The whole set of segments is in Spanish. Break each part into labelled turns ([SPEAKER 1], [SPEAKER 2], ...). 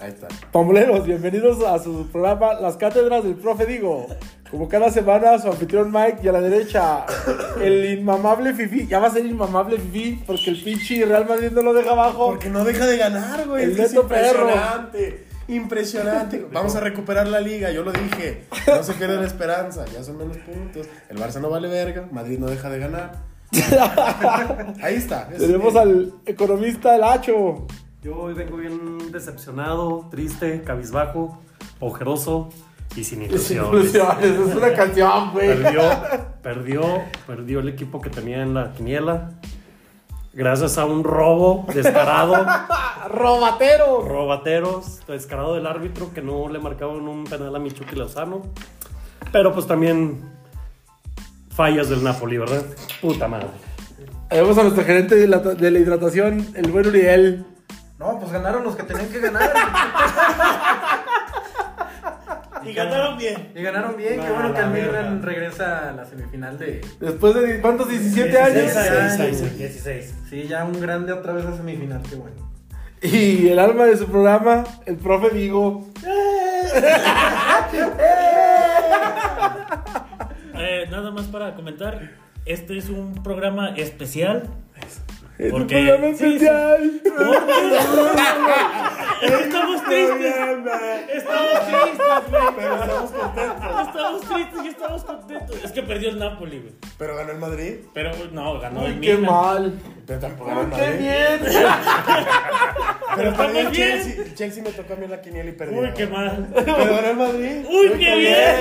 [SPEAKER 1] Ahí está.
[SPEAKER 2] Pamboleros, bienvenidos a su programa Las Cátedras del Profe Digo. Como cada semana, su anfitrión Mike y a la derecha, el inmamable Fifi. Ya va a ser inmamable Fifi porque el pinche Real Madrid no lo deja abajo.
[SPEAKER 3] Porque no deja de ganar, güey.
[SPEAKER 2] El
[SPEAKER 3] es
[SPEAKER 2] neto perro.
[SPEAKER 3] impresionante. Impresionante. Vamos a recuperar la liga, yo lo dije. No se pierdan la esperanza, ya son menos puntos. El Barça no vale verga, Madrid no deja de ganar. Ahí está. es-
[SPEAKER 2] Tenemos al economista El Hacho.
[SPEAKER 4] Yo hoy vengo bien decepcionado, triste, cabizbajo, ojeroso y sin ilusiones.
[SPEAKER 2] Es una canción, güey.
[SPEAKER 4] Perdió, perdió, perdió el equipo que tenía en la quiniela. Gracias a un robo descarado,
[SPEAKER 2] Robatero.
[SPEAKER 4] robateros, descarado del árbitro que no le marcaban un penal a Michuki Lozano. Pero pues también fallas del Napoli, ¿verdad? Puta madre.
[SPEAKER 2] Vemos a nuestro gerente de la, de la hidratación, el buen Uriel.
[SPEAKER 1] No, pues ganaron los que tenían que ganar.
[SPEAKER 5] Y ganaron bien.
[SPEAKER 1] Y ganaron bien. Qué
[SPEAKER 4] No,
[SPEAKER 1] bueno que el
[SPEAKER 4] la verga.
[SPEAKER 1] Milan regresa a la semifinal de.
[SPEAKER 2] Después de cuántos 17 años.
[SPEAKER 1] 16 años.
[SPEAKER 5] 16.
[SPEAKER 1] Sí, ya un grande otra vez a semifinal. Qué bueno.
[SPEAKER 2] Y el alma de su programa, el profe Digo.
[SPEAKER 5] Eh, nada más para comentar, este es un programa especial.
[SPEAKER 2] Es un
[SPEAKER 5] Porque-
[SPEAKER 2] programa
[SPEAKER 5] sí, sí.
[SPEAKER 2] especial.
[SPEAKER 5] Estamos tristes. Estamos tristes, güey. Pero estamos contentos. Estamos tristes y estamos contentos. Es que perdió el Napoli, güey.
[SPEAKER 3] Pero ganó el Madrid.
[SPEAKER 5] Pero no, ganó el
[SPEAKER 2] Ay, qué
[SPEAKER 5] Milan.
[SPEAKER 2] mal.
[SPEAKER 3] Pero tampoco ganó el
[SPEAKER 2] Qué
[SPEAKER 3] Madrid.
[SPEAKER 2] bien.
[SPEAKER 3] Pero perdió el
[SPEAKER 5] Estamos bien.
[SPEAKER 3] Chelsea. El Chelsea me tocó a mí en la quiniela y perdió.
[SPEAKER 5] Uy, qué mal.
[SPEAKER 3] Pero ganó el Madrid.
[SPEAKER 5] Uy, qué bien.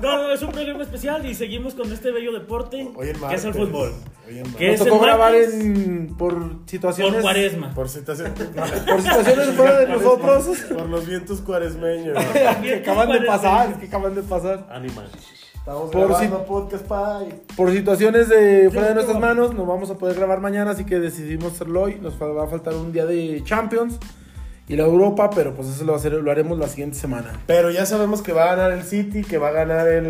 [SPEAKER 5] No, no, es un programa especial y seguimos con este bello deporte
[SPEAKER 3] Hoy en
[SPEAKER 5] que es el
[SPEAKER 3] martes.
[SPEAKER 5] fútbol.
[SPEAKER 3] Hoy en
[SPEAKER 5] ¿Qué?
[SPEAKER 2] Nos
[SPEAKER 5] Ese
[SPEAKER 2] tocó grabar
[SPEAKER 5] martes.
[SPEAKER 2] en por situaciones
[SPEAKER 5] Por cuaresma.
[SPEAKER 3] Por situación.
[SPEAKER 2] por situaciones fuera de nosotros
[SPEAKER 3] Por los vientos cuaresmeños.
[SPEAKER 2] que acaban de pasar, que acaban de pasar.
[SPEAKER 4] Animal.
[SPEAKER 3] Estamos
[SPEAKER 2] Por
[SPEAKER 3] grabando podcast, pay.
[SPEAKER 2] Por situaciones de fuera de nuestras manos no vamos a poder grabar mañana, así que decidimos hacerlo hoy. Nos va a faltar un día de Champions y la Europa, pero pues eso lo, hacer- lo haremos la siguiente semana.
[SPEAKER 3] Pero ya sabemos que va a ganar el City, que va a ganar el.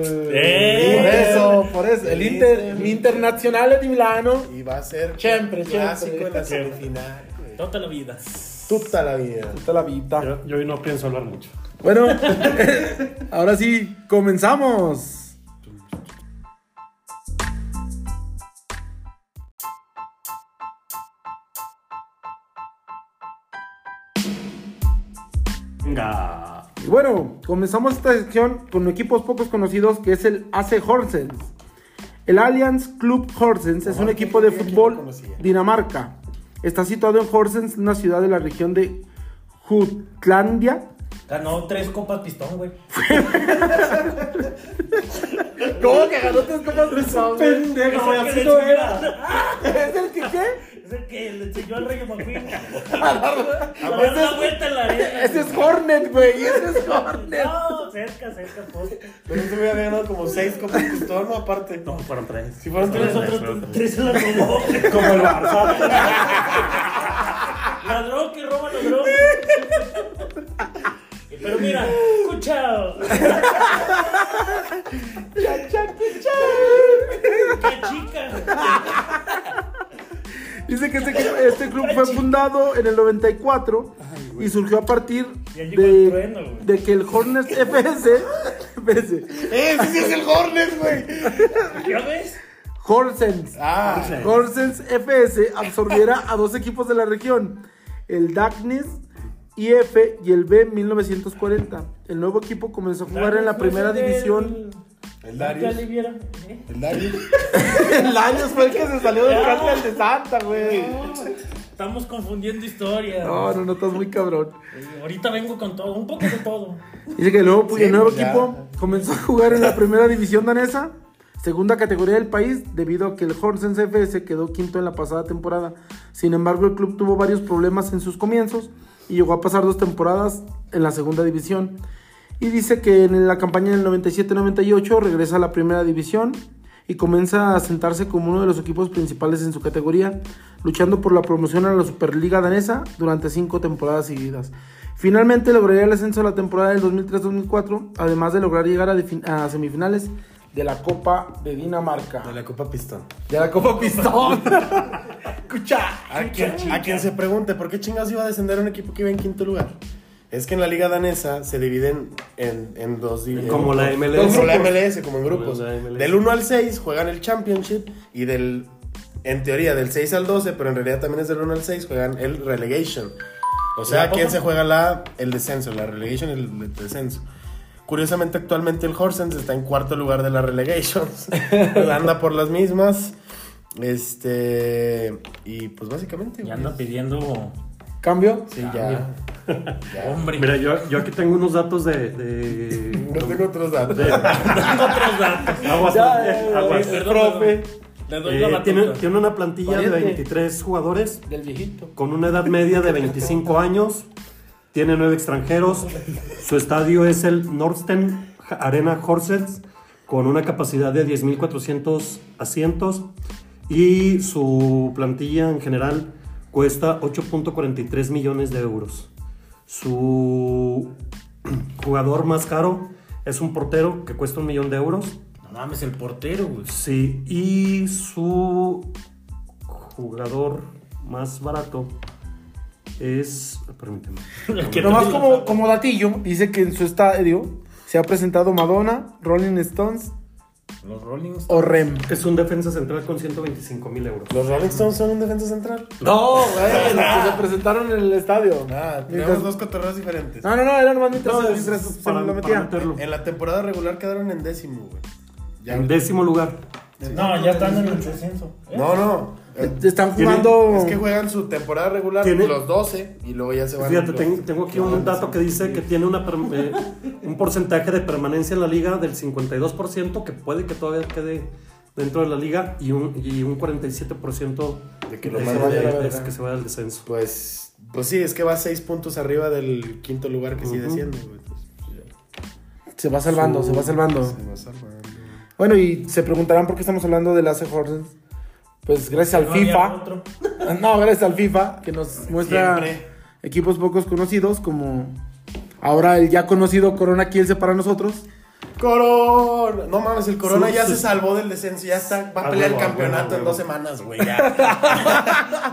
[SPEAKER 2] Por
[SPEAKER 5] ¡Eh!
[SPEAKER 3] Inter.
[SPEAKER 2] eso, por eso. El Inter, el Internacional de Milano.
[SPEAKER 3] Y va a ser
[SPEAKER 2] Siempre,
[SPEAKER 3] clásico
[SPEAKER 2] siempre.
[SPEAKER 3] en la semifinal. güey.
[SPEAKER 5] Toda la vida.
[SPEAKER 3] Tuta la vida.
[SPEAKER 2] Está la vida.
[SPEAKER 4] Yo, yo hoy no pienso hablar mucho.
[SPEAKER 2] Bueno, ahora sí, comenzamos.
[SPEAKER 4] Venga.
[SPEAKER 2] Y bueno, comenzamos esta sección con equipos pocos conocidos que es el AC Horsens. El Allianz Club Horsens es un
[SPEAKER 3] Ajá,
[SPEAKER 2] equipo de
[SPEAKER 3] ¿qué equipo
[SPEAKER 2] fútbol
[SPEAKER 3] conocía?
[SPEAKER 2] Dinamarca. Está situado en Horsens, una ciudad de la región de Jutlandia.
[SPEAKER 5] Ganó tres copas pistón, güey.
[SPEAKER 2] ¿Cómo que ganó tres copas de Pendejo,
[SPEAKER 5] Es el que
[SPEAKER 2] así
[SPEAKER 5] le
[SPEAKER 2] no
[SPEAKER 5] enseñó
[SPEAKER 2] era.
[SPEAKER 5] a-
[SPEAKER 2] ¿Es el que qué?
[SPEAKER 5] Es el que le enseñó al Rey McQueen. A dar una vuelta en la arena.
[SPEAKER 2] Ese es Hornet, güey. Ese es Hornet.
[SPEAKER 5] No, cerca, cerca, pues. poste.
[SPEAKER 3] Pero se hubiera ganado como seis copas de pistón, ¿no? aparte.
[SPEAKER 4] No, fueron tres.
[SPEAKER 3] Si fueron tres.
[SPEAKER 5] Los otros tres se la robó.
[SPEAKER 3] Como el Barça.
[SPEAKER 5] Ladrón que roba ladrón. Pero mira, escuchado. Qué chica.
[SPEAKER 2] Dice que este, equipo- este club fue fundado en el 94 y surgió a partir
[SPEAKER 5] Ya llegó el trueno,
[SPEAKER 2] de,
[SPEAKER 5] güey.
[SPEAKER 2] de que el Hornets FS, FS
[SPEAKER 3] ¡Ese ¡Eh, sí es el Hornet, güey!
[SPEAKER 5] ¿Ya ves?
[SPEAKER 2] Horsens,
[SPEAKER 3] Ah,
[SPEAKER 2] Horsens FS absorbiera a dos equipos de la región, el Dagnes IF y el B 1940. El nuevo equipo comenzó a jugar en la primera división.
[SPEAKER 3] el
[SPEAKER 5] Ya
[SPEAKER 3] Darius.
[SPEAKER 5] le vieron. ¿eh?
[SPEAKER 3] El Darius.
[SPEAKER 2] El año fue el que se salió del cártel de Santa, güey.
[SPEAKER 5] Estamos confundiendo historias.
[SPEAKER 2] No, no, no, estás muy cabrón.
[SPEAKER 5] Eh, Ahorita vengo con todo, un poco de todo.
[SPEAKER 2] Dice que el nuevo, el
[SPEAKER 3] Sí,
[SPEAKER 2] nuevo
[SPEAKER 3] pues ya.
[SPEAKER 2] equipo comenzó a jugar en la primera división danesa, segunda categoría del país, debido a que el Horsens FS quedó quinto en la pasada temporada. Sin embargo, el club tuvo varios problemas en sus comienzos y llegó a pasar dos temporadas en la segunda división. Y dice que en la campaña del 97-98 regresa a la primera división y comienza a sentarse como uno de los equipos principales en su categoría, luchando por la promoción a la Superliga danesa durante cinco temporadas seguidas. Finalmente lograría el ascenso a la temporada del 2003-2004, además de lograr llegar a, defin- a semifinales de la Copa de Dinamarca.
[SPEAKER 3] De la Copa Pistón.
[SPEAKER 2] De la Copa Pistón.
[SPEAKER 6] Escucha.
[SPEAKER 3] A quien, a quien se pregunte, ¿por qué chingados iba a descender un equipo que iba en quinto lugar? Es que en la liga danesa se dividen en, en dos divisiones.
[SPEAKER 4] Como la MLS.
[SPEAKER 3] Como la MLS, como en grupos.
[SPEAKER 4] Como la MLS.
[SPEAKER 3] Del 1 al 6 juegan el Championship y del, en teoría, del 6 al 12, pero en realidad también es del 1 al 6, juegan el Relegation. O sea,
[SPEAKER 4] ¿Y a poco?
[SPEAKER 3] ¿quién se juega la, el descenso? La Relegation y el descenso. Curiosamente, actualmente el Horsens está en cuarto lugar de la Relegations. Anda por las mismas. Este. Y pues básicamente.
[SPEAKER 5] Ya
[SPEAKER 3] güey.
[SPEAKER 5] anda pidiendo.
[SPEAKER 2] ¿Cambio?
[SPEAKER 3] Sí, ya. ya.
[SPEAKER 5] Hombre.
[SPEAKER 4] Mira, yo, yo aquí tengo unos datos de. de...
[SPEAKER 3] No tengo otros datos.
[SPEAKER 5] otros datos.
[SPEAKER 4] Aguas,
[SPEAKER 2] Ya,
[SPEAKER 4] eh,
[SPEAKER 2] ya, ya,
[SPEAKER 4] aguas.
[SPEAKER 5] Perdón,
[SPEAKER 2] profe.
[SPEAKER 5] Le doy la
[SPEAKER 4] Eh,
[SPEAKER 5] batuta.
[SPEAKER 4] tiene, tiene una plantilla de
[SPEAKER 2] Pariente.
[SPEAKER 4] 23 jugadores
[SPEAKER 6] Del viejito.
[SPEAKER 4] con una edad media de 25 años. Tiene 9 extranjeros. Su estadio es el Nordsten Arena Horsens con una capacidad de 10.400 asientos. Y su plantilla en general cuesta 8.43 millones de euros. Su jugador más caro es un portero que cuesta un millón de euros.
[SPEAKER 5] No mames, el portero, güey.
[SPEAKER 4] Sí, y su jugador más barato es. Permíteme.
[SPEAKER 5] Que
[SPEAKER 2] Nomás
[SPEAKER 5] no-
[SPEAKER 2] como, como datillo, dice que en su estadio se ha presentado Madonna, Rolling Stones
[SPEAKER 5] Los Rolling Stones.
[SPEAKER 2] o Rem.
[SPEAKER 4] Es un defensa central con 125 mil euros.
[SPEAKER 3] ¿Los Rolling Stones son un defensa central?
[SPEAKER 2] No, güey, los que se presentaron en el estadio.
[SPEAKER 3] Ah,
[SPEAKER 2] Mientras-
[SPEAKER 3] tenemos dos Ah, cotorreos diferentes.
[SPEAKER 2] No, no, no, era nomás mientras,
[SPEAKER 4] No, es
[SPEAKER 2] mientras se
[SPEAKER 4] para-
[SPEAKER 2] lo
[SPEAKER 4] para
[SPEAKER 2] metía.
[SPEAKER 4] meterlo.
[SPEAKER 3] En la temporada regular quedaron en décimo, güey. Ya-
[SPEAKER 4] En décimo lugar.
[SPEAKER 5] No, ya están en el descenso. ¿eh?
[SPEAKER 3] No, no. Eh,
[SPEAKER 2] Están
[SPEAKER 4] Tiene-
[SPEAKER 2] jugando.
[SPEAKER 3] Es que juegan su temporada regular
[SPEAKER 4] Tiene-
[SPEAKER 3] los 12 y luego ya se van.
[SPEAKER 4] Fíjate,
[SPEAKER 3] los-
[SPEAKER 4] ten- tengo aquí un dato que dice que tiene una per- eh, un porcentaje de permanencia en la liga del 52%, que puede que todavía quede dentro de la liga, y un, y un 47%
[SPEAKER 3] De que lo
[SPEAKER 4] se
[SPEAKER 3] manden a
[SPEAKER 4] vaya-
[SPEAKER 3] la
[SPEAKER 4] es
[SPEAKER 3] verga.
[SPEAKER 4] que se vaya al descenso.
[SPEAKER 3] Pues, pues sí, es que va 6 puntos arriba del quinto lugar que sí
[SPEAKER 4] Ujú.
[SPEAKER 3] desciende, güey. Entonces, ya,
[SPEAKER 2] Se va salvando, se va salvando.
[SPEAKER 3] se va salvando.
[SPEAKER 2] Bueno, y se preguntarán por qué estamos hablando del AC Horsens. Pues gracias al
[SPEAKER 5] No había
[SPEAKER 2] FIFA.
[SPEAKER 5] otro.
[SPEAKER 2] No, gracias al FIFA que nos muestra
[SPEAKER 3] Siempre.
[SPEAKER 2] equipos pocos conocidos, como ahora el ya conocido Corona Kielce para nosotros.
[SPEAKER 3] Corona. No mames, el Corona
[SPEAKER 4] Sí,
[SPEAKER 3] ya
[SPEAKER 4] sí.
[SPEAKER 3] se salvó del descenso. Ya está. Va a
[SPEAKER 4] Ah,
[SPEAKER 3] pelear el
[SPEAKER 4] huevo,
[SPEAKER 3] campeonato
[SPEAKER 4] huevo,
[SPEAKER 3] en
[SPEAKER 4] huevo.
[SPEAKER 3] dos semanas, güey. Ya.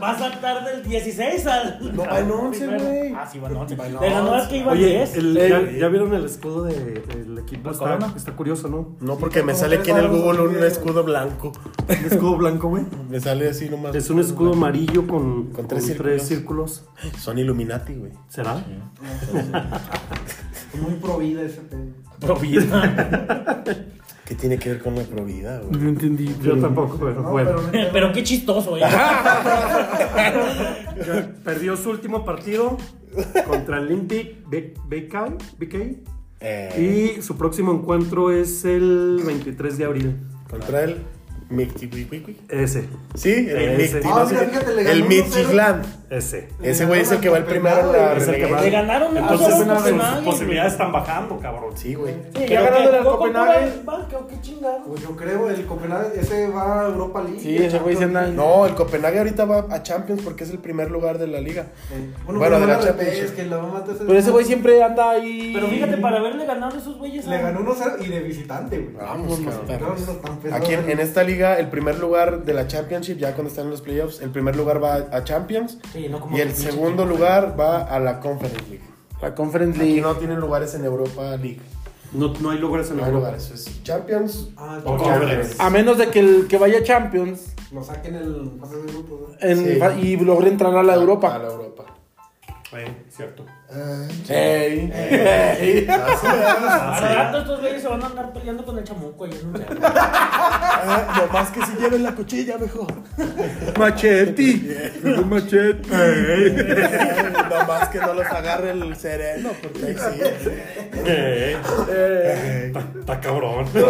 [SPEAKER 5] Va a saltar del 16 al.
[SPEAKER 3] No, van 11,
[SPEAKER 5] primero.
[SPEAKER 3] güey.
[SPEAKER 5] Ah, sí, van 11.
[SPEAKER 3] Van
[SPEAKER 5] De la nueva que iban
[SPEAKER 4] Oye,
[SPEAKER 5] 10.
[SPEAKER 4] el- eh,
[SPEAKER 2] Ey.
[SPEAKER 4] ya, ya vieron el escudo de- del equipo?
[SPEAKER 5] ¿La
[SPEAKER 4] Está,
[SPEAKER 5] corona?
[SPEAKER 4] está curioso, ¿no?
[SPEAKER 3] No, porque me sale aquí en el Google un escudo blanco.
[SPEAKER 4] Un escudo blanco, güey.
[SPEAKER 3] Me sale así nomás.
[SPEAKER 4] Es un escudo amarillo con,
[SPEAKER 3] Con
[SPEAKER 4] con
[SPEAKER 3] tres
[SPEAKER 4] tres,
[SPEAKER 3] círculos.
[SPEAKER 4] círculos.
[SPEAKER 3] Son Illuminati, güey.
[SPEAKER 4] ¿Será?
[SPEAKER 1] Muy pro vida ese pedo.
[SPEAKER 5] Provida.
[SPEAKER 3] ¿Qué tiene que ver con la probidad, güey?
[SPEAKER 2] No entendí.
[SPEAKER 4] Yo
[SPEAKER 2] pero-
[SPEAKER 4] tampoco, pero bueno.
[SPEAKER 5] Pero qué chistoso, eh. güey.
[SPEAKER 4] Perdió su último partido contra el Olympic B- BK, BK.
[SPEAKER 3] Eh,
[SPEAKER 4] Y su próximo encuentro es el 23 de abril.
[SPEAKER 3] Contra el Mictiquiquiqui.
[SPEAKER 4] Ese,
[SPEAKER 3] Sí, el
[SPEAKER 4] Ese.
[SPEAKER 3] Micti.
[SPEAKER 4] Ah,
[SPEAKER 3] no sé
[SPEAKER 1] mira,
[SPEAKER 3] qué.
[SPEAKER 1] fíjate, le ganó
[SPEAKER 3] El
[SPEAKER 1] 1-0.
[SPEAKER 3] Mictiglán.
[SPEAKER 4] ese.
[SPEAKER 3] Ese güey es el que va el primero en la
[SPEAKER 4] Es el que va.
[SPEAKER 5] Le
[SPEAKER 3] relegation.
[SPEAKER 5] ganaron el
[SPEAKER 4] Entonces, pues,
[SPEAKER 5] Barcelona
[SPEAKER 4] sus-
[SPEAKER 5] Copenhague,
[SPEAKER 4] sus
[SPEAKER 5] güey.
[SPEAKER 4] posibilidades están bajando, cabrón.
[SPEAKER 3] Sí, güey.
[SPEAKER 5] Sí,
[SPEAKER 2] Ya
[SPEAKER 5] ya
[SPEAKER 2] ganaron
[SPEAKER 5] ganaron
[SPEAKER 2] el
[SPEAKER 5] el
[SPEAKER 2] Copenhague.
[SPEAKER 5] Copenhague. ¿Qué chingado?
[SPEAKER 1] Pues yo creo, el Copenhague, ese va a Europa League.
[SPEAKER 2] Sí, ese güey se anda.
[SPEAKER 3] No, el Copenhague ahorita va a Champions porque es el primer lugar de la liga.
[SPEAKER 1] Eh,
[SPEAKER 3] Bueno,
[SPEAKER 1] pero
[SPEAKER 3] de la
[SPEAKER 1] no
[SPEAKER 3] Championship.
[SPEAKER 1] Es que la va a matar
[SPEAKER 2] Pero ese güey siempre anda ahí.
[SPEAKER 5] Pero fíjate, para haberle ganado a esos güeyes. ah,
[SPEAKER 1] Le
[SPEAKER 5] a-
[SPEAKER 1] ganó 1-0 y de visitante, güey.
[SPEAKER 3] Vamos,
[SPEAKER 1] No,
[SPEAKER 3] cabrón.
[SPEAKER 1] no, tan pesado.
[SPEAKER 3] Aquí en, en esta liga, el primer lugar de la Championship, ya cuando están en los playoffs, el primer lugar va a Champions
[SPEAKER 5] Sí, no como
[SPEAKER 3] y el
[SPEAKER 5] que pinche
[SPEAKER 3] segundo lugar va a la Conference League.
[SPEAKER 2] La Conference
[SPEAKER 3] Aquí
[SPEAKER 2] League.
[SPEAKER 3] no tienen lugares en Europa League.
[SPEAKER 4] No, no hay lugares en
[SPEAKER 3] No
[SPEAKER 4] la
[SPEAKER 3] hay lugares. Es Champions
[SPEAKER 1] Ah,
[SPEAKER 3] o
[SPEAKER 1] ok.
[SPEAKER 3] Conference.
[SPEAKER 2] A menos de que el que vaya a Champions
[SPEAKER 1] Lo saquen el pase de grupo, güey.
[SPEAKER 2] en-
[SPEAKER 3] Sí. Ah,
[SPEAKER 2] fa- y logre entrar a la
[SPEAKER 3] A
[SPEAKER 2] Europa.
[SPEAKER 3] la Europa. Ah,
[SPEAKER 4] Eh, cierto.
[SPEAKER 2] Ey.
[SPEAKER 3] Así es.
[SPEAKER 5] Al rato estos güeyes se van a andar peleando con el chamuco ahí en un
[SPEAKER 3] Ah, Lo más que si lleven la cuchilla, mejor. ah.
[SPEAKER 2] Machete. Machete.
[SPEAKER 3] Lo más que no los agarre el sereno, porque ahí sí.
[SPEAKER 4] Está cabrón.
[SPEAKER 5] Bueno,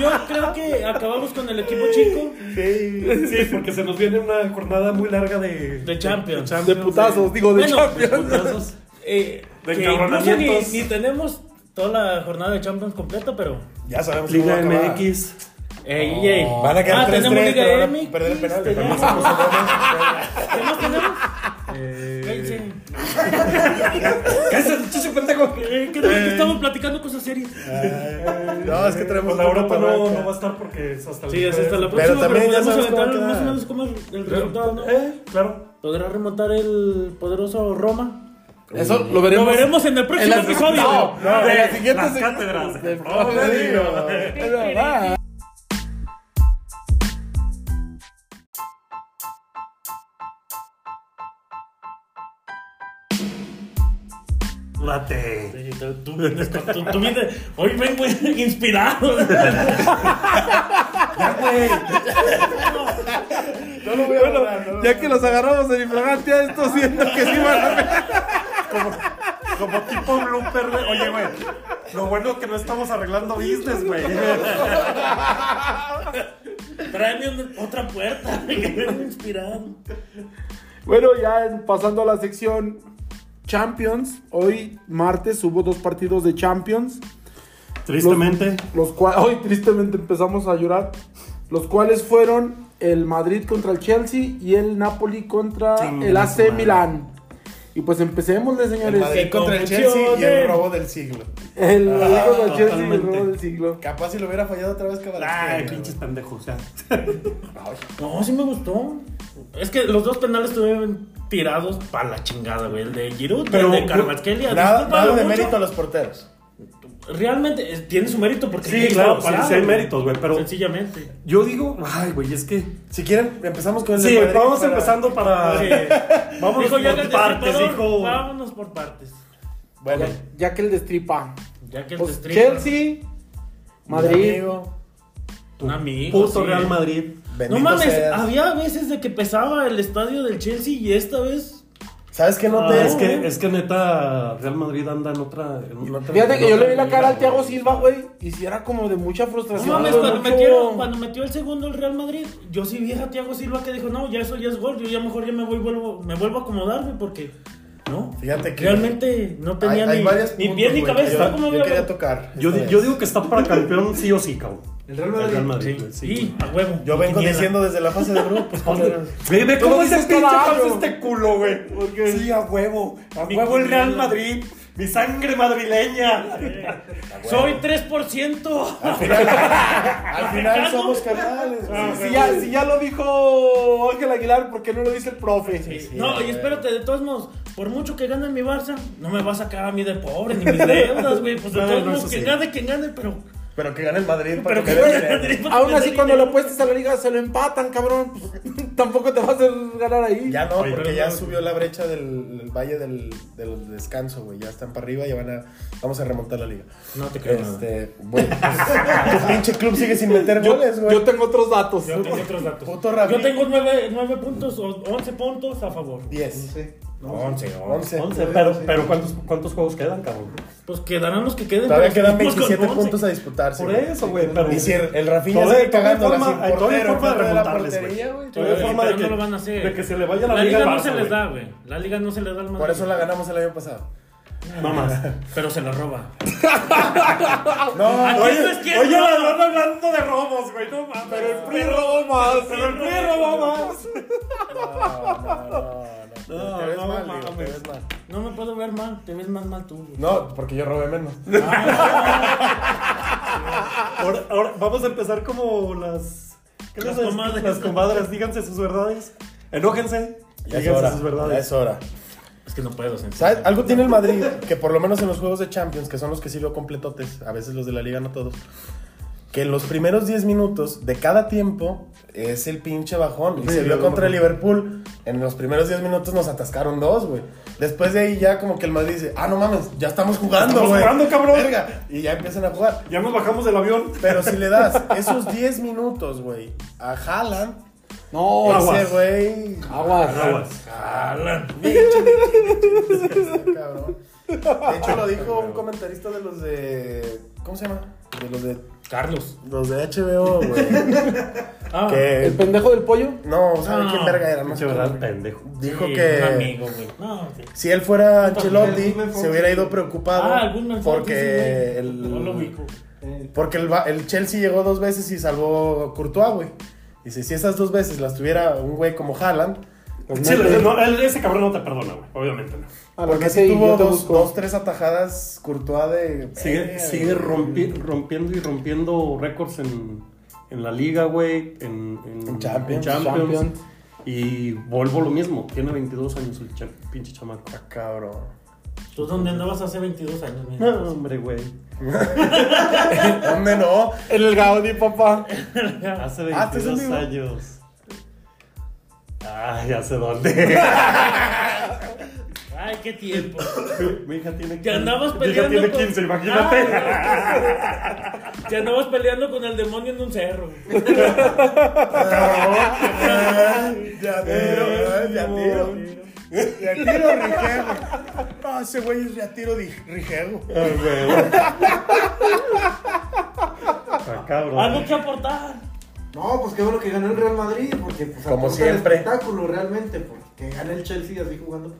[SPEAKER 5] yo creo que acabamos con el equipo chico
[SPEAKER 3] Sí.
[SPEAKER 4] Sí, porque se nos viene una jornada muy larga de,
[SPEAKER 5] de Champions.
[SPEAKER 2] De putazos, digo, de
[SPEAKER 5] bueno,
[SPEAKER 2] Champions.
[SPEAKER 5] de putazos. Eh,
[SPEAKER 4] De
[SPEAKER 5] que incluso ni,
[SPEAKER 4] encabronamientos.
[SPEAKER 5] ni tenemos toda la jornada de Champions completa, pero.
[SPEAKER 3] Ya sabemos cómo
[SPEAKER 4] Liga
[SPEAKER 3] va a acabar.
[SPEAKER 4] MX.
[SPEAKER 5] Ey, ey.
[SPEAKER 3] Van a quedar
[SPEAKER 5] ah,
[SPEAKER 3] 3-3,
[SPEAKER 5] tenemos
[SPEAKER 3] pero
[SPEAKER 5] Liga
[SPEAKER 3] van a
[SPEAKER 5] MX.
[SPEAKER 3] perder el penal.
[SPEAKER 5] tenemos- ¿Qué más tenemos?
[SPEAKER 4] eh,
[SPEAKER 5] Ey, sí.
[SPEAKER 6] ¡Cállate, chicho pendejo!
[SPEAKER 5] Eh, ¿Qué tal que estamos platicando cosas serias?
[SPEAKER 3] No, es que
[SPEAKER 4] Pues
[SPEAKER 3] tenemos
[SPEAKER 4] la
[SPEAKER 3] poca
[SPEAKER 4] Europa no,
[SPEAKER 3] palanca.
[SPEAKER 4] no va a estar porque es hasta el
[SPEAKER 5] Sí, hasta la
[SPEAKER 4] jueves.
[SPEAKER 5] próxima, pero,
[SPEAKER 3] también ya
[SPEAKER 5] podemos
[SPEAKER 3] sabes cómo
[SPEAKER 5] adelantar
[SPEAKER 3] queda.
[SPEAKER 5] más o menos cómo es el resultado, ¿no?
[SPEAKER 4] Eh, claro.
[SPEAKER 5] ¿Podrá remontar el poderoso Roma?
[SPEAKER 6] Eso lo
[SPEAKER 5] Lo
[SPEAKER 6] veremos.
[SPEAKER 5] veremos en el próximo
[SPEAKER 6] las-
[SPEAKER 5] episodio.
[SPEAKER 6] No.
[SPEAKER 3] No,
[SPEAKER 4] de
[SPEAKER 3] la siguiente
[SPEAKER 4] las
[SPEAKER 3] se-
[SPEAKER 4] cátedras.
[SPEAKER 3] de-
[SPEAKER 4] No,
[SPEAKER 3] no,
[SPEAKER 4] te digo.
[SPEAKER 6] Pero va.
[SPEAKER 4] Late.
[SPEAKER 5] Sí, Tú, tú vienes con- tú- tú vienes- hoy vengo inspirado.
[SPEAKER 3] No lo voy a borrar, no lo voy
[SPEAKER 2] Ya que los agarramos en infragante a esto, siento que sí van a...
[SPEAKER 4] Como tipo blooper, güey. Oye, güey. Lo bueno que no estamos arreglando business, güey.
[SPEAKER 5] Tráeme una- otra puerta. Que vengo inspirado.
[SPEAKER 2] Bueno, ya en- pasando a la sección Champions. Hoy, martes, hubo dos partidos de Champions.
[SPEAKER 4] Tristemente,
[SPEAKER 2] Los cuales, hoy tristemente empezamos a llorar. Los cuales fueron el Madrid contra el Chelsea y el Napoli contra
[SPEAKER 4] Chinga
[SPEAKER 2] el
[SPEAKER 4] su
[SPEAKER 2] AC
[SPEAKER 4] madre.
[SPEAKER 2] Milán. Y pues empecémosle,
[SPEAKER 3] El
[SPEAKER 2] señores.
[SPEAKER 3] Madrid
[SPEAKER 5] que
[SPEAKER 3] contra el Chelsea y el
[SPEAKER 5] confusionen.
[SPEAKER 3] robo del siglo.
[SPEAKER 2] El Madrid contra el
[SPEAKER 3] Ah,
[SPEAKER 2] Chelsea, el
[SPEAKER 4] totalmente.
[SPEAKER 2] robo del siglo.
[SPEAKER 3] Capaz si lo hubiera fallado otra vez
[SPEAKER 4] ay,
[SPEAKER 3] Caballeros.
[SPEAKER 4] pinches pendejos. ya.
[SPEAKER 5] No, sí me gustó. Es que los dos penales estuvieron tirados para la chingada, güey. El de Giroud,
[SPEAKER 3] Pero-
[SPEAKER 5] el de Carvajal.
[SPEAKER 3] Nada, nada de mérito a los porteros.
[SPEAKER 5] Realmente eh, tiene su mérito porque
[SPEAKER 4] Sí,
[SPEAKER 5] el equipo
[SPEAKER 4] claro,
[SPEAKER 5] estaba parado,
[SPEAKER 4] sí, sí hay méritos, güey, pero-
[SPEAKER 5] sencillamente.
[SPEAKER 4] Yo digo, ay, güey, es que.
[SPEAKER 3] Si quieren, empezamos con el
[SPEAKER 4] Sí,
[SPEAKER 3] del Madrid
[SPEAKER 4] vamos
[SPEAKER 3] para-
[SPEAKER 4] empezando para. Vamos
[SPEAKER 5] Dijo, ya que
[SPEAKER 4] por
[SPEAKER 5] el
[SPEAKER 4] partes,
[SPEAKER 5] destripador,
[SPEAKER 4] hijo.
[SPEAKER 5] Vámonos por partes.
[SPEAKER 3] Bueno,
[SPEAKER 2] Ya que el destripa.
[SPEAKER 5] Ya que el
[SPEAKER 2] Pues,
[SPEAKER 5] destripa-
[SPEAKER 2] Chelsea,
[SPEAKER 3] mi
[SPEAKER 2] Madrid.
[SPEAKER 3] amigo,
[SPEAKER 5] Un amigo.
[SPEAKER 4] Puto
[SPEAKER 5] sí.
[SPEAKER 4] Real Madrid.
[SPEAKER 3] bendito
[SPEAKER 5] No mames,
[SPEAKER 3] seas.
[SPEAKER 5] había veces de que pesaba el estadio del Chelsea y esta vez.
[SPEAKER 3] ¿Sabes qué
[SPEAKER 4] Ah,
[SPEAKER 3] noté?
[SPEAKER 4] es, que, es que neta, Real Madrid anda en otra. en otra-
[SPEAKER 2] Fíjate que yo le vi la
[SPEAKER 4] liga,
[SPEAKER 2] cara al Thiago
[SPEAKER 4] güey.
[SPEAKER 2] Silva, güey. Y si era como de mucha
[SPEAKER 5] No
[SPEAKER 2] frustración.
[SPEAKER 5] mames,
[SPEAKER 2] güey,
[SPEAKER 5] cuando
[SPEAKER 2] mucho-
[SPEAKER 5] metieron- cuando metió el segundo el Real Madrid, yo sí vi a Thiago Silva que dijo, no, ya eso ya es gol, yo ya mejor ya me voy, vuelvo, me vuelvo a acomodar, güey, porque. No,
[SPEAKER 3] Fíjate que-
[SPEAKER 5] Realmente no tenía
[SPEAKER 3] hay, hay
[SPEAKER 5] ni,
[SPEAKER 3] varios
[SPEAKER 5] ni
[SPEAKER 3] puntos,
[SPEAKER 5] pie ni
[SPEAKER 3] güey,
[SPEAKER 5] cabeza.
[SPEAKER 3] que
[SPEAKER 5] ¿cómo
[SPEAKER 3] Yo,
[SPEAKER 5] había
[SPEAKER 3] yo quería
[SPEAKER 5] hablado?
[SPEAKER 3] tocar.
[SPEAKER 4] Yo,
[SPEAKER 3] esta
[SPEAKER 4] di- yo
[SPEAKER 3] vez.
[SPEAKER 4] digo que está para campeón, sí o sí, cabrón.
[SPEAKER 1] El Real Madrid.
[SPEAKER 4] El Real
[SPEAKER 5] Sí,
[SPEAKER 4] Madrid, güey, sí.
[SPEAKER 5] y a huevo.
[SPEAKER 3] Yo vengo
[SPEAKER 5] Quiniela.
[SPEAKER 3] diciendo desde la fase de grupos. pues, culeros.
[SPEAKER 4] Ve, ve
[SPEAKER 2] Pero
[SPEAKER 4] cómo ese
[SPEAKER 2] dices
[SPEAKER 4] pinche
[SPEAKER 2] cada
[SPEAKER 4] pasa
[SPEAKER 2] año.
[SPEAKER 4] este culo, güey. Sí, a huevo. A
[SPEAKER 5] Mi
[SPEAKER 4] huevo el Real
[SPEAKER 5] culo.
[SPEAKER 4] Madrid. Mi sangre madrileña.
[SPEAKER 5] Soy
[SPEAKER 3] Ah,
[SPEAKER 5] 3%.
[SPEAKER 3] Al final somos carnales.
[SPEAKER 5] Ah,
[SPEAKER 3] güey.
[SPEAKER 2] Si ya, si ya lo dijo Ángel Aguilar, ¿por qué no lo dice el profe?
[SPEAKER 5] No, y espérate, de todos modos, por mucho que gane mi Barça, no me va a sacar a mí de pobre ni mis deudas, güey. Pues de
[SPEAKER 4] No,
[SPEAKER 5] todos
[SPEAKER 4] no,
[SPEAKER 5] modos,
[SPEAKER 4] eso
[SPEAKER 5] que
[SPEAKER 4] sí.
[SPEAKER 5] gane quien gane, pero.
[SPEAKER 3] Pero que gane el Madrid. para
[SPEAKER 5] Pero que
[SPEAKER 3] me den
[SPEAKER 5] gane el
[SPEAKER 3] dinero.
[SPEAKER 5] Madrid.
[SPEAKER 2] Aún así, cuando lo apuestas a la liga, se lo empatan, cabrón. Pues, tampoco te va a hacer ganar ahí.
[SPEAKER 3] Ya no,
[SPEAKER 4] Oye,
[SPEAKER 3] porque
[SPEAKER 4] pero
[SPEAKER 3] ya
[SPEAKER 4] no,
[SPEAKER 3] subió la brecha del, del valle del, del descanso, güey. Ya están para arriba, ya van a. Vamos a remontar la liga.
[SPEAKER 5] No te creo.
[SPEAKER 3] Este, güey. tu pinche club sigue sin meter
[SPEAKER 2] yo,
[SPEAKER 3] goles,
[SPEAKER 2] yo
[SPEAKER 3] güey.
[SPEAKER 2] tengo otros datos.
[SPEAKER 5] Yo tengo otros datos.
[SPEAKER 3] Puto Rabí.
[SPEAKER 5] Yo tengo 9, puntos o 11 puntos a favor.
[SPEAKER 3] 10.
[SPEAKER 5] 11,
[SPEAKER 3] 11.
[SPEAKER 4] Once, pero, pero ¿cuántos, ¿cuántos juegos quedan, cabrón?
[SPEAKER 5] Pues quedarán los que queden.
[SPEAKER 3] Todavía
[SPEAKER 5] pero
[SPEAKER 3] quedan
[SPEAKER 5] seguimos con
[SPEAKER 3] 27
[SPEAKER 5] once.
[SPEAKER 3] puntos a disputarse.
[SPEAKER 4] Por
[SPEAKER 3] güey.
[SPEAKER 4] eso, güey. Pero.
[SPEAKER 3] Y si el, el Rafinha
[SPEAKER 4] Todavía-
[SPEAKER 3] sigue
[SPEAKER 4] todavía hay
[SPEAKER 3] cagándola
[SPEAKER 4] forma-
[SPEAKER 3] sin
[SPEAKER 4] hay todavía
[SPEAKER 3] portero,
[SPEAKER 4] forma de
[SPEAKER 3] en contra de la
[SPEAKER 4] remontarles, güey.
[SPEAKER 3] portería, güey.
[SPEAKER 4] Todavía hay
[SPEAKER 5] Pero
[SPEAKER 4] forma de
[SPEAKER 5] no
[SPEAKER 4] que,
[SPEAKER 5] lo van a hacer.
[SPEAKER 4] de que se le vaya la,
[SPEAKER 5] La liga,
[SPEAKER 4] al
[SPEAKER 5] no se
[SPEAKER 4] Barça,
[SPEAKER 5] les
[SPEAKER 4] güey.
[SPEAKER 5] da, güey. La liga no se les da al Madrid.
[SPEAKER 3] Por eso la ganamos el año pasado.
[SPEAKER 4] No más.
[SPEAKER 5] Pero se la roba.
[SPEAKER 3] No,
[SPEAKER 5] Aquí
[SPEAKER 4] Oye,
[SPEAKER 5] esto es quien
[SPEAKER 4] oye,
[SPEAKER 5] roba.
[SPEAKER 4] la verdad hablando de robos, güey, no mames. Pero el PRI robó más, pero el PRI robó más.
[SPEAKER 3] no, no, no, te ves
[SPEAKER 4] no,
[SPEAKER 3] mal,
[SPEAKER 4] mames.
[SPEAKER 3] digo, te ves mal.
[SPEAKER 5] No me puedo ver mal. Te ves más mal tú. güey.
[SPEAKER 3] No, porque yo robé menos.
[SPEAKER 4] Ahora, ahora vamos a empezar como las ¿qué
[SPEAKER 5] Las
[SPEAKER 4] les-
[SPEAKER 5] comadres.
[SPEAKER 4] las comadres, díganse sus verdades. Enójense,
[SPEAKER 3] Ya es
[SPEAKER 4] díganse
[SPEAKER 3] hora.
[SPEAKER 4] sus
[SPEAKER 3] ya
[SPEAKER 4] verdades.
[SPEAKER 3] es hora.
[SPEAKER 5] Es que no puedo, sencillo.
[SPEAKER 3] ¿Sabes? Algo tiene el Madrid, que por lo menos en los juegos de Champions, que son los que sí lo completotes, a veces los de la liga no todos, que en los primeros 10 minutos de cada tiempo es el pinche bajón. Y
[SPEAKER 4] Sí,
[SPEAKER 3] se vio
[SPEAKER 4] luego
[SPEAKER 3] contra el
[SPEAKER 4] bajón.
[SPEAKER 3] Liverpool, en los primeros 10 minutos nos atascaron dos, güey. Después de ahí ya como que el Madrid dice, ah, no mames, ya estamos jugando,
[SPEAKER 4] Estamos
[SPEAKER 3] güey.
[SPEAKER 4] jugando, cabrón.
[SPEAKER 3] Verga. Y ya empiezan a jugar.
[SPEAKER 4] Ya nos bajamos del avión.
[SPEAKER 3] Pero si le das esos 10 minutos, güey, a Haaland,
[SPEAKER 2] No,
[SPEAKER 3] ese
[SPEAKER 4] aguas.
[SPEAKER 3] güey...
[SPEAKER 2] aguas.
[SPEAKER 4] Aguas.
[SPEAKER 3] Cabrón. De hecho, lo dijo un comentarista de los de. ¿Cómo se llama? De los de.
[SPEAKER 5] Carlos.
[SPEAKER 3] Los de HBO, güey.
[SPEAKER 5] Ah,
[SPEAKER 2] ¿El
[SPEAKER 3] que.
[SPEAKER 2] pendejo del pollo?
[SPEAKER 3] No, ¿saben
[SPEAKER 5] No.
[SPEAKER 3] quién verga era? No
[SPEAKER 4] Pinche
[SPEAKER 3] sé quién,
[SPEAKER 4] verdad,
[SPEAKER 3] güey.
[SPEAKER 4] pendejo.
[SPEAKER 3] Dijo
[SPEAKER 5] sí,
[SPEAKER 3] que.
[SPEAKER 5] Un amigo, güey. No, sí.
[SPEAKER 3] Si él fuera Ancelotti,
[SPEAKER 1] Guzmán Fonseca.
[SPEAKER 3] se hubiera ido preocupado.
[SPEAKER 5] Ah, algún mensaje, sí,
[SPEAKER 3] porque
[SPEAKER 5] güey. No lo
[SPEAKER 3] el.
[SPEAKER 5] ubico.
[SPEAKER 1] Eh,
[SPEAKER 3] Porque el, va- el Chelsea llegó dos veces y salvó Courtois, güey. Dice, si esas dos veces las tuviera un güey como Haaland,
[SPEAKER 4] Sí, le- no, él- ese cabrón no te perdona, güey. Obviamente no.
[SPEAKER 2] A Ah, la
[SPEAKER 3] Porque
[SPEAKER 2] casa
[SPEAKER 3] si
[SPEAKER 2] y yo
[SPEAKER 3] tuvo
[SPEAKER 2] te
[SPEAKER 3] dos, dos,
[SPEAKER 2] busco.
[SPEAKER 3] tres atajadas Courtois de.
[SPEAKER 4] Sigue, sigue rompi- rompiendo y rompiendo récords en, en la liga, güey. En, en-
[SPEAKER 3] En Champions,
[SPEAKER 4] en Champions.
[SPEAKER 2] Champions.
[SPEAKER 4] Y vuelvo lo mismo. Tiene 22 años el cha- pinche chamaco.
[SPEAKER 3] Ah, cabrón.
[SPEAKER 5] ¿Tú dónde andabas hace 22 años, güey?
[SPEAKER 4] No, hombre, güey.
[SPEAKER 3] ¿Dónde no?
[SPEAKER 2] En el Gaudi, papá.
[SPEAKER 4] Hace
[SPEAKER 3] Ah, ¿este es
[SPEAKER 4] 22
[SPEAKER 3] el mismo?
[SPEAKER 4] años. Ah, ya sé dónde.
[SPEAKER 5] Ay, qué tiempo.
[SPEAKER 4] Mi hija tiene 15.
[SPEAKER 5] Que andabas
[SPEAKER 4] Mi hija
[SPEAKER 5] peleando.
[SPEAKER 4] tiene
[SPEAKER 5] con-
[SPEAKER 4] 15, imagínate.
[SPEAKER 5] Ah, no. que andabas peleando con el demonio en un cerro.
[SPEAKER 3] Ah, Ya
[SPEAKER 2] Eh,
[SPEAKER 3] tiro, ¿eh? ya tiro. Ya tiro Rijego. No, ese güey es ya tiro di- Rijego.
[SPEAKER 4] Ay, güey. Ah, cabrón.
[SPEAKER 5] Algo que aportar.
[SPEAKER 1] No, pues qué bueno que ganó el Real Madrid, porque pues
[SPEAKER 3] Como
[SPEAKER 1] aporta
[SPEAKER 3] siempre.
[SPEAKER 1] el espectáculo realmente, porque gana el Chelsea así jugando.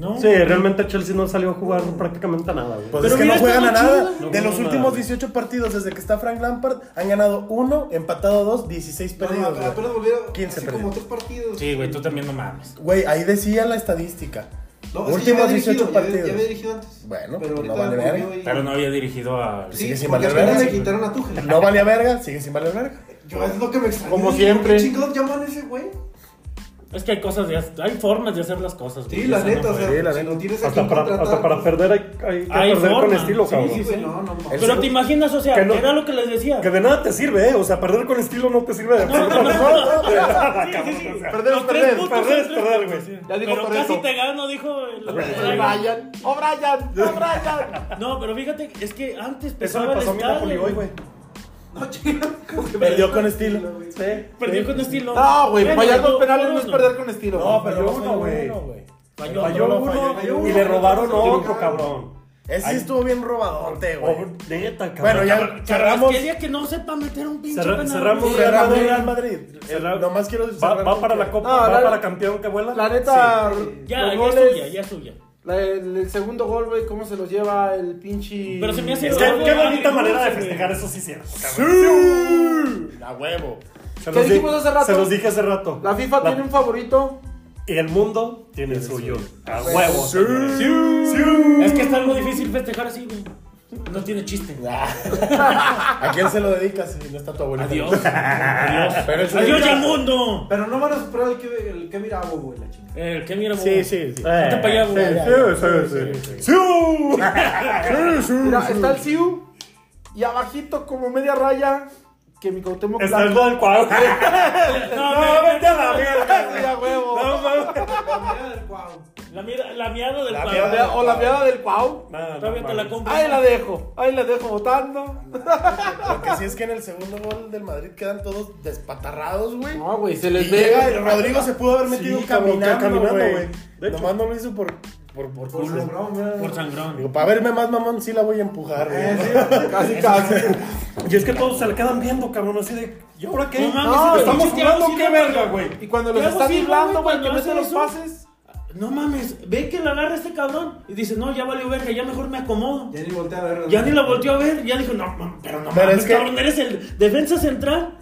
[SPEAKER 5] No.
[SPEAKER 4] Sí, realmente el Chelsea no salió a jugar prácticamente a nada, güey.
[SPEAKER 3] Pues es
[SPEAKER 5] Pero
[SPEAKER 3] que no
[SPEAKER 5] mira,
[SPEAKER 3] juegan a
[SPEAKER 5] estaba
[SPEAKER 3] nada.
[SPEAKER 5] chido.
[SPEAKER 4] No
[SPEAKER 3] de
[SPEAKER 4] juegan
[SPEAKER 3] los
[SPEAKER 4] a
[SPEAKER 3] últimos
[SPEAKER 4] nada.
[SPEAKER 3] 18 partidos desde que está Frank Lampard, han ganado uno, empatado dos, 16
[SPEAKER 1] Pero
[SPEAKER 3] perdidos. güey.
[SPEAKER 1] apenas volvieron
[SPEAKER 3] 15
[SPEAKER 1] hace como tres partidos.
[SPEAKER 5] Sí, güey, tú también no mames.
[SPEAKER 3] Güey, ahí decía la estadística.
[SPEAKER 1] No, es que ya
[SPEAKER 3] últimos
[SPEAKER 1] había
[SPEAKER 3] 18
[SPEAKER 1] dirigido, ya había-
[SPEAKER 3] partidos.
[SPEAKER 1] Ya había dirigido antes.
[SPEAKER 3] Bueno,
[SPEAKER 1] pero
[SPEAKER 3] pues no
[SPEAKER 1] ahorita
[SPEAKER 3] vale
[SPEAKER 1] volvió
[SPEAKER 3] verga.
[SPEAKER 1] y-
[SPEAKER 5] Pero no había dirigido a.
[SPEAKER 1] Sí,
[SPEAKER 3] Sigue sin
[SPEAKER 1] porque
[SPEAKER 3] valer
[SPEAKER 1] apenas
[SPEAKER 3] verga.
[SPEAKER 1] le quitaron a Tuchel.
[SPEAKER 3] No valía verga, sigue sin valer verga.
[SPEAKER 1] Yo es lo que me extraña.
[SPEAKER 2] Como
[SPEAKER 1] ¿Qué
[SPEAKER 2] siempre.
[SPEAKER 1] chingados llaman a ese güey?
[SPEAKER 5] Es que hay cosas de. Hay formas de hacer las cosas. güey.
[SPEAKER 1] Sí, la
[SPEAKER 5] Esa no
[SPEAKER 1] neta, o
[SPEAKER 5] fue.
[SPEAKER 1] sea,
[SPEAKER 3] Sí, la
[SPEAKER 1] si
[SPEAKER 3] neta.
[SPEAKER 1] lo tienes aquí
[SPEAKER 4] Hasta para,
[SPEAKER 1] contratado,
[SPEAKER 4] hasta para
[SPEAKER 1] pues,
[SPEAKER 4] perder hay, hay que
[SPEAKER 5] Hay
[SPEAKER 4] perder con
[SPEAKER 5] forma.
[SPEAKER 4] estilo,
[SPEAKER 5] Sí,
[SPEAKER 4] cabrón.
[SPEAKER 1] Sí, güey, no, no, mames.
[SPEAKER 5] Pero te imaginas, o sea,
[SPEAKER 4] Que no-
[SPEAKER 5] era lo que les decía.
[SPEAKER 4] Que de nada te sirve, ¿eh? O sea, perder con estilo no te sirve de absolutamente nada. cabrón, o sea.
[SPEAKER 2] Perder,
[SPEAKER 5] Los tres
[SPEAKER 2] perder,
[SPEAKER 5] puntos
[SPEAKER 4] perder,
[SPEAKER 5] son tres
[SPEAKER 4] perder,
[SPEAKER 5] puntos,
[SPEAKER 4] güey.
[SPEAKER 5] sí.
[SPEAKER 2] Ya dijo
[SPEAKER 5] Pero
[SPEAKER 2] Toretto.
[SPEAKER 5] casi te gano, dijo el-
[SPEAKER 2] El Brian. ¡Oh, Brian! ¡Oh, Brian!
[SPEAKER 5] No pero fíjate, es que antes
[SPEAKER 4] Eso
[SPEAKER 5] pesaba
[SPEAKER 4] le
[SPEAKER 5] el
[SPEAKER 4] pasó a mi Napoli
[SPEAKER 5] estadio.
[SPEAKER 4] hoy, güey.
[SPEAKER 1] No, chingados.
[SPEAKER 3] Perdió con estilo.
[SPEAKER 5] Perdió con estilo.
[SPEAKER 2] No, Ah, güey,
[SPEAKER 5] Bueno,
[SPEAKER 2] fallar
[SPEAKER 5] no,
[SPEAKER 2] los penales no es
[SPEAKER 5] no.
[SPEAKER 2] perder con estilo.
[SPEAKER 3] No,
[SPEAKER 2] güey.
[SPEAKER 3] pero
[SPEAKER 4] Falló
[SPEAKER 3] no
[SPEAKER 4] uno,
[SPEAKER 3] falló
[SPEAKER 4] güey.
[SPEAKER 3] uno, güey.
[SPEAKER 5] Falló
[SPEAKER 4] Falló
[SPEAKER 3] no,
[SPEAKER 4] uno
[SPEAKER 3] falló
[SPEAKER 4] y
[SPEAKER 1] uno.
[SPEAKER 4] le robaron
[SPEAKER 1] Falló
[SPEAKER 4] otro,
[SPEAKER 1] uno.
[SPEAKER 4] cabrón.
[SPEAKER 3] Ese sí
[SPEAKER 4] Ahí-
[SPEAKER 3] estuvo bien robadote, güey.
[SPEAKER 4] Oh, neta, cabrón.
[SPEAKER 3] Bueno, ya
[SPEAKER 5] Carrasquelia
[SPEAKER 3] cerramos.
[SPEAKER 5] que no sepa meter un pinche
[SPEAKER 4] Cerra-
[SPEAKER 5] penal.
[SPEAKER 4] cerramos
[SPEAKER 5] güey.
[SPEAKER 4] Real
[SPEAKER 3] Cerramos
[SPEAKER 4] Madrid.
[SPEAKER 3] Real Madrid.
[SPEAKER 4] Cerra-
[SPEAKER 3] Eh, Nomás quiero
[SPEAKER 4] Va,
[SPEAKER 3] cerrar
[SPEAKER 4] va
[SPEAKER 3] con
[SPEAKER 4] para
[SPEAKER 3] que-
[SPEAKER 4] la copa,
[SPEAKER 2] No,
[SPEAKER 4] va
[SPEAKER 2] la-
[SPEAKER 4] para campeón que vuela.
[SPEAKER 2] La neta.
[SPEAKER 5] Ya,
[SPEAKER 2] los
[SPEAKER 5] ya es
[SPEAKER 2] goles-
[SPEAKER 5] suya, ya es suya.
[SPEAKER 2] la- el, el segundo gol, güey, cómo se los lleva el pinche.
[SPEAKER 5] Pero se me hace-
[SPEAKER 4] Es que,
[SPEAKER 5] Algo-
[SPEAKER 4] qué
[SPEAKER 5] algo
[SPEAKER 4] bonita manera de
[SPEAKER 5] dulce,
[SPEAKER 4] festejar eso sí hicieron. cabrón.
[SPEAKER 3] A huevo.
[SPEAKER 4] Se
[SPEAKER 2] ¿Qué
[SPEAKER 4] los di-
[SPEAKER 2] dijimos hace rato?
[SPEAKER 4] Se los dije hace rato.
[SPEAKER 2] La FIFA tiene un favorito.
[SPEAKER 4] Y el mundo tiene el suyo. A huevo. señores.
[SPEAKER 5] Es que está algo difícil festejar así, güey. No tiene chiste.
[SPEAKER 4] Ah.
[SPEAKER 3] ¿A quién se lo dedicas si no está tu abuelita?
[SPEAKER 5] Adiós. Adiós.
[SPEAKER 3] Pero es-
[SPEAKER 5] Adiós ya mundo.
[SPEAKER 1] Pero no van a superar el que, el que miraba, güey, la chingada.
[SPEAKER 5] El que mira,
[SPEAKER 3] Sí,
[SPEAKER 5] güey.
[SPEAKER 3] sí, sí.
[SPEAKER 4] Eh,
[SPEAKER 5] Vete pa' allá, güey.
[SPEAKER 4] Sí, sí, sí, sí.
[SPEAKER 3] Sí, sí,
[SPEAKER 2] Mira,
[SPEAKER 3] sí.
[SPEAKER 2] está el Siu. Y abajito, como media raya, que mi Cuauhtémoc
[SPEAKER 4] Está el
[SPEAKER 2] Blanco.
[SPEAKER 4] gol cuadro.
[SPEAKER 5] No,
[SPEAKER 4] No,
[SPEAKER 5] no,
[SPEAKER 4] vete a la mierda.
[SPEAKER 2] Sí, a huevo.
[SPEAKER 4] No, mames.
[SPEAKER 1] La mirada del Cuau.
[SPEAKER 5] La, mira, la miada del
[SPEAKER 3] La
[SPEAKER 5] cuadro.
[SPEAKER 2] O la- O la meada del Cuau.
[SPEAKER 4] No,
[SPEAKER 5] Todavía
[SPEAKER 4] no,
[SPEAKER 5] te la
[SPEAKER 4] mames.
[SPEAKER 5] compro.
[SPEAKER 2] Ahí la dejo. Ahí la dejo votando.
[SPEAKER 3] Lo que sí es que en el segundo gol del Madrid quedan todos despatarrados, güey.
[SPEAKER 2] No, güey, se
[SPEAKER 3] Y
[SPEAKER 2] les
[SPEAKER 3] llega,
[SPEAKER 2] ve.
[SPEAKER 3] el Rodrigo se pudo haber metido
[SPEAKER 4] Sí, cabrón,
[SPEAKER 3] caminando,
[SPEAKER 4] caminando, güey.
[SPEAKER 3] güey.
[SPEAKER 4] De hecho.
[SPEAKER 3] Nomás no lo hizo por, por, por
[SPEAKER 1] Por
[SPEAKER 3] culo.
[SPEAKER 1] sangrón, mira.
[SPEAKER 5] Por sangrón.
[SPEAKER 3] Digo, para verme más mamón, sí la voy a empujar,
[SPEAKER 1] Eh,
[SPEAKER 3] güey.
[SPEAKER 1] sí.
[SPEAKER 2] Casi, casi.
[SPEAKER 4] Y es que todos se le quedan viendo, cabrón, así de. ¿Y ahora qué?
[SPEAKER 5] No mames,
[SPEAKER 2] No,
[SPEAKER 4] estamos
[SPEAKER 5] pinche Thiago
[SPEAKER 4] jugando,
[SPEAKER 5] Silva,
[SPEAKER 4] qué verga, güey.
[SPEAKER 2] Y cuando los
[SPEAKER 5] Thiago
[SPEAKER 2] está
[SPEAKER 5] Silva,
[SPEAKER 2] driblando, güey,
[SPEAKER 5] güey,
[SPEAKER 2] que
[SPEAKER 5] cuando
[SPEAKER 2] mete
[SPEAKER 5] hace
[SPEAKER 2] los
[SPEAKER 5] eso.
[SPEAKER 2] pases.
[SPEAKER 5] No mames, ve que la agarra este cabrón. Y dice, no, ya valió verga, ya mejor me acomodo.
[SPEAKER 1] Ya ni voltea a ver.
[SPEAKER 5] Ya ni la volteó a ver, ya dijo, no, mam, pero no
[SPEAKER 3] Pero
[SPEAKER 5] mames,
[SPEAKER 3] es que-
[SPEAKER 5] cabrón, eres el defensa central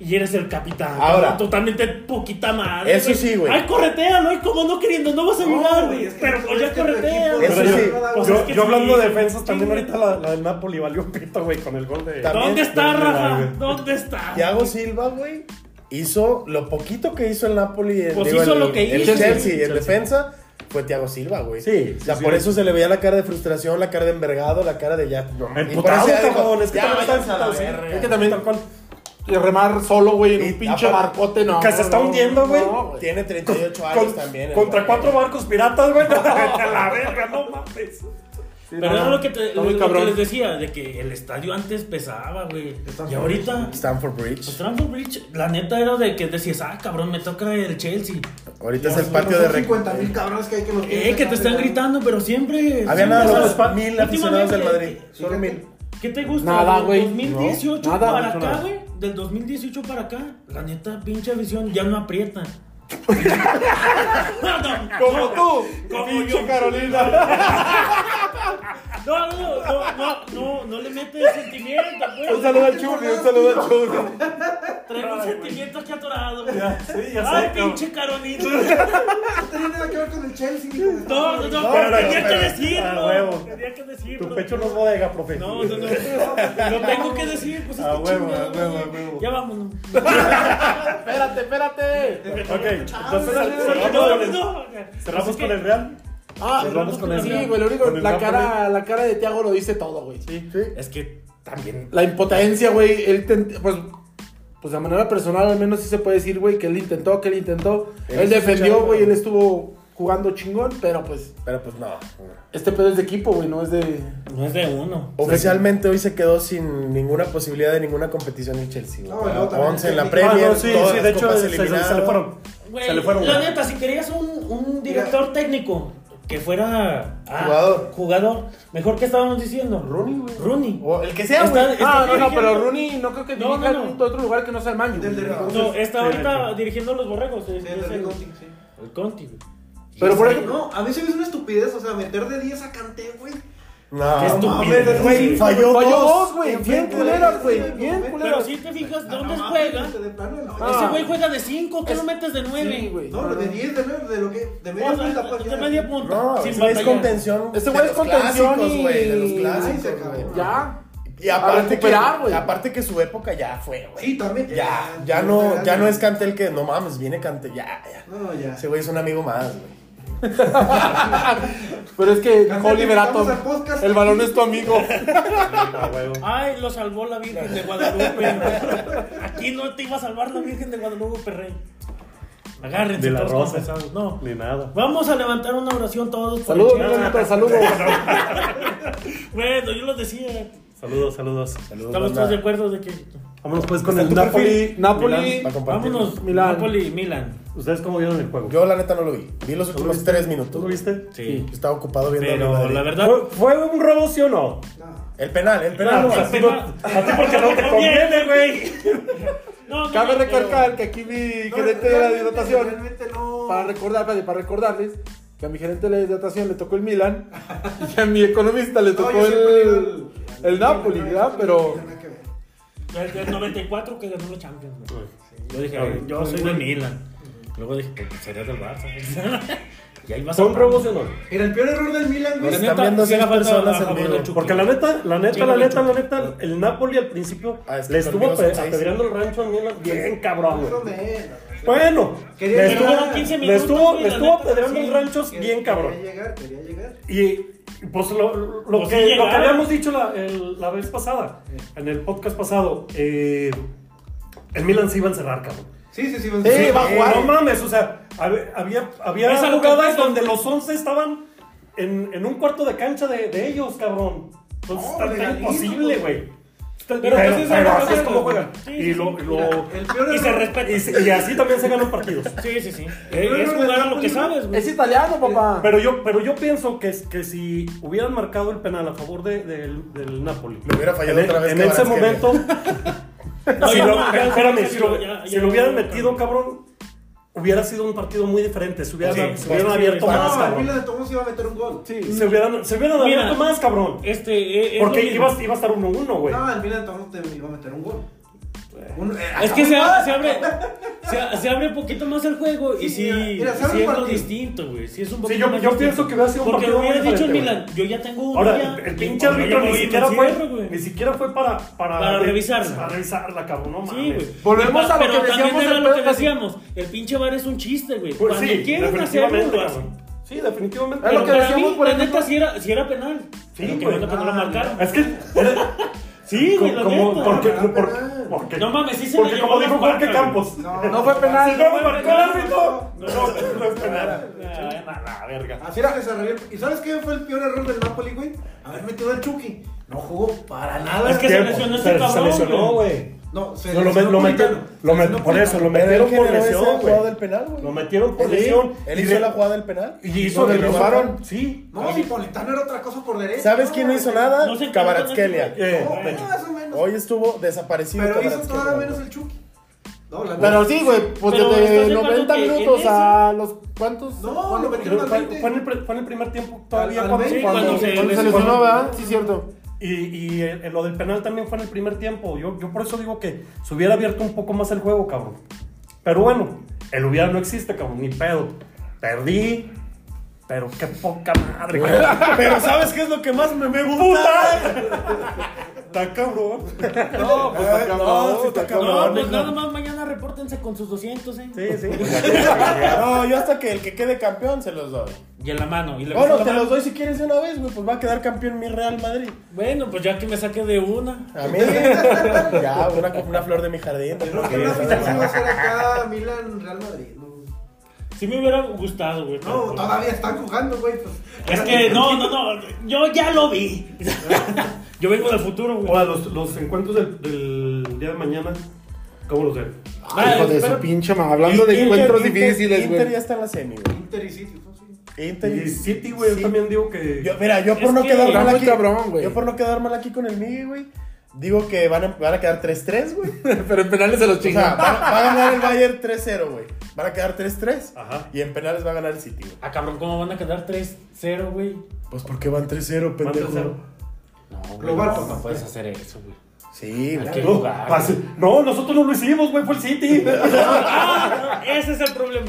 [SPEAKER 5] y eres el capitán.
[SPEAKER 3] Ahora.
[SPEAKER 5] cabrón, totalmente poquita madre.
[SPEAKER 3] Eso sí, güey.
[SPEAKER 5] Ay, corretea, no hay como no queriendo, no vas a
[SPEAKER 1] No,
[SPEAKER 5] llegar,
[SPEAKER 1] güey,
[SPEAKER 5] güey.
[SPEAKER 1] es que
[SPEAKER 5] pero
[SPEAKER 1] no
[SPEAKER 5] pues ya
[SPEAKER 1] es que tu
[SPEAKER 5] corretea.
[SPEAKER 1] equipo-
[SPEAKER 5] güey.
[SPEAKER 3] Eso sí.
[SPEAKER 5] Pues
[SPEAKER 4] yo
[SPEAKER 5] es que
[SPEAKER 4] yo
[SPEAKER 5] sí,
[SPEAKER 4] hablando de
[SPEAKER 5] güey,
[SPEAKER 4] defensas, también
[SPEAKER 5] chinga.
[SPEAKER 4] ahorita la, la del Napoli valió un pito, güey, con el gol de.
[SPEAKER 3] También-
[SPEAKER 5] ¿Dónde está,
[SPEAKER 4] también,
[SPEAKER 5] Rafa?
[SPEAKER 4] güey.
[SPEAKER 5] ¿Dónde está?
[SPEAKER 3] Thiago Silva, güey, hizo lo poquito que hizo el Napoli. el-
[SPEAKER 5] Pues hizo
[SPEAKER 3] el-
[SPEAKER 5] lo que
[SPEAKER 3] el
[SPEAKER 5] hizo.
[SPEAKER 3] Chelsea,
[SPEAKER 5] Chelsea.
[SPEAKER 3] en defensa, fue Thiago Silva, güey.
[SPEAKER 4] Sí,
[SPEAKER 3] O sea,
[SPEAKER 4] sí,
[SPEAKER 3] por
[SPEAKER 4] sí.
[SPEAKER 3] eso se le veía la cara de frustración, la cara de envergado, la cara de ya. no, y por
[SPEAKER 4] Emputado,
[SPEAKER 3] eso ya dijo,
[SPEAKER 4] cabrón. Es que
[SPEAKER 3] "Ya,
[SPEAKER 4] también
[SPEAKER 3] váyanse
[SPEAKER 4] está
[SPEAKER 3] a la
[SPEAKER 4] emputado, sí.
[SPEAKER 3] verga".
[SPEAKER 4] Es que también tal cual.
[SPEAKER 2] Y remar solo, güey, en
[SPEAKER 3] Y
[SPEAKER 2] un pinche
[SPEAKER 3] aparte-
[SPEAKER 2] barcote, no.
[SPEAKER 4] Que se está
[SPEAKER 2] no,
[SPEAKER 4] hundiendo, güey.
[SPEAKER 2] no, güey.
[SPEAKER 3] Tiene 38 años
[SPEAKER 4] Con-
[SPEAKER 3] también. el
[SPEAKER 4] contra
[SPEAKER 3] güey.
[SPEAKER 4] cuatro barcos piratas, güey. A la verga, no mames.
[SPEAKER 5] Pero
[SPEAKER 2] no,
[SPEAKER 5] era lo que, te,
[SPEAKER 2] está muy
[SPEAKER 5] lo que
[SPEAKER 2] cabrón.
[SPEAKER 5] les decía, de que el estadio antes pesaba, güey.
[SPEAKER 1] Está-
[SPEAKER 5] Y ahorita,
[SPEAKER 3] Stamford Bridge.
[SPEAKER 5] pues Stamford Bridge, la neta era de que decías, ah, cabrón, me toca el Chelsea.
[SPEAKER 3] Ahorita es el
[SPEAKER 1] Son
[SPEAKER 3] patio de rec-
[SPEAKER 1] 50 mil cabrones que hay que los
[SPEAKER 5] Eh, que te están gritando, pero siempre.
[SPEAKER 3] Había
[SPEAKER 5] siempre
[SPEAKER 3] nada,
[SPEAKER 5] esas-
[SPEAKER 3] los pa- mil aficionados del Madrid.
[SPEAKER 5] Últimamente,
[SPEAKER 3] Solo mil.
[SPEAKER 5] ¿Qué te gusta?
[SPEAKER 2] Nada,
[SPEAKER 5] Del
[SPEAKER 2] güey.
[SPEAKER 5] 2018
[SPEAKER 2] No, nada,
[SPEAKER 5] para
[SPEAKER 2] no,
[SPEAKER 5] acá,
[SPEAKER 2] nada.
[SPEAKER 5] güey. Del 2018 para acá. La neta, pinche afición ya no aprieta. No, no,
[SPEAKER 2] Como tú,
[SPEAKER 5] Como
[SPEAKER 2] pinche
[SPEAKER 5] yo.
[SPEAKER 2] Carolina.
[SPEAKER 5] No, no, no, no, no, no le metes sentimiento, pues.
[SPEAKER 6] Un saludo al Churri, un saludo al Churri.
[SPEAKER 5] Traigo un sentimiento aquí atorado, güey.
[SPEAKER 4] Sí, ya
[SPEAKER 5] Ay,
[SPEAKER 4] sé, cabrón.
[SPEAKER 5] pinche caronito.
[SPEAKER 1] No tenía nada que ver con el Chelsea ni con el
[SPEAKER 5] No, no, no,
[SPEAKER 3] No,
[SPEAKER 5] pero
[SPEAKER 3] no,
[SPEAKER 5] tenía
[SPEAKER 3] pero-
[SPEAKER 5] que
[SPEAKER 3] a
[SPEAKER 5] decirlo.
[SPEAKER 3] huevo.
[SPEAKER 5] Tenía que decirlo.
[SPEAKER 3] Tu pecho no es bodega, profe.
[SPEAKER 5] No, no, no. Lo tengo que decir, pues
[SPEAKER 3] A
[SPEAKER 5] está
[SPEAKER 3] huevo,
[SPEAKER 5] chingado,
[SPEAKER 3] a huevo, a
[SPEAKER 5] güey.
[SPEAKER 3] huevo.
[SPEAKER 5] Ya vámonos.
[SPEAKER 3] Espérate, espérate. Ok, entonces cerramos
[SPEAKER 5] No,
[SPEAKER 3] con el,
[SPEAKER 5] no, no.
[SPEAKER 3] cerramos
[SPEAKER 5] Es que-
[SPEAKER 3] con el Real.
[SPEAKER 6] Ah,
[SPEAKER 3] Cerramos con el
[SPEAKER 6] sí,
[SPEAKER 3] Real.
[SPEAKER 6] güey, lo único-
[SPEAKER 3] Con el
[SPEAKER 6] la
[SPEAKER 3] Real
[SPEAKER 6] cara, la cara de Tiago lo dice todo, güey.
[SPEAKER 3] Sí.
[SPEAKER 6] Es que también la impotencia, güey, él ten- pues pues de manera personal al menos sí se puede decir, güey, que él intentó, que él intentó.
[SPEAKER 3] Él
[SPEAKER 6] Él,
[SPEAKER 3] sí
[SPEAKER 6] defendió,
[SPEAKER 3] escuchaba.
[SPEAKER 6] güey, él estuvo jugando chingón, pero pues
[SPEAKER 3] Pero pues no.
[SPEAKER 6] este pedo es de equipo, güey, no es de
[SPEAKER 5] No es de uno.
[SPEAKER 3] Oficialmente hoy se quedó sin ninguna posibilidad de ninguna competición en Chelsea. güey.
[SPEAKER 1] No, y luego también
[SPEAKER 3] 11 en la
[SPEAKER 1] el
[SPEAKER 4] Ah,
[SPEAKER 3] Premier,
[SPEAKER 4] no, sí,
[SPEAKER 3] todas
[SPEAKER 4] sí,
[SPEAKER 3] las
[SPEAKER 4] de hecho
[SPEAKER 3] copas
[SPEAKER 4] se, se- se le
[SPEAKER 3] eliminadas.
[SPEAKER 4] fueron.
[SPEAKER 5] Güey,
[SPEAKER 4] se le fueron.
[SPEAKER 5] la
[SPEAKER 4] güey.
[SPEAKER 5] neta, si querías un, un director técnico que fuera ah,
[SPEAKER 3] Jugador. Oh,
[SPEAKER 5] jugador, mejor que estábamos diciendo. Rooney, güey. Rooney.
[SPEAKER 3] O el que sea,
[SPEAKER 5] Está-
[SPEAKER 3] güey.
[SPEAKER 5] está
[SPEAKER 6] Ah, no, no,
[SPEAKER 5] dirigiendo-
[SPEAKER 6] pero Rooney no creo que
[SPEAKER 5] No,
[SPEAKER 6] dirija
[SPEAKER 5] no, no.
[SPEAKER 6] en otro lugar que no sea el Manju.
[SPEAKER 1] Del de Rico.
[SPEAKER 5] No, está
[SPEAKER 4] Sí,
[SPEAKER 5] ahorita
[SPEAKER 4] sí.
[SPEAKER 5] dirigiendo los borregos. es-
[SPEAKER 1] Sí,
[SPEAKER 5] es
[SPEAKER 1] del
[SPEAKER 5] el,
[SPEAKER 1] Rico, sí, sí.
[SPEAKER 5] el Conti, güey.
[SPEAKER 6] Pero por
[SPEAKER 1] Sí,
[SPEAKER 6] ejemplo,
[SPEAKER 1] No, a mí se me hizo una estupidez, o sea, meter de 10 a Canté, güey.
[SPEAKER 3] No,
[SPEAKER 5] Qué estúpido,
[SPEAKER 3] mames,
[SPEAKER 5] güey.
[SPEAKER 3] Falló,
[SPEAKER 6] falló dos,
[SPEAKER 3] dos.
[SPEAKER 6] güey, bien
[SPEAKER 1] Enfrente de-
[SPEAKER 6] culeras, güey,
[SPEAKER 1] Pero
[SPEAKER 6] bien
[SPEAKER 1] si
[SPEAKER 5] Pero
[SPEAKER 6] culeras.
[SPEAKER 5] si te fijas, ¿dónde
[SPEAKER 1] No,
[SPEAKER 5] juega?
[SPEAKER 1] mames, De plano, no.
[SPEAKER 6] Ah.
[SPEAKER 5] Ese güey juega de 5, ¿qué lo metes de 9?
[SPEAKER 6] Sí, güey.
[SPEAKER 1] No, de 10, de 9, de lo que. De media punta, pues.
[SPEAKER 5] de
[SPEAKER 1] ya.
[SPEAKER 5] media punta.
[SPEAKER 3] No,
[SPEAKER 5] sin
[SPEAKER 3] ese güey es
[SPEAKER 5] batallar.
[SPEAKER 3] contención.
[SPEAKER 6] Ese
[SPEAKER 3] de
[SPEAKER 2] Este
[SPEAKER 6] güey es
[SPEAKER 3] los
[SPEAKER 6] contención
[SPEAKER 3] clásicos, güey, De los
[SPEAKER 6] y-
[SPEAKER 1] Ay, se
[SPEAKER 3] clásicos,
[SPEAKER 1] acabó.
[SPEAKER 3] güey.
[SPEAKER 6] Ya.
[SPEAKER 3] Y aparte que,
[SPEAKER 6] recuperar, güey.
[SPEAKER 3] aparte que su época ya fue, güey.
[SPEAKER 1] Sí, también.
[SPEAKER 3] Ya, ya no, ya no es Cantel que, no mames, viene Cantel, ya, ya.
[SPEAKER 1] No, ya.
[SPEAKER 3] Ese güey es un amigo más, güey.
[SPEAKER 6] Pero es que
[SPEAKER 1] Cántale,
[SPEAKER 6] Holly Berato,
[SPEAKER 1] vamos al podcast.
[SPEAKER 6] el balón es tu amigo.
[SPEAKER 4] Ah, huevo.
[SPEAKER 5] Ay, lo salvó la Virgen de Guadalupe. Aquí no te iba a salvar la Virgen de Guadalupe, Perrey. Agárrense
[SPEAKER 4] De la
[SPEAKER 5] todos
[SPEAKER 4] rosa.
[SPEAKER 5] confesados. No.
[SPEAKER 4] Ni nada.
[SPEAKER 5] Vamos a levantar una oración todos. por
[SPEAKER 6] Saludos,
[SPEAKER 5] el
[SPEAKER 6] mi
[SPEAKER 5] Chivas.
[SPEAKER 6] hermanito,
[SPEAKER 4] pues.
[SPEAKER 6] saludos.
[SPEAKER 5] Bueno, yo lo decía.
[SPEAKER 4] Saludos, saludos.
[SPEAKER 3] Saludos,
[SPEAKER 5] Estamos
[SPEAKER 3] banda.
[SPEAKER 5] todos de acuerdo de que.
[SPEAKER 4] Vámonos pues con
[SPEAKER 6] Está
[SPEAKER 4] el
[SPEAKER 6] tu
[SPEAKER 4] Napoli.
[SPEAKER 6] perfil. Napoli.
[SPEAKER 4] Milán.
[SPEAKER 3] Para compartirlo.
[SPEAKER 5] Vámonos,
[SPEAKER 6] Milán.
[SPEAKER 5] Napoli, Milan.
[SPEAKER 4] ¿Ustedes cómo vieron el juego?
[SPEAKER 3] Yo la neta no lo vi. Vi los
[SPEAKER 4] ¿Tú lo
[SPEAKER 3] últimos
[SPEAKER 4] viste?
[SPEAKER 3] tres minutos.
[SPEAKER 4] ¿Tú lo viste?
[SPEAKER 5] Sí.
[SPEAKER 3] Estaba ocupado viendo a mi
[SPEAKER 5] Pero
[SPEAKER 3] Madrid.
[SPEAKER 5] la verdad.
[SPEAKER 4] ¿Fue, fue un robo, sí o no?
[SPEAKER 1] No.
[SPEAKER 3] El penal, el penal.
[SPEAKER 4] no,
[SPEAKER 5] el
[SPEAKER 4] a ti no-
[SPEAKER 5] penal-
[SPEAKER 4] a ti porque no te conviene, güey.
[SPEAKER 5] No, no,
[SPEAKER 6] Cabe
[SPEAKER 5] no, pero-
[SPEAKER 6] recalcar que aquí mi gerente de la
[SPEAKER 1] realmente-
[SPEAKER 6] dilatación,
[SPEAKER 1] Realmente no.
[SPEAKER 6] para recordar, espérate, para recordarles que a mi gerente de la dilatación le tocó el Milan y a mi economista le tocó
[SPEAKER 1] yo siempre digo
[SPEAKER 6] el, el Napoli, ¿verdad? Pero
[SPEAKER 1] Nada que ver.
[SPEAKER 5] Desde el 94 que ganó la Champions. güey.
[SPEAKER 4] Pues,
[SPEAKER 5] Yo
[SPEAKER 4] Claro.
[SPEAKER 5] dije, yo soy de Milan. Luego dije, pues serías del Barça. y ahí vas
[SPEAKER 4] ¿Fue un
[SPEAKER 5] parar.
[SPEAKER 4] robo, sí o no?
[SPEAKER 1] Mira, el peor error del Milan,
[SPEAKER 3] Nos
[SPEAKER 1] güey.
[SPEAKER 5] La
[SPEAKER 3] están
[SPEAKER 5] neta,
[SPEAKER 3] viendo
[SPEAKER 5] sí
[SPEAKER 3] seis
[SPEAKER 5] la falta
[SPEAKER 3] personas
[SPEAKER 5] a
[SPEAKER 3] en
[SPEAKER 5] favor
[SPEAKER 3] vivo.
[SPEAKER 5] del Chucky.
[SPEAKER 4] Porque la neta, la neta,
[SPEAKER 5] Llega
[SPEAKER 4] la
[SPEAKER 5] el
[SPEAKER 4] neta, la
[SPEAKER 5] Chucky.
[SPEAKER 4] neta, el Napoli al principio
[SPEAKER 3] Ah, es que
[SPEAKER 4] le estuvo
[SPEAKER 3] conmigo son
[SPEAKER 4] pe-
[SPEAKER 3] seis.
[SPEAKER 4] apedreando el rancho a Milan bien cabrón,
[SPEAKER 1] Más o
[SPEAKER 4] güey.
[SPEAKER 1] menos.
[SPEAKER 4] Bueno,
[SPEAKER 1] Quería
[SPEAKER 4] le
[SPEAKER 1] llegar.
[SPEAKER 5] Fueron
[SPEAKER 4] estuvo,
[SPEAKER 5] 15
[SPEAKER 4] le
[SPEAKER 5] minutos,
[SPEAKER 4] estuvo,
[SPEAKER 5] güey,
[SPEAKER 4] le
[SPEAKER 5] la
[SPEAKER 4] estuvo
[SPEAKER 5] neta,
[SPEAKER 4] apedreando
[SPEAKER 5] sí.
[SPEAKER 4] el rancho bien cabrón.
[SPEAKER 1] Quería llegar, quería llegar.
[SPEAKER 4] Y pues lo, lo
[SPEAKER 5] Pues sí
[SPEAKER 4] que, lo
[SPEAKER 5] llegaron.
[SPEAKER 4] que habíamos dicho la, el- la vez pasada, en el podcast pasado, eh, el Milan se iba a encerrar, cabrón.
[SPEAKER 1] Sí, sí, sí.
[SPEAKER 6] Sí,
[SPEAKER 1] sí.
[SPEAKER 6] va a
[SPEAKER 4] Eh,
[SPEAKER 6] jugar.
[SPEAKER 4] No mames, o sea, hab- había, había
[SPEAKER 5] Es algo
[SPEAKER 4] jugadas
[SPEAKER 5] que-
[SPEAKER 4] donde los 11 estaban en, en un cuarto de cancha de, de ellos, cabrón. Entonces
[SPEAKER 1] No,
[SPEAKER 4] está está
[SPEAKER 1] legalito,
[SPEAKER 4] imposible,
[SPEAKER 1] güey.
[SPEAKER 4] güey. Está-
[SPEAKER 5] Pero
[SPEAKER 4] pero-
[SPEAKER 5] entonces,
[SPEAKER 4] pero
[SPEAKER 5] ¿no?
[SPEAKER 4] así es como juegan.
[SPEAKER 5] Sí, sí,
[SPEAKER 4] Y lo-
[SPEAKER 5] sí.
[SPEAKER 4] lo-
[SPEAKER 1] El peor
[SPEAKER 5] Y se
[SPEAKER 1] error.
[SPEAKER 5] respeta.
[SPEAKER 4] y se- y así también se ganan partidos.
[SPEAKER 5] Sí, sí, sí.
[SPEAKER 1] Pero
[SPEAKER 5] es
[SPEAKER 1] no,
[SPEAKER 5] jugar a
[SPEAKER 1] no,
[SPEAKER 5] lo que
[SPEAKER 1] no.
[SPEAKER 5] sabes, güey.
[SPEAKER 6] es italiano, papá.
[SPEAKER 4] Pero yo, pero yo pienso que, que si hubieran marcado el penal a favor de- del, del Napoli,
[SPEAKER 3] Le hubiera fallado
[SPEAKER 4] en, e,
[SPEAKER 3] otra vez
[SPEAKER 4] en
[SPEAKER 3] que
[SPEAKER 4] ese
[SPEAKER 3] Varazquelia.
[SPEAKER 4] momento,
[SPEAKER 5] No,
[SPEAKER 4] si
[SPEAKER 5] ya,
[SPEAKER 4] lo,
[SPEAKER 5] ya, ya,
[SPEAKER 4] espérame,
[SPEAKER 5] ya,
[SPEAKER 4] si
[SPEAKER 5] ya,
[SPEAKER 4] lo,
[SPEAKER 5] ya,
[SPEAKER 4] si
[SPEAKER 5] ya,
[SPEAKER 4] lo hubieran
[SPEAKER 5] ya,
[SPEAKER 4] metido, cabrón, hubiera sido un partido muy diferente. Se hubieran,
[SPEAKER 5] Sí,
[SPEAKER 4] se hubieran
[SPEAKER 5] sí,
[SPEAKER 4] abierto
[SPEAKER 5] sí,
[SPEAKER 4] más,
[SPEAKER 1] No, el
[SPEAKER 4] cabrón.
[SPEAKER 1] Milan de Tomás iba a meter un gol.
[SPEAKER 6] Sí.
[SPEAKER 4] Se hubieran, se hubieran
[SPEAKER 5] Mira.
[SPEAKER 4] abierto más, cabrón.
[SPEAKER 5] Este, eh, es
[SPEAKER 4] Porque
[SPEAKER 5] lo mismo.
[SPEAKER 4] iba, iba a estar 1-1, güey.
[SPEAKER 1] No, el Milan de Tomás te iba a meter un gol. Un- eh,
[SPEAKER 5] Es que se, ab- se abre. Se, se abre un poquito más el juego y
[SPEAKER 1] Sí,
[SPEAKER 5] sí,
[SPEAKER 1] mira, mira, se
[SPEAKER 5] sí
[SPEAKER 1] abre el
[SPEAKER 5] es algo
[SPEAKER 1] partido.
[SPEAKER 5] distinto, güey. Sí, es un poquito
[SPEAKER 4] yo-
[SPEAKER 5] más
[SPEAKER 4] yo
[SPEAKER 5] distinto.
[SPEAKER 4] pienso que hubiera sido un
[SPEAKER 5] Porque
[SPEAKER 4] partido muy
[SPEAKER 5] hubiera dicho el
[SPEAKER 4] diferente,
[SPEAKER 5] Milan, yo ya tengo un
[SPEAKER 4] Ahora,
[SPEAKER 5] día,
[SPEAKER 4] el, el
[SPEAKER 5] tengo-
[SPEAKER 4] pinche árbitro
[SPEAKER 5] ya me
[SPEAKER 4] ni
[SPEAKER 5] voy
[SPEAKER 4] siquiera
[SPEAKER 5] en
[SPEAKER 4] fue,
[SPEAKER 5] encierro, güey.
[SPEAKER 4] ni siquiera fue para, para,
[SPEAKER 5] Para revisarla.
[SPEAKER 4] Para revisarla, cabrón, no
[SPEAKER 5] Sí,
[SPEAKER 4] mames.
[SPEAKER 5] güey.
[SPEAKER 6] Volvemos
[SPEAKER 5] Y pa-
[SPEAKER 6] a lo
[SPEAKER 5] pero
[SPEAKER 6] que
[SPEAKER 5] también
[SPEAKER 6] decíamos
[SPEAKER 5] era
[SPEAKER 6] el
[SPEAKER 5] lo que
[SPEAKER 6] pedo-
[SPEAKER 5] decíamos. El pinche bar es un chiste, güey.
[SPEAKER 4] Pues
[SPEAKER 5] Cuando
[SPEAKER 4] sí,
[SPEAKER 5] quieren hacerlo,
[SPEAKER 4] definitivamente,
[SPEAKER 5] lo hacen.
[SPEAKER 4] cabrón. Sí, definitivamente.
[SPEAKER 6] Es
[SPEAKER 5] Pero
[SPEAKER 6] lo que
[SPEAKER 5] para
[SPEAKER 6] decíamos,
[SPEAKER 5] mí,
[SPEAKER 6] por
[SPEAKER 5] la
[SPEAKER 6] ejemplo-
[SPEAKER 5] neta, sí era, sí era penal.
[SPEAKER 4] Sí,
[SPEAKER 5] Pero que
[SPEAKER 4] güey.
[SPEAKER 5] bueno que no lo marcaron.
[SPEAKER 4] Es que. era-
[SPEAKER 5] Sí, güey,
[SPEAKER 4] co-
[SPEAKER 5] la
[SPEAKER 4] como,
[SPEAKER 5] neta.
[SPEAKER 4] porque,
[SPEAKER 1] No,
[SPEAKER 4] porque,
[SPEAKER 1] penal.
[SPEAKER 4] porque-
[SPEAKER 5] No mames, sí se
[SPEAKER 4] Porque
[SPEAKER 5] la
[SPEAKER 4] como
[SPEAKER 5] llevó
[SPEAKER 4] dijo
[SPEAKER 5] la
[SPEAKER 4] Jorge
[SPEAKER 5] cuarta,
[SPEAKER 4] Campos.
[SPEAKER 6] No fue penal.
[SPEAKER 4] Si no lo marcó el árbitro.
[SPEAKER 5] No,
[SPEAKER 4] No,
[SPEAKER 5] no,
[SPEAKER 4] no es penal.
[SPEAKER 5] Ah,
[SPEAKER 4] Nah, nah, verga.
[SPEAKER 1] Así era que se arregló. ¿Y sabes qué fue el peor error del Napoli, güey? Haber metido al Chucky. No jugó para nada.
[SPEAKER 5] Es que se lesionó ese
[SPEAKER 4] Se-
[SPEAKER 5] cabrón,
[SPEAKER 4] Se lesionó,
[SPEAKER 5] güey.
[SPEAKER 4] güey.
[SPEAKER 1] No, se
[SPEAKER 4] No, lo, met-
[SPEAKER 1] lesionó
[SPEAKER 4] lo
[SPEAKER 1] Pulican.
[SPEAKER 4] metió- lo met-
[SPEAKER 1] Se lesionó
[SPEAKER 4] por eso,
[SPEAKER 1] Pulican.
[SPEAKER 4] lo
[SPEAKER 3] Pero él
[SPEAKER 4] metieron por
[SPEAKER 3] generó esa
[SPEAKER 4] lesión,
[SPEAKER 3] jugada del
[SPEAKER 4] güey.
[SPEAKER 3] penal, güey.
[SPEAKER 4] Lo metieron por
[SPEAKER 3] Él-
[SPEAKER 4] lesión.
[SPEAKER 3] Él
[SPEAKER 4] y
[SPEAKER 3] hizo
[SPEAKER 4] de-
[SPEAKER 3] la jugada del penal.
[SPEAKER 4] Y hizo,
[SPEAKER 3] Lo
[SPEAKER 4] le robaron.
[SPEAKER 3] robaron.
[SPEAKER 4] Sí.
[SPEAKER 1] No, si Politano era otra cosa por derecho.
[SPEAKER 3] ¿Sabes quién no hizo nada?
[SPEAKER 5] No se encargó
[SPEAKER 3] Kvaratskhelia.
[SPEAKER 5] de
[SPEAKER 4] Eh,
[SPEAKER 1] No, más o menos.
[SPEAKER 3] Hoy estuvo desaparecido
[SPEAKER 1] Pero hizo
[SPEAKER 3] Kvaratskhelia,
[SPEAKER 1] todavía menos
[SPEAKER 3] güey.
[SPEAKER 1] el Chucky. No, la
[SPEAKER 6] Pero sí, güey, pues
[SPEAKER 5] Pero
[SPEAKER 6] desde
[SPEAKER 5] estás de
[SPEAKER 6] 90
[SPEAKER 5] acuerdo que en
[SPEAKER 6] minutos a los. ¿Cuántos?
[SPEAKER 1] No, lo metieron
[SPEAKER 4] Pero
[SPEAKER 1] al
[SPEAKER 4] fue,
[SPEAKER 1] 20.
[SPEAKER 4] fue en el, pre- fue en el primer tiempo todavía
[SPEAKER 1] Al- al
[SPEAKER 4] cuando,
[SPEAKER 1] 20,
[SPEAKER 4] cuando-
[SPEAKER 5] cuando se
[SPEAKER 6] ¿Cuántos se
[SPEAKER 5] les-
[SPEAKER 6] lesionó, verdad? Sí, cierto.
[SPEAKER 4] Y, y el- el- lo del penal también fue en el primer tiempo. Yo, yo por eso digo que se hubiera abierto un poco más el juego, cabrón. Pero bueno, el hubiera no existe, cabrón, ni pedo. Perdí, pero qué poca madre, cabrón.
[SPEAKER 3] Pero ¿sabes qué es lo que más me, me gusta?
[SPEAKER 4] Está cabrón.
[SPEAKER 3] No, pues está cabrón,
[SPEAKER 6] Ah, no,
[SPEAKER 3] sí está
[SPEAKER 6] está
[SPEAKER 5] No,
[SPEAKER 3] cabrón.
[SPEAKER 5] pues nada más mañana repórtense con sus 200, ¿eh?
[SPEAKER 4] Sí, sí.
[SPEAKER 3] No, yo hasta que el que quede campeón se los doy.
[SPEAKER 5] Y en la mano. Y le
[SPEAKER 3] Bueno,
[SPEAKER 5] besas la
[SPEAKER 3] te
[SPEAKER 5] mano.
[SPEAKER 3] los doy si quieres de una vez, güey. Pues va a quedar campeón mi Real Madrid.
[SPEAKER 5] Bueno, pues ya que me saque de una.
[SPEAKER 3] A mí. ya, una, una flor de mi jardín.
[SPEAKER 1] Yo creo que una final sí va a ser acá Milan Real Madrid. No,
[SPEAKER 5] Sí me hubiera gustado, güey.
[SPEAKER 1] no
[SPEAKER 5] pero-
[SPEAKER 1] todavía están jugando, güey. Pues.
[SPEAKER 5] Es que no, no, no. Yo ya lo vi. Yo vengo del futuro, güey.
[SPEAKER 4] Ahora, los, los encuentros del, del día de mañana, ¿cómo los ven?
[SPEAKER 5] Ah,
[SPEAKER 6] Hijo de su
[SPEAKER 5] espera.
[SPEAKER 6] pinche madre. Hablando de encuentros difíciles,
[SPEAKER 3] Inter ya
[SPEAKER 6] güey.
[SPEAKER 3] está en la semi, güey.
[SPEAKER 1] Inter y City, ¿no? Sí.
[SPEAKER 3] Inter
[SPEAKER 4] Y City, güey, yo también digo que.
[SPEAKER 3] Yo, mira, yo por
[SPEAKER 5] Es
[SPEAKER 3] no
[SPEAKER 5] que
[SPEAKER 3] quedar
[SPEAKER 5] está
[SPEAKER 3] mal
[SPEAKER 6] muy
[SPEAKER 3] aquí.
[SPEAKER 6] cabrón, güey.
[SPEAKER 3] yo por no quedar mal aquí con el Migue, güey. Digo que van a, van a quedar 3-3, güey.
[SPEAKER 6] Pero en penales se los
[SPEAKER 3] O sea,
[SPEAKER 6] chingan.
[SPEAKER 3] va, va a ganar el Bayern 3-0, güey. Van a quedar 3-3.
[SPEAKER 4] Ajá.
[SPEAKER 3] Y en penales va a ganar el City, güey.
[SPEAKER 5] Ah, cabrón, ¿cómo van a quedar 3-0, güey?
[SPEAKER 3] Pues porque van 3-0,
[SPEAKER 4] Van
[SPEAKER 3] pendejo.
[SPEAKER 4] 3-0.
[SPEAKER 5] No, güey,
[SPEAKER 1] Global,
[SPEAKER 5] no,
[SPEAKER 1] papá.
[SPEAKER 5] no puedes hacer eso, güey.
[SPEAKER 3] Sí,
[SPEAKER 5] Hay
[SPEAKER 3] güey.
[SPEAKER 5] que
[SPEAKER 4] No,
[SPEAKER 5] jugar,
[SPEAKER 4] pase-
[SPEAKER 5] güey.
[SPEAKER 4] no, nosotros no lo hicimos, güey, fue el City.
[SPEAKER 5] Ah, ese es el problema.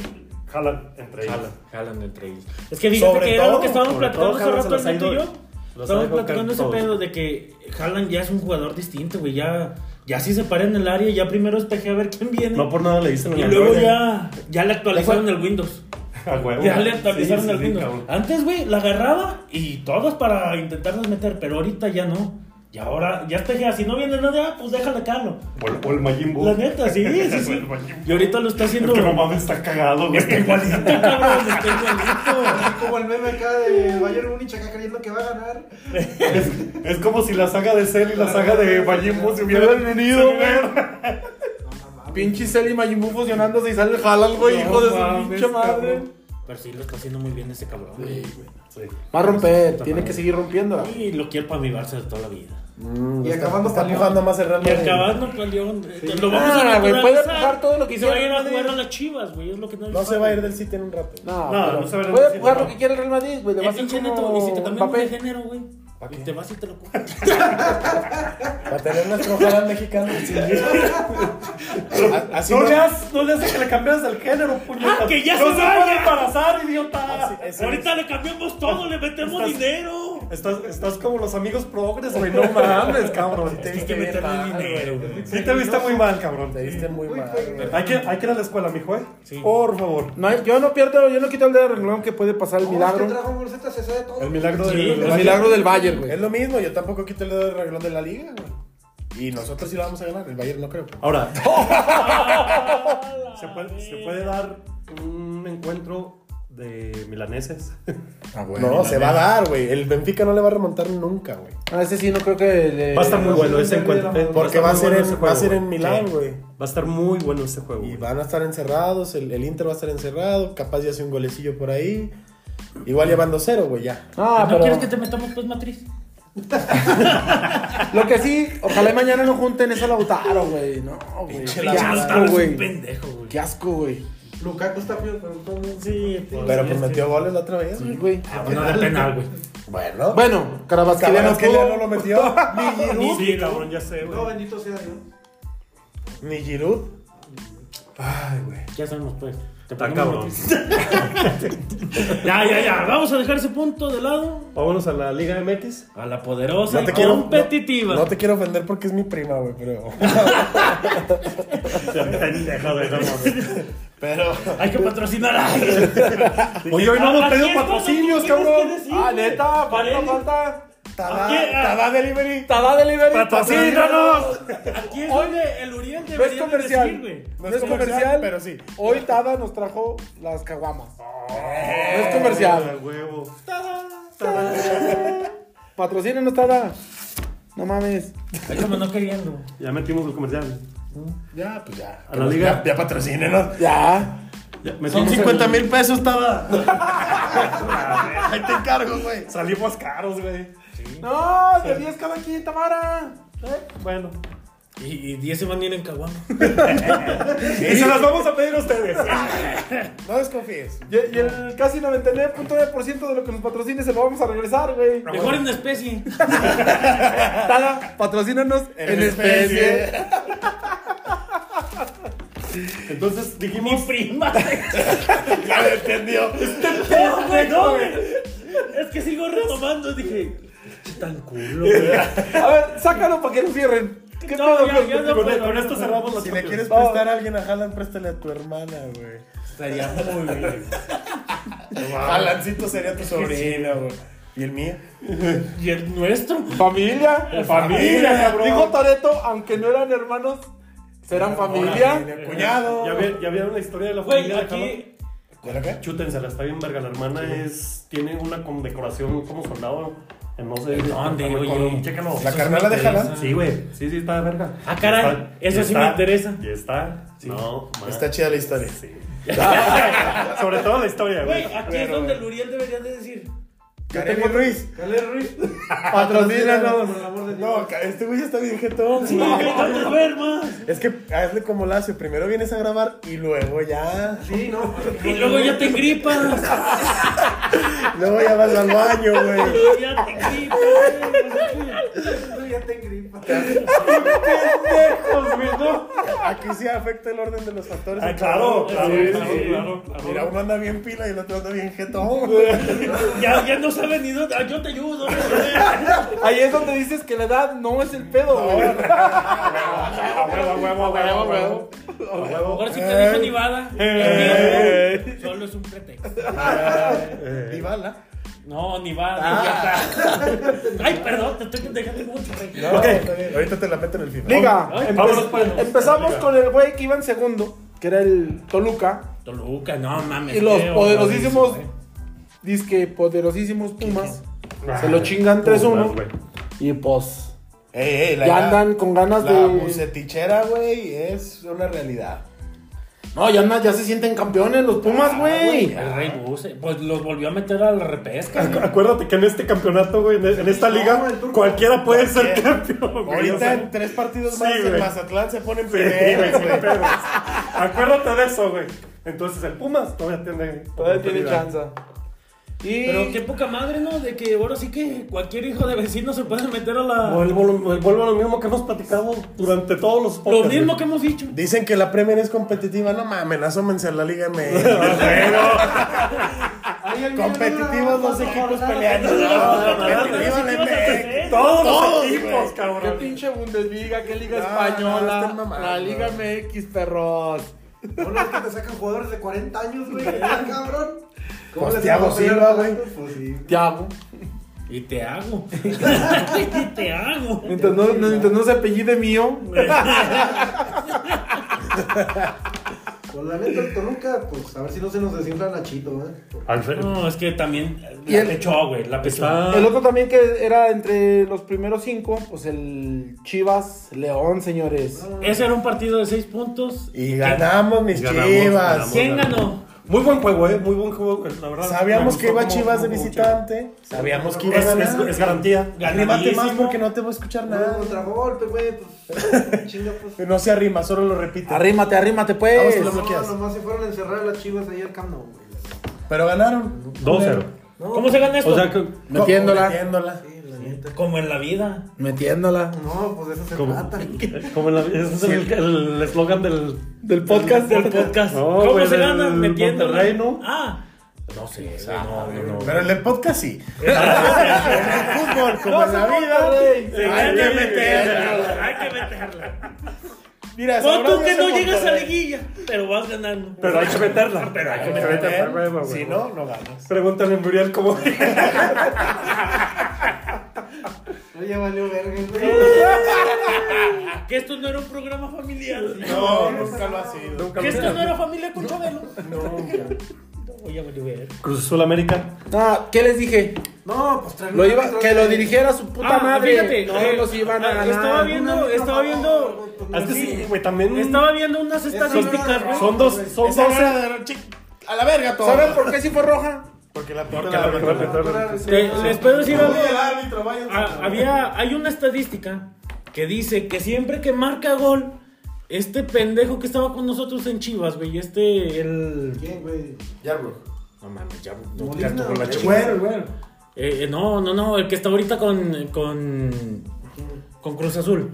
[SPEAKER 4] Jalan entre ellos.
[SPEAKER 5] Jalan, jalan entre ellos. Es que fíjate
[SPEAKER 3] Sobre
[SPEAKER 5] que era
[SPEAKER 3] todo,
[SPEAKER 5] lo que estábamos
[SPEAKER 4] sobre
[SPEAKER 5] platicando
[SPEAKER 4] todo,
[SPEAKER 5] hace
[SPEAKER 4] jalan
[SPEAKER 5] rato el
[SPEAKER 4] se las
[SPEAKER 5] Neto
[SPEAKER 4] ha
[SPEAKER 5] y
[SPEAKER 4] ido-
[SPEAKER 5] yo.
[SPEAKER 4] los
[SPEAKER 5] Estábamos
[SPEAKER 4] ha ido
[SPEAKER 5] platicando ese
[SPEAKER 4] todo.
[SPEAKER 5] pedo de que Jalan ya es un jugador distinto, güey. Ya, ya sí se para en el área, ya primero espejea a ver quién viene.
[SPEAKER 4] No por nada le dicen
[SPEAKER 5] y luego ya, ya le actualizaron el Windows.
[SPEAKER 4] A huevo.
[SPEAKER 5] Ya le actualizaron
[SPEAKER 4] Sí, sí,
[SPEAKER 5] el
[SPEAKER 4] sí,
[SPEAKER 5] Windows.
[SPEAKER 4] cabrón.
[SPEAKER 5] Antes, güey, la agarraba y todos para intentarlas meter, pero ahorita ya no. Y ahora, ya está ya, si no viene nadie, ah, pues déjale Carlos.
[SPEAKER 4] O el, o el Majin Buu.
[SPEAKER 5] La neta, sí, sí,
[SPEAKER 4] O
[SPEAKER 5] sí.
[SPEAKER 4] el Majin Buu.
[SPEAKER 5] Y ahorita lo está haciendo.
[SPEAKER 4] Que no mames, está cagado, güey.
[SPEAKER 5] Está igualito, cabrón, está igualito.
[SPEAKER 1] Así Como el meme acá de Bayern Múnich acá creyendo que va a ganar.
[SPEAKER 4] Es, es como si la saga de Cell y la saga de Majin Buu Eh, se hubieran unido, güey.
[SPEAKER 6] Pinche Cel y Majin Buu fusionándose y sale el Halal, güey. Hijo de su
[SPEAKER 4] mames,
[SPEAKER 6] pinche madre.
[SPEAKER 4] cabrón.
[SPEAKER 5] Pero sí, lo está haciendo muy bien ese cabrón. güey.
[SPEAKER 6] Va a romper. Tiene que seguir rompiendo.
[SPEAKER 5] Y lo quiero para mi Barça de toda la vida.
[SPEAKER 1] Y acabando
[SPEAKER 3] Está
[SPEAKER 1] con
[SPEAKER 3] empujando más el Real
[SPEAKER 5] Y
[SPEAKER 3] Madrid.
[SPEAKER 5] acabando con León. eh, Lo vamos
[SPEAKER 6] Ah,
[SPEAKER 5] a
[SPEAKER 6] güey,
[SPEAKER 5] naturalizar.
[SPEAKER 6] puede empujar todo lo que
[SPEAKER 5] Y se va a ir
[SPEAKER 6] hiciera
[SPEAKER 5] a
[SPEAKER 6] el Madrid.
[SPEAKER 5] jugar a las chivas, güey. Es lo que no,
[SPEAKER 3] No se va a ir del City en un rato.
[SPEAKER 6] No,
[SPEAKER 4] No,
[SPEAKER 6] pero
[SPEAKER 4] no se van a
[SPEAKER 6] puede
[SPEAKER 4] decir,
[SPEAKER 6] jugar
[SPEAKER 4] no.
[SPEAKER 6] lo que quiera el Real Madrid, güey. Le va a
[SPEAKER 5] Es
[SPEAKER 6] hacer
[SPEAKER 5] el Neto, y si te
[SPEAKER 6] como
[SPEAKER 5] cambiamos de
[SPEAKER 6] Mbappé.
[SPEAKER 5] género, güey. Y te vas y te lo coges.
[SPEAKER 3] Para tener nuestro Jalal mexicano. A- Así
[SPEAKER 4] No
[SPEAKER 3] no-
[SPEAKER 4] le haces no le haces que le cambias el género, puñeta.
[SPEAKER 5] Ah, que ya
[SPEAKER 4] no
[SPEAKER 5] se vaya.
[SPEAKER 4] puede embarazar, idiota.
[SPEAKER 3] Así es.
[SPEAKER 5] Ahorita le cambiamos todo, le metemos
[SPEAKER 4] Estás-
[SPEAKER 5] dinero.
[SPEAKER 4] Estás, estás como los amigos progres, güey. No mames, cabrón. Te
[SPEAKER 5] Hay
[SPEAKER 4] viste
[SPEAKER 5] que
[SPEAKER 4] bien
[SPEAKER 5] meterle
[SPEAKER 4] mal.
[SPEAKER 5] dinero, güey.
[SPEAKER 4] Sí, te viste muy mal, cabrón.
[SPEAKER 3] Te diste muy
[SPEAKER 1] Uy,
[SPEAKER 3] mal.
[SPEAKER 1] fue-
[SPEAKER 3] güey.
[SPEAKER 4] Hay que, hay que ir a la escuela, mijo, ¿eh?
[SPEAKER 5] Sí.
[SPEAKER 4] Por favor.
[SPEAKER 6] No, hay- yo no pierdo, yo no quito el dedo de renglón que puede pasar el
[SPEAKER 1] No,
[SPEAKER 6] milagro.
[SPEAKER 1] es que Dragon Ball Z se sabe todo.
[SPEAKER 4] El milagro
[SPEAKER 5] Sí,
[SPEAKER 4] de...
[SPEAKER 5] el
[SPEAKER 6] El milagro del Bayern,
[SPEAKER 3] Es
[SPEAKER 6] güey.
[SPEAKER 3] lo mismo, yo tampoco quito el dedo del reglón de la liga, güey. Y nosotros sí la vamos a ganar, el Bayern no creo.
[SPEAKER 4] Ahora, se puede, se puede dar un encuentro de milaneses.
[SPEAKER 3] no, se va a dar, güey. El Benfica no le va a remontar nunca, güey.
[SPEAKER 6] A Ah, ese sí no creo que le...
[SPEAKER 4] Va a estar muy bueno ese
[SPEAKER 1] sí,
[SPEAKER 4] encuentro.
[SPEAKER 1] sí, sí,
[SPEAKER 3] Porque
[SPEAKER 4] estar
[SPEAKER 3] va a
[SPEAKER 4] muy
[SPEAKER 3] ser,
[SPEAKER 4] bueno
[SPEAKER 3] en,
[SPEAKER 4] ese
[SPEAKER 3] va
[SPEAKER 4] juego,
[SPEAKER 3] a ser en
[SPEAKER 4] güey.
[SPEAKER 3] Milán,
[SPEAKER 4] Sí.
[SPEAKER 3] güey.
[SPEAKER 4] Va a estar muy bueno ese juego.
[SPEAKER 3] Y
[SPEAKER 4] güey.
[SPEAKER 3] van a estar encerrados, el, el Inter va a estar encerrado, capaz ya hace un golecillo por ahí. Igual llevando cero, güey, ya.
[SPEAKER 6] Ah,
[SPEAKER 5] ¿No
[SPEAKER 6] pero
[SPEAKER 5] quieres que te metamos pues matriz?
[SPEAKER 6] lo que sí, ojalá y mañana no junten eso a Lautaro, güey. No, güey. Qué asco, güey.
[SPEAKER 5] pendejo, güey.
[SPEAKER 6] Qué asco, güey.
[SPEAKER 1] Lukaku está bien, pero todo bien.
[SPEAKER 5] Sí, pues,
[SPEAKER 3] Pero
[SPEAKER 5] sí,
[SPEAKER 3] pues
[SPEAKER 5] sí.
[SPEAKER 3] metió goles la otra vez,
[SPEAKER 6] Sí,
[SPEAKER 3] güey.
[SPEAKER 6] güey.
[SPEAKER 5] Ah, bueno, de penal, güey.
[SPEAKER 3] Bueno.
[SPEAKER 6] Bueno, Carabasquelia
[SPEAKER 3] Cabrón,
[SPEAKER 6] no
[SPEAKER 3] que ya no
[SPEAKER 6] pudo.
[SPEAKER 3] lo metió. Ni Giroud.
[SPEAKER 4] Sí,
[SPEAKER 5] Ni Giroud.
[SPEAKER 4] cabrón, ya sé, güey.
[SPEAKER 1] No, bendito sea Dios.
[SPEAKER 3] Ni Giroud. Ay, güey.
[SPEAKER 5] ¿Qué hacemos, pues? Te
[SPEAKER 4] Está
[SPEAKER 5] ponemos
[SPEAKER 4] cabrón.
[SPEAKER 5] matriz. Ya, ya, ya. Vamos a dejar ese punto de lado.
[SPEAKER 4] Vámonos a la Liga MX.
[SPEAKER 5] A la poderosa
[SPEAKER 3] No te
[SPEAKER 5] y
[SPEAKER 3] quiero.
[SPEAKER 5] competitiva.
[SPEAKER 3] No, no te quiero ofender porque es mi prima, güey, pero.
[SPEAKER 4] Pendejo de no mames.
[SPEAKER 3] Pero.
[SPEAKER 5] Hay que patrocinar a alguien.
[SPEAKER 4] Oye, hoy no hemos
[SPEAKER 5] Ah, Así
[SPEAKER 4] pedido
[SPEAKER 5] es,
[SPEAKER 4] patrocinios,
[SPEAKER 5] ¿cómo tienes que
[SPEAKER 4] cabrón.
[SPEAKER 5] decir,
[SPEAKER 6] Ah,
[SPEAKER 5] güey?
[SPEAKER 6] neta, falta,
[SPEAKER 5] Parece-
[SPEAKER 6] falta.
[SPEAKER 3] Tada,
[SPEAKER 5] Aquí, ah.
[SPEAKER 3] Tada Delivery.
[SPEAKER 6] Tada delivery.
[SPEAKER 4] ¡Patrocínanos!
[SPEAKER 5] Aquí es donde el Uriel
[SPEAKER 6] No es
[SPEAKER 5] debería de decir,
[SPEAKER 6] comercial.
[SPEAKER 5] güey.
[SPEAKER 6] No es comercial,
[SPEAKER 3] pero sí.
[SPEAKER 6] Hoy Tada nos trajo las caguamas. No es comercial.
[SPEAKER 4] Ah, huevo.
[SPEAKER 6] Patrocínenos, Tada. No mames.
[SPEAKER 5] Ay, como no queriendo.
[SPEAKER 4] Ya metimos el comercial.
[SPEAKER 3] Ya, pues ya.
[SPEAKER 4] A la liga.
[SPEAKER 3] Ya, ya patrocínenos.
[SPEAKER 6] Ya.
[SPEAKER 4] Ya,
[SPEAKER 3] Son
[SPEAKER 4] metimos el-
[SPEAKER 3] 50 mil pesos, Tada. Ahí te encargo, güey.
[SPEAKER 4] Salimos caros, güey.
[SPEAKER 6] No, de 10 cada quien, Tamara.
[SPEAKER 4] Bueno.
[SPEAKER 5] Y, y 10 se van a ir en caguama.
[SPEAKER 4] Y se las vamos a pedir a ustedes.
[SPEAKER 3] No desconfíes.
[SPEAKER 2] Y, y el casi 99.9% de lo que nos patrocine se lo vamos a regresar, güey.
[SPEAKER 5] Mejor en especie.
[SPEAKER 2] Tala, patrocínanos en, especie.
[SPEAKER 4] Entonces dijimos.
[SPEAKER 5] Mi prima.
[SPEAKER 3] Ya me entendió.
[SPEAKER 5] No, güey, no, güey. Es que sigo retomando. Dije, "Qué tan culo, güey.
[SPEAKER 2] A ver, sácalo para que nos cierren. ¿Qué
[SPEAKER 5] No,
[SPEAKER 2] pedo,
[SPEAKER 5] ya,
[SPEAKER 2] pues?
[SPEAKER 5] ya no
[SPEAKER 4] Con,
[SPEAKER 5] puedo,
[SPEAKER 4] con
[SPEAKER 5] no
[SPEAKER 4] esto
[SPEAKER 5] puedo.
[SPEAKER 4] cerramos los
[SPEAKER 3] Si le
[SPEAKER 4] campeones.
[SPEAKER 3] quieres prestar a alguien a Haaland, préstale a tu hermana, güey.
[SPEAKER 5] Estaría muy bien.
[SPEAKER 3] Haalandcito sería tu sobrina, güey. ¿Y el mío?
[SPEAKER 5] ¿Y el nuestro?
[SPEAKER 2] Familia.
[SPEAKER 3] familia, cabrón.
[SPEAKER 2] Dijo Toreto, aunque no eran hermanos, serán familia.
[SPEAKER 3] Cuñado.
[SPEAKER 4] ¿Ya, vi- ya vieron la historia de la
[SPEAKER 5] Güey,
[SPEAKER 4] familia de Haaland?
[SPEAKER 5] aquí.
[SPEAKER 3] ¿Cuál acá?
[SPEAKER 4] Chútensela, está bien verga. La hermana es, tiene una condecoración como soldado en no sé
[SPEAKER 5] dónde,
[SPEAKER 4] con-
[SPEAKER 5] oye?
[SPEAKER 4] Chécalo.
[SPEAKER 3] ¿La carnala de Haaland?
[SPEAKER 4] Sí, güey. Sí, sí, está de verga.
[SPEAKER 5] Ah, caray, eso sí me interesa.
[SPEAKER 4] Ya está. No, ma-
[SPEAKER 3] Está chida la historia.
[SPEAKER 4] Sí. Sobre todo la historia,
[SPEAKER 5] Güey, ah.
[SPEAKER 4] güey.
[SPEAKER 5] aquí es
[SPEAKER 3] Pero,
[SPEAKER 5] donde Luriel debería de decir.
[SPEAKER 3] Kareli Ruiz.
[SPEAKER 2] Calero Ruiz.
[SPEAKER 3] Ah, Patrocínanos.
[SPEAKER 2] por el amor de Dios.
[SPEAKER 3] No, ca- este güey ya está bien jetón.
[SPEAKER 5] Sí,
[SPEAKER 3] güey.
[SPEAKER 5] güey, no te duermas.
[SPEAKER 3] Es que hazle como Lacio. Primero vienes a grabar y luego ya.
[SPEAKER 2] Sí, no.
[SPEAKER 5] Y luego ya te gripas.
[SPEAKER 3] Luego ya vas al baño, güey.
[SPEAKER 5] Ya te gripas.
[SPEAKER 2] Ya te gripa.
[SPEAKER 3] Aquí sí afecta el orden de los factores.
[SPEAKER 4] Ah, claro, claro,
[SPEAKER 5] Sí,
[SPEAKER 4] claro,
[SPEAKER 5] sí.
[SPEAKER 4] claro, claro.
[SPEAKER 3] Mira, uno anda bien pila y el otro anda bien jetón, güey.
[SPEAKER 5] Ya, ya no sabe ni dónde. Ah, Yo te ayudo. güey.
[SPEAKER 2] Ahí es donde dices que la edad no es el pedo, güey.
[SPEAKER 4] A huevo, a huevo, a huevo, a huevo. A huevo.
[SPEAKER 5] Ahora sí
[SPEAKER 3] Eh.
[SPEAKER 5] te dijo Nivada. También, Solo es un pretexto.
[SPEAKER 3] Y bala.
[SPEAKER 5] No, Nivada. Ay, perdón, te estoy dejando mucho. güey.
[SPEAKER 3] No, está bien. Ahorita te la meto en el final.
[SPEAKER 2] Liga.
[SPEAKER 5] Ay,
[SPEAKER 2] Empe-
[SPEAKER 4] vámonos, pues.
[SPEAKER 2] empezamos con el güey que iba en segundo, que era el Toluca.
[SPEAKER 5] Toluca, no mames.
[SPEAKER 2] Y los
[SPEAKER 5] qué
[SPEAKER 2] poderosísimos,
[SPEAKER 5] horror, güey.
[SPEAKER 2] disque poderosísimos Pumas, se lo chingan
[SPEAKER 4] Pumas, güey.
[SPEAKER 2] 3-1. Y pues,
[SPEAKER 3] Ey, ey, la,
[SPEAKER 2] ya andan con ganas
[SPEAKER 3] la
[SPEAKER 2] de...
[SPEAKER 3] bucetichera, güey, es una realidad.
[SPEAKER 2] No, ya, andan- ya se sienten campeones los Pumas, güey.
[SPEAKER 5] El Rey Buse. Pues los volvió a meter a la repesca.
[SPEAKER 4] Acu-
[SPEAKER 5] güey.
[SPEAKER 4] Acuérdate que en este campeonato, güey, en, en esta liga, cualquiera puede ser campeón. güey, o
[SPEAKER 3] Ahorita
[SPEAKER 4] sea,
[SPEAKER 3] en tres partidos
[SPEAKER 4] Sí,
[SPEAKER 3] más el
[SPEAKER 4] güey.
[SPEAKER 3] Mazatlán se pone en
[SPEAKER 4] Sí, güey,
[SPEAKER 3] primero,
[SPEAKER 4] sin
[SPEAKER 3] güey.
[SPEAKER 4] pedos. Acuérdate de eso, güey. Entonces el Pumas todavía tiene.
[SPEAKER 2] Todavía tiene
[SPEAKER 4] oportunidad.
[SPEAKER 2] chance. Y...
[SPEAKER 5] Pero qué poca madre, ¿no? De que ahora sí que cualquier hijo de vecino se puede meter a la.
[SPEAKER 4] Vuelvo, lo- vuelvo a lo mismo que hemos platicado durante todos los
[SPEAKER 5] Lo
[SPEAKER 4] podcasts,
[SPEAKER 5] mismo
[SPEAKER 4] güey.
[SPEAKER 5] que hemos dicho.
[SPEAKER 3] Dicen que la Premier es competitiva, no mames, asómense a la Liga MX.
[SPEAKER 2] Ahí el
[SPEAKER 3] Competitivos
[SPEAKER 2] Villarreal,
[SPEAKER 3] dos equipos peleando. No, competitiva la MX.
[SPEAKER 4] Todos,
[SPEAKER 3] Todos,
[SPEAKER 4] los equipos,
[SPEAKER 3] güey.
[SPEAKER 2] Qué
[SPEAKER 4] cabrón.
[SPEAKER 2] pinche Bundesliga, qué liga
[SPEAKER 3] No, no,
[SPEAKER 2] española,
[SPEAKER 3] están mamando.
[SPEAKER 2] la Liga MX, perros.
[SPEAKER 1] No, no, es que te sacan jugadores de 40 años, güey. Ah, cabrón.
[SPEAKER 3] Pues
[SPEAKER 1] les
[SPEAKER 3] Thiago
[SPEAKER 1] vas a pelear
[SPEAKER 3] Silva,
[SPEAKER 1] tanto?
[SPEAKER 3] güey.
[SPEAKER 1] Pues sí.
[SPEAKER 2] Tiago.
[SPEAKER 5] Y te hago. y te hago.
[SPEAKER 2] Mientras no, no, mientras no se apellide mío.
[SPEAKER 1] Pues la neta, el Toluca, pues a ver si no se nos desinfla Nachito, ¿eh? Porque
[SPEAKER 4] Alfred.
[SPEAKER 5] No, es que también
[SPEAKER 2] Y
[SPEAKER 5] la
[SPEAKER 2] el-
[SPEAKER 5] pechó, güey. La pechó.
[SPEAKER 4] Está-
[SPEAKER 2] El otro también que era entre los primeros cinco, pues el Chivas León, señores.
[SPEAKER 5] Ese era un partido de seis puntos.
[SPEAKER 3] Y ganamos, mis
[SPEAKER 4] Ganamos,
[SPEAKER 3] chivas.
[SPEAKER 4] ganamos.
[SPEAKER 5] ¿Quién ganó?
[SPEAKER 4] Muy buen juego, eh. Muy buen juego, la verdad.
[SPEAKER 3] Sabíamos
[SPEAKER 4] Me
[SPEAKER 3] que iba
[SPEAKER 4] gustó cómo-
[SPEAKER 3] Chivas de
[SPEAKER 4] cómo-
[SPEAKER 3] visitante. Sabíamos que iba a
[SPEAKER 4] Es, es,
[SPEAKER 3] ganar.
[SPEAKER 4] es garantía.
[SPEAKER 3] Arrímate más
[SPEAKER 5] Ganadísimo.
[SPEAKER 3] porque no te voy a escuchar
[SPEAKER 1] No,
[SPEAKER 3] nada.
[SPEAKER 1] contragolpe, güey. Pues chinga, pues.
[SPEAKER 3] No se arrima, solo lo repite.
[SPEAKER 2] Arrímate, arrímate,
[SPEAKER 3] Vamos
[SPEAKER 2] pues.
[SPEAKER 3] con la-
[SPEAKER 1] No,
[SPEAKER 3] bloqueas.
[SPEAKER 1] nomás se fueron a encerrar a las chivas ahí al Camp Nou, güey.
[SPEAKER 3] Pero ganaron.
[SPEAKER 4] 2-0.
[SPEAKER 5] ¿Cómo se gana esto?
[SPEAKER 4] O sea, que-
[SPEAKER 2] Metiéndola.
[SPEAKER 3] Metiéndola.
[SPEAKER 1] Sí, la neta.
[SPEAKER 5] Como en la vida.
[SPEAKER 2] Metiéndola.
[SPEAKER 1] No, pues de eso se
[SPEAKER 4] ¿Cómo?
[SPEAKER 1] trata.
[SPEAKER 4] eh, como la- ese es el- el eslogan del,
[SPEAKER 2] Del podcast.
[SPEAKER 5] Del podcast.
[SPEAKER 4] No,
[SPEAKER 5] ¿Cómo
[SPEAKER 4] güey,
[SPEAKER 5] se
[SPEAKER 4] del
[SPEAKER 5] gana? Metiendo.
[SPEAKER 4] Monterrey, ¿no?
[SPEAKER 5] Ah. No sé, güey, no, no, no.
[SPEAKER 3] Pero el del podcast sí. En el fútbol, como en la vida. Hay que meterla.
[SPEAKER 5] Hay que meterla.
[SPEAKER 3] Mira,
[SPEAKER 5] Pon
[SPEAKER 3] sabrá
[SPEAKER 5] tú que
[SPEAKER 3] Dios
[SPEAKER 5] no
[SPEAKER 3] en
[SPEAKER 5] llegas a
[SPEAKER 3] Monterrey.
[SPEAKER 5] liguilla, pero vas ganando.
[SPEAKER 4] Pero hay que meterla. Pero hay
[SPEAKER 3] Hay que meter. Si no, no ganas.
[SPEAKER 4] Pregúntale a Muriel cómo.
[SPEAKER 1] No, ya valió verga, güey.
[SPEAKER 5] Ah, Que esto no era un programa familiar.
[SPEAKER 3] No, nunca lo ha sido.
[SPEAKER 5] Que esto no era familia con Chabelo. No, no. Ya me lo voy a ver.
[SPEAKER 4] Cruz Azul América.
[SPEAKER 2] Ah, ¿qué les dije?
[SPEAKER 1] No, pues trae
[SPEAKER 2] Lo iba, que lo dirigiera su puta
[SPEAKER 5] Ah,
[SPEAKER 2] madre.
[SPEAKER 5] fíjate,
[SPEAKER 2] no
[SPEAKER 5] eh,
[SPEAKER 2] los iban a
[SPEAKER 5] ah,
[SPEAKER 2] ganar.
[SPEAKER 5] Estaba viendo, estaba viendo,
[SPEAKER 4] Ah, Es que sí, güey, también.
[SPEAKER 5] estaba viendo unas estadísticas, güey.
[SPEAKER 4] Son dos. Son
[SPEAKER 3] Esa
[SPEAKER 4] dos.
[SPEAKER 3] era de- chi- A la verga todo.
[SPEAKER 2] ¿Saben por qué sí fue roja?
[SPEAKER 3] Porque la pinta
[SPEAKER 4] la-
[SPEAKER 3] la
[SPEAKER 4] la- la-
[SPEAKER 5] Te- les puedo decir algo.
[SPEAKER 3] el árbitro,
[SPEAKER 5] Ah, Había, hay una estadística que dice que siempre que marca gol, este pendejo que estaba con nosotros en Chivas, güey, este, el...
[SPEAKER 1] ¿Quién, güey? Yarbrough.
[SPEAKER 5] No mames, ya... no,
[SPEAKER 1] Molina,
[SPEAKER 5] gasto con la
[SPEAKER 1] el
[SPEAKER 5] Chivas.
[SPEAKER 1] güero, güero.
[SPEAKER 5] Eh, eh, no, no, no, el que está ahorita con, con, con Cruz Azul.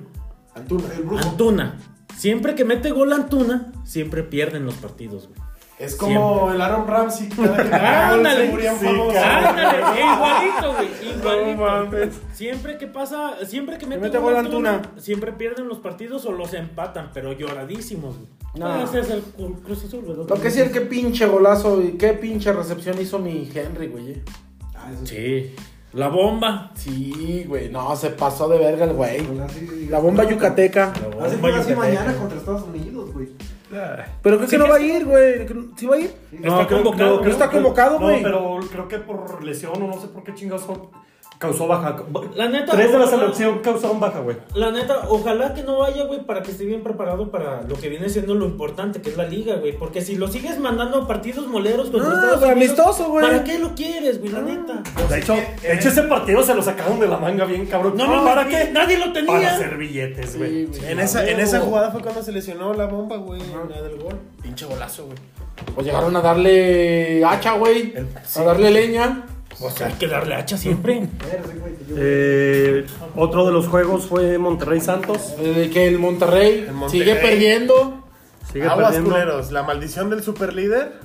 [SPEAKER 1] Antuna, el brujo.
[SPEAKER 5] Antuna. Siempre que mete gol Antuna, siempre pierden los partidos, güey.
[SPEAKER 3] Es como el Aaron Ramsey. Cada que cada gol se
[SPEAKER 5] Ándale,
[SPEAKER 3] moría en
[SPEAKER 5] sí,
[SPEAKER 3] famoso.
[SPEAKER 5] ándale, eh, igualito, güey, igualito. Siempre que pasa, siempre que mete,
[SPEAKER 2] mete
[SPEAKER 5] gol
[SPEAKER 2] gol
[SPEAKER 5] Antuna,
[SPEAKER 2] Antuna.
[SPEAKER 5] siempre pierden los partidos o los empatan, pero lloradísimos, güey. Ah,
[SPEAKER 2] No.
[SPEAKER 5] Ese es el Cru- Cruz Azul, güey.
[SPEAKER 2] Lo que sí, el que pinche golazo y qué pinche recepción hizo mi Henry, güey. eh.
[SPEAKER 1] Ah, eso sí.
[SPEAKER 5] Sí, la bomba.
[SPEAKER 2] Sí, güey, no, se pasó de verga el güey.
[SPEAKER 1] Pues así-
[SPEAKER 2] La bomba yucateca.
[SPEAKER 5] La bomba
[SPEAKER 1] Hace que así
[SPEAKER 5] yucateca.
[SPEAKER 1] mañana contra Estados Unidos, güey.
[SPEAKER 2] Pero creo
[SPEAKER 5] Sí
[SPEAKER 2] que no
[SPEAKER 5] que
[SPEAKER 2] va a ir, güey. ¿Sí va a ir?
[SPEAKER 4] creo-
[SPEAKER 5] Está convocado,
[SPEAKER 4] creo-
[SPEAKER 5] ¿no?
[SPEAKER 4] creo-
[SPEAKER 2] Está
[SPEAKER 4] creo-
[SPEAKER 2] convocado, güey.
[SPEAKER 4] No, pero creo que por lesión o no sé por qué chingados fue- causó baja.
[SPEAKER 5] La neta,
[SPEAKER 4] Tres de la
[SPEAKER 5] no, no.
[SPEAKER 4] selección causaron baja, güey.
[SPEAKER 5] La neta, ojalá que no vaya, güey, para que esté bien preparado para lo que viene siendo lo importante, que es la liga, güey. Porque si lo sigues mandando a partidos moleros contra
[SPEAKER 2] No,
[SPEAKER 5] Estados
[SPEAKER 2] güey,
[SPEAKER 5] Unidos,
[SPEAKER 2] amistoso, güey.
[SPEAKER 5] ¿Para qué lo quieres, güey? La neta.
[SPEAKER 4] De hecho, de hecho, ese partido se lo sacaron de la manga bien cabrón.
[SPEAKER 5] eh, No, no,
[SPEAKER 4] ¿para
[SPEAKER 5] ni-
[SPEAKER 4] qué?
[SPEAKER 5] nadie lo tenía.
[SPEAKER 4] Para hacer billetes,
[SPEAKER 2] Sí,
[SPEAKER 4] güey.
[SPEAKER 2] güey.
[SPEAKER 3] En esa, en esa jugada fue cuando se lesionó la bomba, güey. La del gol. Pinche golazo, güey.
[SPEAKER 2] Pues llegaron a darle hacha, güey. A darle leña.
[SPEAKER 5] O sea, hay que darle hacha siempre.
[SPEAKER 1] Verse, güey, que yo-
[SPEAKER 4] Eh, otro de los juegos fue Monterrey Santos.
[SPEAKER 2] Eh, que el Monterrey,
[SPEAKER 3] El Monterrey.
[SPEAKER 2] sigue perdiendo.
[SPEAKER 4] Sigue
[SPEAKER 3] Aguas
[SPEAKER 4] perdiendo.
[SPEAKER 3] culeros. La maldición del superlíder.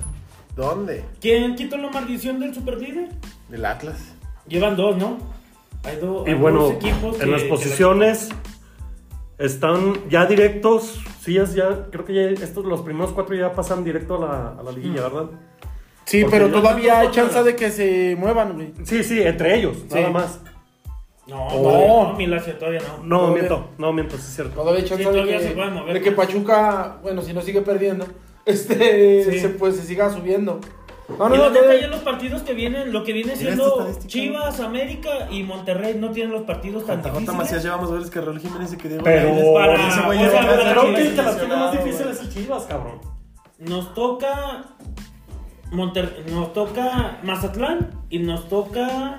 [SPEAKER 3] ¿Dónde?
[SPEAKER 5] ¿Quién quitó la maldición del superlíder?
[SPEAKER 3] Del Atlas.
[SPEAKER 5] Llevan dos, ¿no? Hay, do-
[SPEAKER 4] Y
[SPEAKER 5] hay
[SPEAKER 4] bueno,
[SPEAKER 5] dos equipos que-
[SPEAKER 4] en las
[SPEAKER 5] que la-
[SPEAKER 4] posiciones están ya directos. Sí, es ya, creo que ya estos, los primeros cuatro ya pasan directo a la, a la liguilla,
[SPEAKER 5] Mm.
[SPEAKER 4] ¿verdad?
[SPEAKER 2] Sí,
[SPEAKER 4] Porque
[SPEAKER 2] pero
[SPEAKER 4] yo-
[SPEAKER 2] todavía hay chance de que se muevan, güey.
[SPEAKER 4] Sí, sí, entre ellos, nada
[SPEAKER 2] Sí.
[SPEAKER 4] más.
[SPEAKER 5] No,
[SPEAKER 2] Oh.
[SPEAKER 5] no, no, mi Lazio todavía no.
[SPEAKER 4] No,
[SPEAKER 2] Todavía-
[SPEAKER 4] miento, no, miento, sí es cierto.
[SPEAKER 2] Todavía hay chance de,
[SPEAKER 5] todavía
[SPEAKER 2] que,
[SPEAKER 5] se puede mover.
[SPEAKER 2] de que Pachuca, bueno, si no sigue perdiendo, este
[SPEAKER 5] Sí.
[SPEAKER 2] se, pues, se siga subiendo. No, no,
[SPEAKER 5] y
[SPEAKER 2] no,
[SPEAKER 5] la neta,
[SPEAKER 2] todavía-
[SPEAKER 5] ya los partidos que vienen, lo que viene
[SPEAKER 3] Mira esta
[SPEAKER 5] siendo
[SPEAKER 3] estadística.
[SPEAKER 5] Chivas, América y Monterrey no tienen los partidos tan
[SPEAKER 3] J.
[SPEAKER 5] difíciles.
[SPEAKER 3] Macías llevamos goles que Raúl Jiménez y que Diego
[SPEAKER 4] Pero-
[SPEAKER 3] Lainez.
[SPEAKER 5] Para-
[SPEAKER 3] Ese güey
[SPEAKER 5] o
[SPEAKER 3] ya
[SPEAKER 5] sea,
[SPEAKER 3] va a quedar
[SPEAKER 5] creo
[SPEAKER 3] bien
[SPEAKER 5] que
[SPEAKER 4] la tiene más
[SPEAKER 3] lesionado,
[SPEAKER 4] difícil
[SPEAKER 3] güey.
[SPEAKER 4] es el Chivas, cabrón.
[SPEAKER 5] Nos toca Monter nos toca Mazatlán y nos toca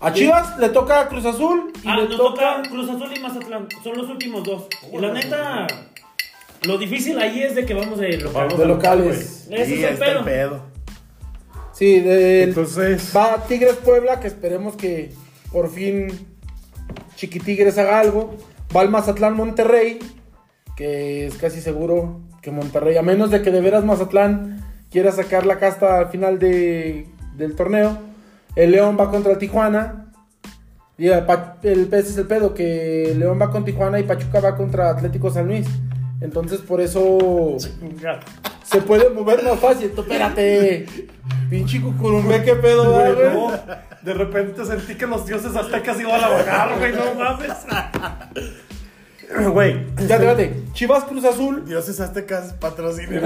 [SPEAKER 2] A Chivas le toca a Cruz Azul y
[SPEAKER 5] ah,
[SPEAKER 2] le
[SPEAKER 5] nos
[SPEAKER 2] toca...
[SPEAKER 5] toca Cruz Azul y Mazatlán, son los últimos dos. Y la neta lo difícil ahí es de que vamos de local.
[SPEAKER 4] Vamos
[SPEAKER 2] de
[SPEAKER 4] a-
[SPEAKER 2] locales.
[SPEAKER 5] Ese
[SPEAKER 3] Sí,
[SPEAKER 5] es
[SPEAKER 3] ahí
[SPEAKER 5] el
[SPEAKER 3] está el
[SPEAKER 5] pedo.
[SPEAKER 3] pedo.
[SPEAKER 2] Sí, de,
[SPEAKER 4] Entonces,
[SPEAKER 2] va Tigres Puebla, que esperemos que por fin Chiquitigres haga algo. Va al Mazatlán Monterrey, que es casi seguro que Monterrey, a menos de que de veras Mazatlán quiera sacar la casta al final de- del torneo. El León va contra el Tijuana. Y el, Pa- el- ese es el pedo, que el León va con Tijuana y Pachuca va contra Atlético San Luis. Entonces por eso se puede mover más fácil. Tú, espérate. Pinche cucurumbe, qué pedo, va,
[SPEAKER 4] güey,
[SPEAKER 2] güey.
[SPEAKER 4] no, de repente sentí que los dioses aztecas iban a bajar, güey, no mames. Güey,
[SPEAKER 2] Ya, espérate. Chivas Cruz Azul.
[SPEAKER 3] Dioses aztecas patrocinen.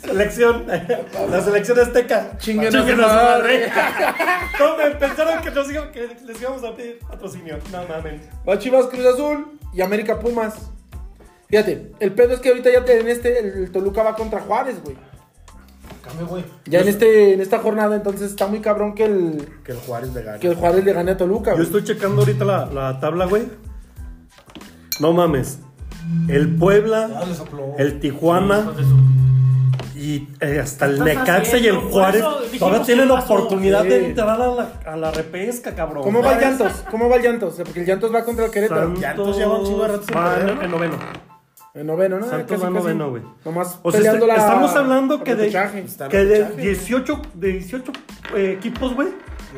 [SPEAKER 4] selección, la selección azteca.
[SPEAKER 2] Chinguen
[SPEAKER 4] Chinguen
[SPEAKER 2] a
[SPEAKER 4] a
[SPEAKER 2] su
[SPEAKER 4] su
[SPEAKER 2] madre.
[SPEAKER 4] No, me pensaron que, nos iba- que les íbamos a pedir patrocinio. No mames.
[SPEAKER 2] Va Chivas Cruz Azul y América Pumas. Fíjate, el pedo es que ahorita ya te- en este, el Toluca va contra Juárez, güey. Ya en, este, en esta jornada, entonces está muy cabrón que el,
[SPEAKER 3] que el Juárez le gane.
[SPEAKER 2] que el Juárez le gane a Toluca,
[SPEAKER 4] Yo
[SPEAKER 2] güey.
[SPEAKER 4] estoy checando ahorita la, la tabla, güey. No mames. El
[SPEAKER 5] Ah,
[SPEAKER 4] Puebla, el Tijuana y eh, hasta el
[SPEAKER 5] ¿Qué estás
[SPEAKER 4] Necaxa y el
[SPEAKER 5] haciendo? Por
[SPEAKER 4] Juárez
[SPEAKER 5] eso dijimos
[SPEAKER 4] todavía
[SPEAKER 5] que
[SPEAKER 4] tienen
[SPEAKER 5] pasó.
[SPEAKER 4] oportunidad
[SPEAKER 2] Sí.
[SPEAKER 4] de entrar a la, a la repesca, cabrón.
[SPEAKER 2] ¿Cómo va el Llantos? ¿Cómo va el Llantos? Porque el Llantos va contra el Querétaro.
[SPEAKER 4] Santos
[SPEAKER 3] Llantos lleva un chingo de rato sin
[SPEAKER 4] va
[SPEAKER 3] perder,
[SPEAKER 4] en-
[SPEAKER 3] ¿no?
[SPEAKER 4] en noveno.
[SPEAKER 2] El noveno, ¿no?
[SPEAKER 4] Santos
[SPEAKER 2] Casi,
[SPEAKER 4] va
[SPEAKER 2] casi.
[SPEAKER 4] noveno, güey.
[SPEAKER 2] Nomás
[SPEAKER 4] O sea,
[SPEAKER 2] peleando
[SPEAKER 4] este-
[SPEAKER 2] la-
[SPEAKER 4] estamos hablando que
[SPEAKER 2] el
[SPEAKER 4] de,
[SPEAKER 2] repechaje.
[SPEAKER 3] Está
[SPEAKER 4] que de
[SPEAKER 3] repechaje.
[SPEAKER 4] 18, de 18 eh, equipos, güey,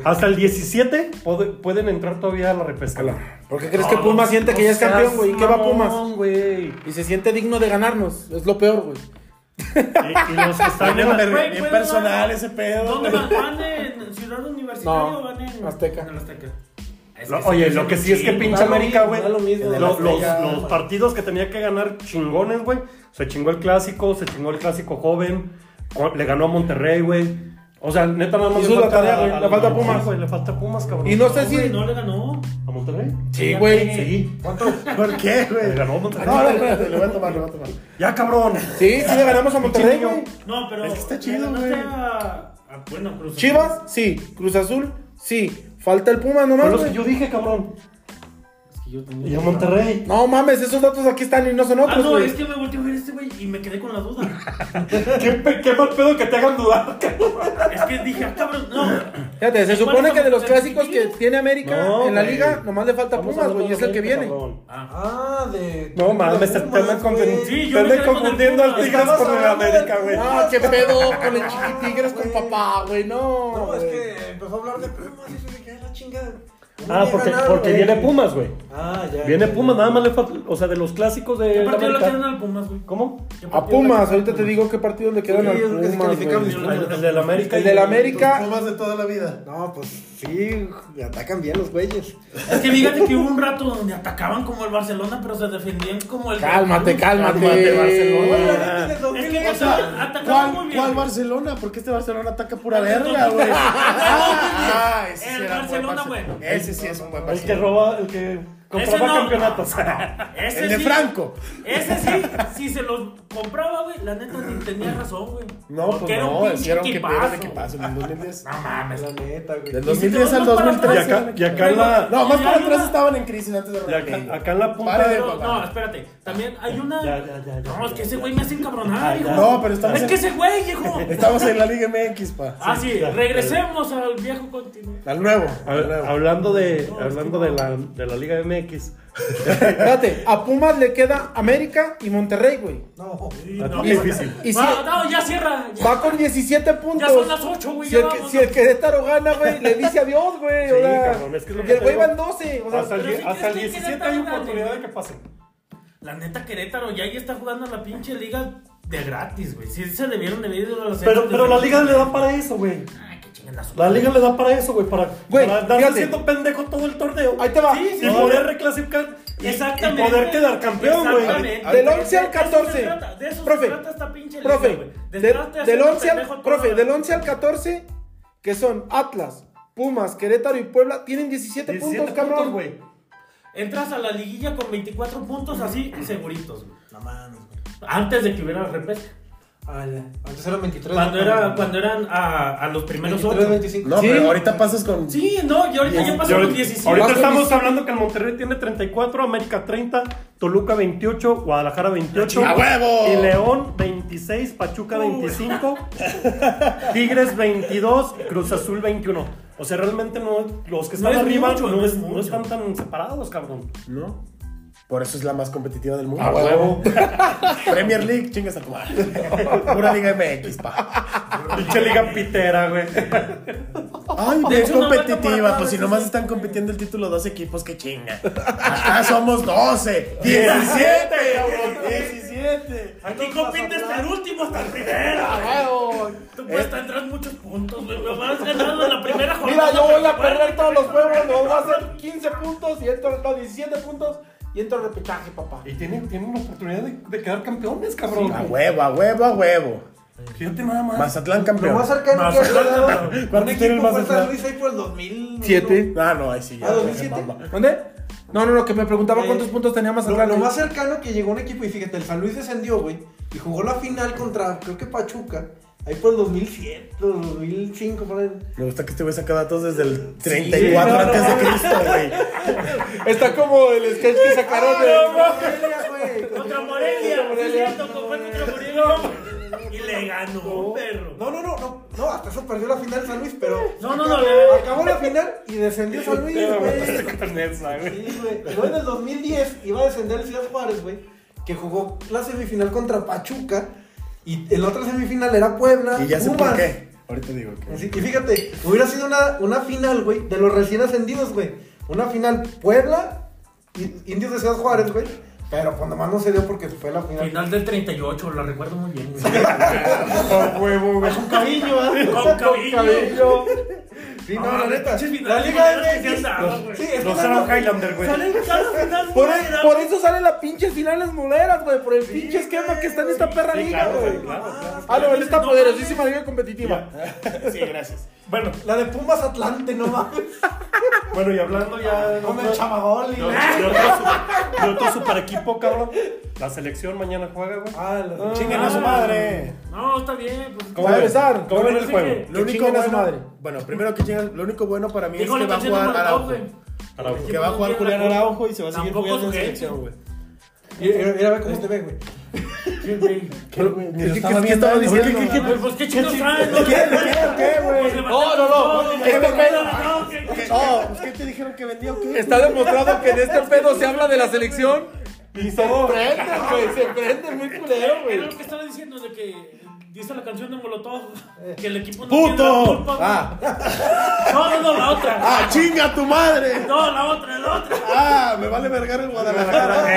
[SPEAKER 4] hasta el 17 pod- pueden entrar todavía a la repesca.
[SPEAKER 2] ¿Por qué crees que Pumas siente que ya es campeón, güey? ¿Qué va Pumas?
[SPEAKER 4] Mamón, güey.
[SPEAKER 2] Y se siente digno de ganarnos. Es lo peor, güey.
[SPEAKER 4] Y, y los que están en
[SPEAKER 3] Bien,
[SPEAKER 4] la-
[SPEAKER 3] verga,
[SPEAKER 5] Güey,
[SPEAKER 3] bien
[SPEAKER 5] puede
[SPEAKER 3] personal
[SPEAKER 5] dar-
[SPEAKER 3] ese pedo.
[SPEAKER 5] ¿Dónde
[SPEAKER 3] güey.
[SPEAKER 5] van? ¿Van en Ciudad Universitaria
[SPEAKER 2] No,
[SPEAKER 5] o van en
[SPEAKER 2] Azteca.
[SPEAKER 5] en el Azteca?
[SPEAKER 4] Lo- oye, lo que sí es que pinche
[SPEAKER 2] da lo
[SPEAKER 4] América,
[SPEAKER 2] mismo,
[SPEAKER 4] güey.
[SPEAKER 2] da lo mismo.
[SPEAKER 4] lo-
[SPEAKER 2] Los-
[SPEAKER 4] Los,
[SPEAKER 2] Azteca.
[SPEAKER 4] los partidos que tenía que ganar chingones, güey. Se chingó el clásico, se chingó el clásico joven. co- Le ganó a Monterrey, güey. O sea, neta, nada más.
[SPEAKER 2] Hizo
[SPEAKER 4] le
[SPEAKER 2] la
[SPEAKER 4] falta
[SPEAKER 2] tarea, güey, le
[SPEAKER 4] los
[SPEAKER 2] falta
[SPEAKER 4] Monterrey,
[SPEAKER 2] Pumas.
[SPEAKER 4] güey, Le falta Pumas, cabrón.
[SPEAKER 2] Y no sé si.
[SPEAKER 5] Güey, no le ganó.
[SPEAKER 4] ¿A Monterrey?
[SPEAKER 2] Sí, güey.
[SPEAKER 4] Sí.
[SPEAKER 3] ¿Por qué,
[SPEAKER 4] Le
[SPEAKER 3] güey?
[SPEAKER 4] ganó a Monterrey.
[SPEAKER 3] No, no, espérate, le voy a tomar, le voy a tomar.
[SPEAKER 4] Ya, cabrón.
[SPEAKER 2] Sí, sí le ganamos a Monterrey, güey.
[SPEAKER 5] No, pero
[SPEAKER 3] Es que está
[SPEAKER 5] le
[SPEAKER 3] chido,
[SPEAKER 5] ganaste
[SPEAKER 3] güey.
[SPEAKER 5] a- a- Bueno, Cruz Azul.
[SPEAKER 2] Chivas, sí. Cruz Azul, sí. Falta el Puma nomás,
[SPEAKER 4] Fue lo que
[SPEAKER 2] güey.
[SPEAKER 4] yo dije, cabrón.
[SPEAKER 5] yo tenía-
[SPEAKER 4] Y a Monterrey.
[SPEAKER 2] No mames, esos datos aquí están y no son
[SPEAKER 5] Ah,
[SPEAKER 2] otros,
[SPEAKER 5] no,
[SPEAKER 2] güey.
[SPEAKER 5] es que me volteé a ver este güey y me quedé con la duda.
[SPEAKER 4] ¿Qué, pe- qué mal pedo que te hagan dudar, cabrón.
[SPEAKER 5] es que dije, ah, cabrón, no.
[SPEAKER 2] Fíjate, se
[SPEAKER 5] ¿Cuál
[SPEAKER 2] supone
[SPEAKER 5] es
[SPEAKER 2] que de
[SPEAKER 5] el-
[SPEAKER 2] los
[SPEAKER 5] el
[SPEAKER 2] clásicos que
[SPEAKER 5] chiquillo?
[SPEAKER 2] tiene América
[SPEAKER 4] No,
[SPEAKER 2] en la
[SPEAKER 4] güey.
[SPEAKER 2] liga, nomás le falta
[SPEAKER 4] Vamos
[SPEAKER 2] Pumas,
[SPEAKER 4] a
[SPEAKER 2] güey, y es el que
[SPEAKER 4] América,
[SPEAKER 2] viene.
[SPEAKER 4] cabrón.
[SPEAKER 1] Ah, de.
[SPEAKER 4] No mames, te te andan confundiendo.
[SPEAKER 1] Sí,
[SPEAKER 5] Sí, yo me
[SPEAKER 4] te
[SPEAKER 5] quedé
[SPEAKER 4] andan
[SPEAKER 5] con el
[SPEAKER 4] confundiendo al
[SPEAKER 5] Pumas.
[SPEAKER 4] Tigres
[SPEAKER 1] Estabas
[SPEAKER 4] con el
[SPEAKER 1] hablando del
[SPEAKER 4] América, güey.
[SPEAKER 1] Pumas.
[SPEAKER 2] Ah,
[SPEAKER 6] No, qué pedo con el chiquitigres con papá, güey, no.
[SPEAKER 1] No, es
[SPEAKER 6] güey.
[SPEAKER 1] que empezó a hablar de Pumas y yo dije, "Ah, la chingada. ¿Cómo
[SPEAKER 4] Ah,
[SPEAKER 1] me
[SPEAKER 4] porque,
[SPEAKER 1] ganaron,
[SPEAKER 4] porque
[SPEAKER 1] güey?"
[SPEAKER 4] viene Pumas, güey.
[SPEAKER 1] Ah, ya.
[SPEAKER 4] Viene
[SPEAKER 1] ya,
[SPEAKER 4] Pumas,
[SPEAKER 1] ya.
[SPEAKER 4] nada más le falta. O sea, de los clásicos de.
[SPEAKER 5] ¿Qué
[SPEAKER 4] la
[SPEAKER 5] partido le
[SPEAKER 4] América.
[SPEAKER 5] quedan al Pumas, güey?
[SPEAKER 4] ¿Cómo?
[SPEAKER 5] ¿Qué
[SPEAKER 2] A
[SPEAKER 5] partido
[SPEAKER 2] Pumas,
[SPEAKER 5] le-
[SPEAKER 2] ahorita te digo qué partido le quedan
[SPEAKER 1] Sí,
[SPEAKER 2] al
[SPEAKER 1] ellos que se
[SPEAKER 2] Pumas,
[SPEAKER 1] califican
[SPEAKER 2] güey.
[SPEAKER 1] de-
[SPEAKER 4] El, el del América.
[SPEAKER 2] El del
[SPEAKER 4] y-
[SPEAKER 2] América.
[SPEAKER 3] Pumas de toda la vida.
[SPEAKER 1] No, pues sí, atacan bien los güeyes.
[SPEAKER 5] Es que fíjate que hubo un rato donde atacaban como el Barcelona, pero se defendían como el.
[SPEAKER 2] Cálmate, cálmate.
[SPEAKER 4] Cálmate, Barcelona.
[SPEAKER 5] Es que, o sea, atacaban muy
[SPEAKER 3] ¿Cuál,
[SPEAKER 5] bien.
[SPEAKER 3] ¿Cuál Barcelona? Porque este Barcelona ataca pura verga,
[SPEAKER 5] Entonces,
[SPEAKER 3] güey.
[SPEAKER 5] Ah,
[SPEAKER 3] ese
[SPEAKER 5] el
[SPEAKER 3] era un buen
[SPEAKER 5] Barcelona,
[SPEAKER 3] Barce- Eh,
[SPEAKER 5] güey.
[SPEAKER 3] Ese sí es un buen
[SPEAKER 4] El que
[SPEAKER 3] Barcelona.
[SPEAKER 4] roba, el que compraba
[SPEAKER 5] no.
[SPEAKER 4] campeonatos.
[SPEAKER 5] Ese
[SPEAKER 3] El de
[SPEAKER 5] sí-
[SPEAKER 3] Franco.
[SPEAKER 5] Ese sí, si se los compraba, güey, la neta ni tenía razón, güey.
[SPEAKER 3] No,
[SPEAKER 5] Porque
[SPEAKER 3] pues
[SPEAKER 5] un
[SPEAKER 3] no,
[SPEAKER 5] pinche
[SPEAKER 3] hicieron que pierda el
[SPEAKER 5] equipazo.
[SPEAKER 3] equipazo en el 2010.
[SPEAKER 5] No mames.
[SPEAKER 1] La neta, güey.
[SPEAKER 3] Del
[SPEAKER 5] si te
[SPEAKER 3] 2010 al
[SPEAKER 5] vas más para
[SPEAKER 3] 2013.
[SPEAKER 4] atrás, y acá- y acá la-
[SPEAKER 3] No, más
[SPEAKER 5] y
[SPEAKER 3] para
[SPEAKER 5] hay
[SPEAKER 3] atrás
[SPEAKER 5] una-
[SPEAKER 3] estaban en crisis antes de
[SPEAKER 4] Y acá, acá en la punta.
[SPEAKER 3] Para de-
[SPEAKER 5] Pero, no, espérate. También hay una.
[SPEAKER 4] Ya, ya, ya, ya,
[SPEAKER 5] no, es
[SPEAKER 4] ya,
[SPEAKER 5] que
[SPEAKER 4] ya.
[SPEAKER 5] ese güey me hace
[SPEAKER 4] Ah,
[SPEAKER 5] encabronar,
[SPEAKER 4] ya.
[SPEAKER 5] hijo.
[SPEAKER 3] No, pero estamos
[SPEAKER 5] Es
[SPEAKER 3] en-
[SPEAKER 5] que ese güey, hijo.
[SPEAKER 3] Estamos en la Liga MX, pa.
[SPEAKER 5] Ah, sí,
[SPEAKER 4] ya.
[SPEAKER 5] regresemos al viejo continente.
[SPEAKER 3] Al nuevo.
[SPEAKER 4] Ha-
[SPEAKER 3] al nuevo.
[SPEAKER 4] Hablando de, hablando de, la, de la Liga MX.
[SPEAKER 2] Espérate, a Pumas le queda América y Monterrey, güey.
[SPEAKER 1] No,
[SPEAKER 4] Está
[SPEAKER 5] no.
[SPEAKER 4] difícil.
[SPEAKER 2] Y si
[SPEAKER 5] Ah, no, ya cierra.
[SPEAKER 2] va con 17 puntos.
[SPEAKER 5] Ya son las 8, güey.
[SPEAKER 2] Si
[SPEAKER 5] Ya
[SPEAKER 2] el, que-
[SPEAKER 5] vamos.
[SPEAKER 2] si el Querétaro gana, güey, le dice adiós, güey. o
[SPEAKER 4] Sí,
[SPEAKER 2] sea,
[SPEAKER 4] cabrón, es que es lo
[SPEAKER 2] y
[SPEAKER 4] que
[SPEAKER 2] el
[SPEAKER 4] te
[SPEAKER 2] güey
[SPEAKER 4] digo.
[SPEAKER 2] van 12. O sea,
[SPEAKER 4] Hasta
[SPEAKER 5] pero si
[SPEAKER 4] el, hasta el
[SPEAKER 5] crees que
[SPEAKER 4] 17
[SPEAKER 5] Querétaro
[SPEAKER 4] hay
[SPEAKER 5] gane,
[SPEAKER 4] oportunidad de
[SPEAKER 5] güey.
[SPEAKER 4] que pasen.
[SPEAKER 5] La neta, Querétaro ya ya está jugando a la pinche liga de gratis, güey. Sí se debieron de venir a los
[SPEAKER 4] Pero, pero la Liga le da para eso, güey.
[SPEAKER 5] Ay, qué chingada su-
[SPEAKER 4] La Liga le da para eso, güey. Para,
[SPEAKER 2] Güey,
[SPEAKER 4] para andar
[SPEAKER 2] fíjate.
[SPEAKER 4] siendo pendejo todo el torneo.
[SPEAKER 2] ahí te va.
[SPEAKER 5] Sí, sí,
[SPEAKER 4] y poder reclasificar. y-
[SPEAKER 5] Exactamente.
[SPEAKER 4] Y poder quedar campeón, güey.
[SPEAKER 5] Exactamente.
[SPEAKER 2] Del 11 al
[SPEAKER 5] De eso se
[SPEAKER 2] 14.
[SPEAKER 5] trata, de eso se
[SPEAKER 2] Profe,
[SPEAKER 5] trata esta pinche liga,
[SPEAKER 2] Profe,
[SPEAKER 5] güey.
[SPEAKER 2] de-
[SPEAKER 5] De estarte
[SPEAKER 2] del
[SPEAKER 5] haciendo
[SPEAKER 2] 11
[SPEAKER 5] pendejo
[SPEAKER 2] al,
[SPEAKER 5] toda
[SPEAKER 2] profe,
[SPEAKER 5] la-
[SPEAKER 2] del 11 al 14, que son Atlas, Pumas, Querétaro y Puebla, tienen 17,
[SPEAKER 4] 17
[SPEAKER 2] puntos, cabrón.
[SPEAKER 4] puntos, güey.
[SPEAKER 5] Entras a la liguilla con 24 puntos así seguritos, güey.
[SPEAKER 1] no mames, güey.
[SPEAKER 5] Antes de que hubiera repesca.
[SPEAKER 1] Ah, ya. Antes era 23.
[SPEAKER 5] Cuando,
[SPEAKER 1] ¿no?
[SPEAKER 5] era, cuando eran a, a los primeros
[SPEAKER 1] 23,
[SPEAKER 5] 8.
[SPEAKER 1] 25.
[SPEAKER 3] No,
[SPEAKER 2] Sí.
[SPEAKER 3] pero ahorita pasas con.
[SPEAKER 5] Sí, no, y ahorita ya
[SPEAKER 4] Y
[SPEAKER 5] pasó
[SPEAKER 4] ahorita-
[SPEAKER 5] los 17.
[SPEAKER 4] Ahorita
[SPEAKER 2] Vas con
[SPEAKER 4] estamos
[SPEAKER 2] 17.
[SPEAKER 4] hablando que el Monterrey tiene 34, América 30, Toluca 28, Guadalajara 28.
[SPEAKER 3] ¡A huevo!
[SPEAKER 4] Y León 26, Pachuca 25, Tigres 22, Cruz Azul 21. O sea, realmente no, los que
[SPEAKER 5] No
[SPEAKER 4] están
[SPEAKER 5] es
[SPEAKER 4] arriba
[SPEAKER 5] mucho,
[SPEAKER 4] no,
[SPEAKER 5] no
[SPEAKER 4] es-
[SPEAKER 5] es
[SPEAKER 4] no
[SPEAKER 5] mucho.
[SPEAKER 4] están tan separados, cabrón.
[SPEAKER 3] ¿No? Por eso es la más competitiva del mundo.
[SPEAKER 4] ¡A huevo!
[SPEAKER 3] Premier League, chingas a tu madre. Pura Liga MX, pa.
[SPEAKER 4] Pinche liga pitera, güey.
[SPEAKER 3] Ay,
[SPEAKER 5] De
[SPEAKER 3] pero es
[SPEAKER 5] hecho, no aguanta
[SPEAKER 3] competitiva.
[SPEAKER 5] para
[SPEAKER 3] Pues si
[SPEAKER 5] todas
[SPEAKER 3] nomás
[SPEAKER 5] esas-
[SPEAKER 3] están compitiendo el título dos equipos, que chinga. Acá somos 12, 17, cabrón, 17.
[SPEAKER 5] Aquí compites hasta el último, hasta el primero.
[SPEAKER 2] Claro.
[SPEAKER 5] Tú puedes estar atrás muchos puntos, güey. Me vas ganando en la primera jornada.
[SPEAKER 2] Eh. Mira, yo voy a
[SPEAKER 5] principal,
[SPEAKER 2] perder
[SPEAKER 5] güey.
[SPEAKER 2] todos los huevos, no voy a hacer 15 puntos y entro no, 17 puntos y entro al repechaje, papá.
[SPEAKER 4] Y tienen, tienen la oportunidad de, de quedar campeones, cabrón.
[SPEAKER 3] A huevo, a huevo, a huevo.
[SPEAKER 4] Fíjate nada más.
[SPEAKER 3] Mazatlán
[SPEAKER 1] Lo
[SPEAKER 3] campeón.
[SPEAKER 1] más cercano que ha llegado.
[SPEAKER 3] ¿Cuánto tiene el
[SPEAKER 1] equipo fue
[SPEAKER 3] Mazatlán?
[SPEAKER 1] San Luis ahí por el 2000.
[SPEAKER 2] Siete.
[SPEAKER 3] Ah, no, ahí sí. ya,
[SPEAKER 1] ¿A
[SPEAKER 3] güey,
[SPEAKER 1] 2007?
[SPEAKER 3] mamá.
[SPEAKER 2] ¿Dónde? No, no, no, que me preguntaba
[SPEAKER 1] Eh,
[SPEAKER 2] cuántos puntos tenía más
[SPEAKER 1] Lo,
[SPEAKER 2] atrás.
[SPEAKER 1] lo más cercano que llegó un equipo, y fíjate, el San Luis descendió, güey, y jugó la final contra, creo que Pachuca, ahí por el 2007, 2005, por ahí.
[SPEAKER 3] Me gusta que este güey saca datos desde el 34
[SPEAKER 2] no, no,
[SPEAKER 3] antes de Cristo, güey.
[SPEAKER 2] Está como el sketch que sacaron
[SPEAKER 4] Ah,
[SPEAKER 2] de...
[SPEAKER 5] Contra Morelia, sí, es cierto, fue contra Morelia. Y le ganó, perro.
[SPEAKER 1] No, no, no, no, no, hasta eso perdió la final San Luis, pero...
[SPEAKER 5] No, no, no, le-
[SPEAKER 1] Acabó la final y descendió San Luis, güey.
[SPEAKER 4] Con esa, güey.
[SPEAKER 1] Sí, güey. Y luego en el 2010 iba a descender el Ciudad Juárez, güey, que jugó la semifinal contra Pachuca, y en la otra semifinal era Puebla,
[SPEAKER 3] Y ya sé por
[SPEAKER 1] Pumas.
[SPEAKER 3] qué. Ahorita digo que.
[SPEAKER 1] Así que fíjate, hubiera sido una, una final, güey, de los recién ascendidos, güey. Una final Puebla, y- Indios de Ciudad Juárez, güey. Pero cuando más no se dio porque fue la final.
[SPEAKER 5] Final del 38, lo recuerdo muy bien. güey.
[SPEAKER 4] A huevo, güey.
[SPEAKER 1] Con cabello, ¿ah?
[SPEAKER 5] Con cabello.
[SPEAKER 1] Sí, no,
[SPEAKER 5] Ah,
[SPEAKER 1] la neta.
[SPEAKER 5] pinches
[SPEAKER 1] La
[SPEAKER 5] finales
[SPEAKER 1] Liga
[SPEAKER 5] que se
[SPEAKER 1] MX.
[SPEAKER 5] han dado, güey.
[SPEAKER 1] Sí, es que
[SPEAKER 4] Los
[SPEAKER 1] la-
[SPEAKER 4] Aaron Highlander, güey.
[SPEAKER 5] Salen cada final.
[SPEAKER 2] Por,
[SPEAKER 5] güey,
[SPEAKER 6] e-
[SPEAKER 2] el-
[SPEAKER 5] era-
[SPEAKER 2] por e- eso salen las pinches finales moleras, güey. Por el pinche esquema que está en esta perra
[SPEAKER 4] sí,
[SPEAKER 2] liga,
[SPEAKER 4] claro,
[SPEAKER 2] güey.
[SPEAKER 4] güey, claro, claro.
[SPEAKER 2] Ah, no, en esta
[SPEAKER 5] No
[SPEAKER 2] poderosísima liga competitiva.
[SPEAKER 4] Sí, gracias. Bueno,
[SPEAKER 1] La de Pumas Atlante, no mames.
[SPEAKER 4] bueno, y hablando ya de
[SPEAKER 1] Con
[SPEAKER 4] otro,
[SPEAKER 1] el Chamagol y
[SPEAKER 4] de otro- de otro- de otro super equipo, cabrón. La selección mañana juega, güey.
[SPEAKER 1] Ah, la-
[SPEAKER 3] Chinguen a su madre.
[SPEAKER 5] No, está bien. Pues,
[SPEAKER 2] Va a regresar.
[SPEAKER 4] ¿Cómo ven el
[SPEAKER 5] Sí,
[SPEAKER 4] juego?
[SPEAKER 5] que-
[SPEAKER 3] Lo
[SPEAKER 2] Que
[SPEAKER 3] único
[SPEAKER 2] chinguen a
[SPEAKER 3] bueno,
[SPEAKER 2] su madre.
[SPEAKER 3] bueno, primero que chingan, lo único bueno para mí es
[SPEAKER 5] Dijo
[SPEAKER 3] que
[SPEAKER 5] la
[SPEAKER 3] va a
[SPEAKER 5] canción de
[SPEAKER 3] jugar
[SPEAKER 5] Molotov,
[SPEAKER 3] Araujo.
[SPEAKER 5] güey. Araujo.
[SPEAKER 3] Que va a jugar Julián Araujo y se va a seguir
[SPEAKER 5] Tampoco
[SPEAKER 3] jugando en
[SPEAKER 5] es que-
[SPEAKER 3] selección, güey.
[SPEAKER 1] Mira, mira, ve cómo te ve, güey.
[SPEAKER 3] ¿Qué, güey? Ni lo
[SPEAKER 2] qué-
[SPEAKER 3] estaba
[SPEAKER 2] qué
[SPEAKER 3] viendo,
[SPEAKER 2] estaba
[SPEAKER 3] güey.
[SPEAKER 2] diciendo?
[SPEAKER 3] ¿Qué- qué- qué-
[SPEAKER 5] Pues, pues, ¿qué chingos traen? ¿Qué?
[SPEAKER 3] qué, güey?
[SPEAKER 6] No, no, no. Este pedo-
[SPEAKER 3] No, pues, ¿qué te dijeron que vendía o qué?
[SPEAKER 6] Está demostrado que en este pedo se habla de la selección. Y se prende, güey. Se prende muy culero,
[SPEAKER 5] Era
[SPEAKER 6] güey.
[SPEAKER 5] lo que estaba diciendo de que dice la canción de Molotov que el equipo no
[SPEAKER 3] ¡Puto!
[SPEAKER 5] tiene la culpa.
[SPEAKER 6] Ah.
[SPEAKER 5] güey. No, no, no, la otra.
[SPEAKER 3] ¡Ah, chinga tu madre!
[SPEAKER 5] No, la otra, la otra.
[SPEAKER 3] ¡Ah, me vale vergar el Guadalajara!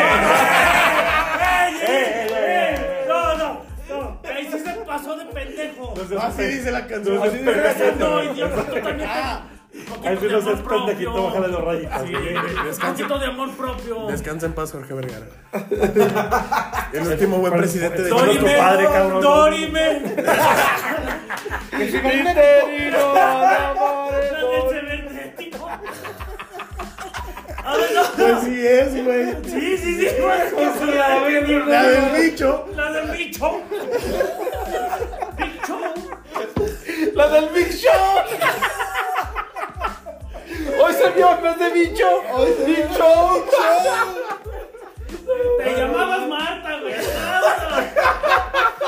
[SPEAKER 5] ¡Ey, ey, ey! No, no, no. Ahí sí se pasó de pendejo.
[SPEAKER 3] Así dice la canción.
[SPEAKER 4] Entonces,
[SPEAKER 3] así dice la canción.
[SPEAKER 5] No, idiota, tú también.
[SPEAKER 4] Ahí sí no seas pendejito, bájale los rayitos.
[SPEAKER 5] Sí, un poquito de amor propio.
[SPEAKER 3] Descansa en paz, Jorge Vergara. El último buen presidente de
[SPEAKER 4] Soy
[SPEAKER 3] Chile.
[SPEAKER 4] tu
[SPEAKER 5] Dorime,
[SPEAKER 4] padre, cabrón.
[SPEAKER 5] Dorime,
[SPEAKER 6] Misterio de amores.
[SPEAKER 5] la leche verde, tipo. A ver, Ah, no.
[SPEAKER 3] Pues sí es, güey.
[SPEAKER 5] Sí, sí, sí, güey. La
[SPEAKER 3] La del bicho.
[SPEAKER 5] La del bicho. Bicho.
[SPEAKER 6] La del Big Show. Hoy se vio en vez de bicho. Big Show.
[SPEAKER 5] Te llamabas Marta, güey. Marta.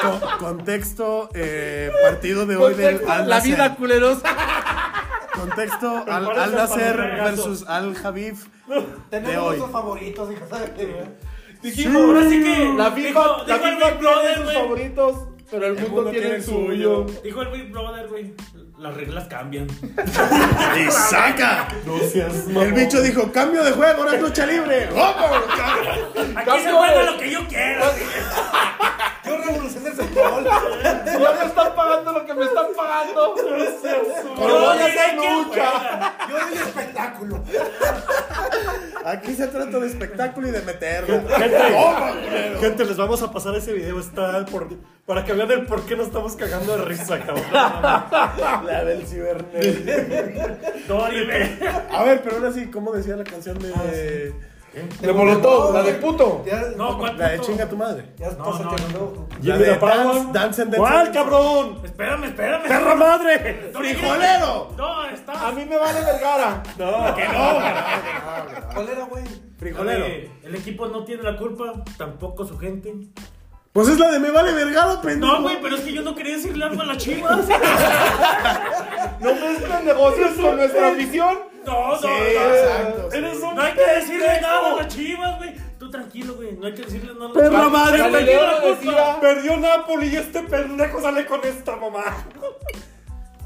[SPEAKER 3] Co- contexto, eh, partido de hoy del Al
[SPEAKER 6] La vida culerosa.
[SPEAKER 3] Contexto, Al,
[SPEAKER 4] Prepárate
[SPEAKER 3] Al
[SPEAKER 4] para
[SPEAKER 3] Nasser
[SPEAKER 4] el regazo.
[SPEAKER 3] versus Al Javif. De
[SPEAKER 1] Tenemos
[SPEAKER 3] hoy.
[SPEAKER 1] nuestros favoritos, hija, ¿sabes qué, güey?
[SPEAKER 6] Dijimos,
[SPEAKER 5] ahora sí que
[SPEAKER 6] La
[SPEAKER 5] dijo-
[SPEAKER 6] FIFA, la
[SPEAKER 5] dijo el
[SPEAKER 6] FIFA
[SPEAKER 5] Big
[SPEAKER 6] tiene
[SPEAKER 5] Brother,
[SPEAKER 6] sus
[SPEAKER 5] güey.
[SPEAKER 6] favoritos, pero el mundo tiene el suyo.
[SPEAKER 5] Dijo el Big Brother, güey. Las reglas cambian.
[SPEAKER 3] ¡Y saca! El bicho dijo: cambio de juego, ahora es lucha libre. ¡Vamos! cabrón!
[SPEAKER 5] Aquí se juega lo que yo quiero.
[SPEAKER 1] Yo revolucioné el fútbol.
[SPEAKER 6] Ya me están pagando lo que me están pagando.
[SPEAKER 5] Yo sé quién juega.
[SPEAKER 1] Yo doy el espectáculo.
[SPEAKER 3] Aquí se trata de espectáculo y de meterla.
[SPEAKER 4] Gente, gente, les vamos a pasar ese video está por, para que vean el por qué nos estamos cagando de risa, cabrón.
[SPEAKER 3] La del cibernet.
[SPEAKER 5] Dorime.
[SPEAKER 3] A ver, pero ahora sí, ¿cómo decía la canción de.
[SPEAKER 6] De Molotov, la de puto.
[SPEAKER 1] Ya,
[SPEAKER 5] No, ¿cuál
[SPEAKER 3] La de
[SPEAKER 5] puto?
[SPEAKER 3] chinga tu madre?
[SPEAKER 1] ya
[SPEAKER 5] No,
[SPEAKER 1] pásate,
[SPEAKER 5] no,
[SPEAKER 1] no,
[SPEAKER 3] La
[SPEAKER 4] Jimmy
[SPEAKER 3] de
[SPEAKER 4] La Palma.
[SPEAKER 3] Dance- Dance and Dance.
[SPEAKER 4] ¿Cuál, cabrón?
[SPEAKER 5] Espérame, espérame.
[SPEAKER 4] ¡Perra madre!
[SPEAKER 5] No, mira.
[SPEAKER 3] ¡Frijolero!
[SPEAKER 5] No, está.
[SPEAKER 4] Ah,
[SPEAKER 6] A mí me vale Vergara.
[SPEAKER 1] ¿Cuál era, güey?
[SPEAKER 3] Frijolero.
[SPEAKER 5] Eh, El equipo no tiene la culpa, tampoco su gente.
[SPEAKER 3] Pues es la de me vale vergado, pendejo.
[SPEAKER 5] No, güey, pero es que yo no quería decirle algo a las chivas.
[SPEAKER 6] No mezclen negocios con nuestra afición.
[SPEAKER 5] No, no,
[SPEAKER 3] Eh,
[SPEAKER 5] no.
[SPEAKER 3] Exacto.
[SPEAKER 5] Eres un no hay que decirle nada a las chivas, güey. Tú tranquilo, güey. No hay que decirle nada a las
[SPEAKER 3] Perra
[SPEAKER 5] chivas.
[SPEAKER 3] madre,
[SPEAKER 5] Yo
[SPEAKER 6] Galileo
[SPEAKER 5] tenía la culpa.
[SPEAKER 6] decía-
[SPEAKER 4] Perdió Napoli y este pendejo sale con esta mamá.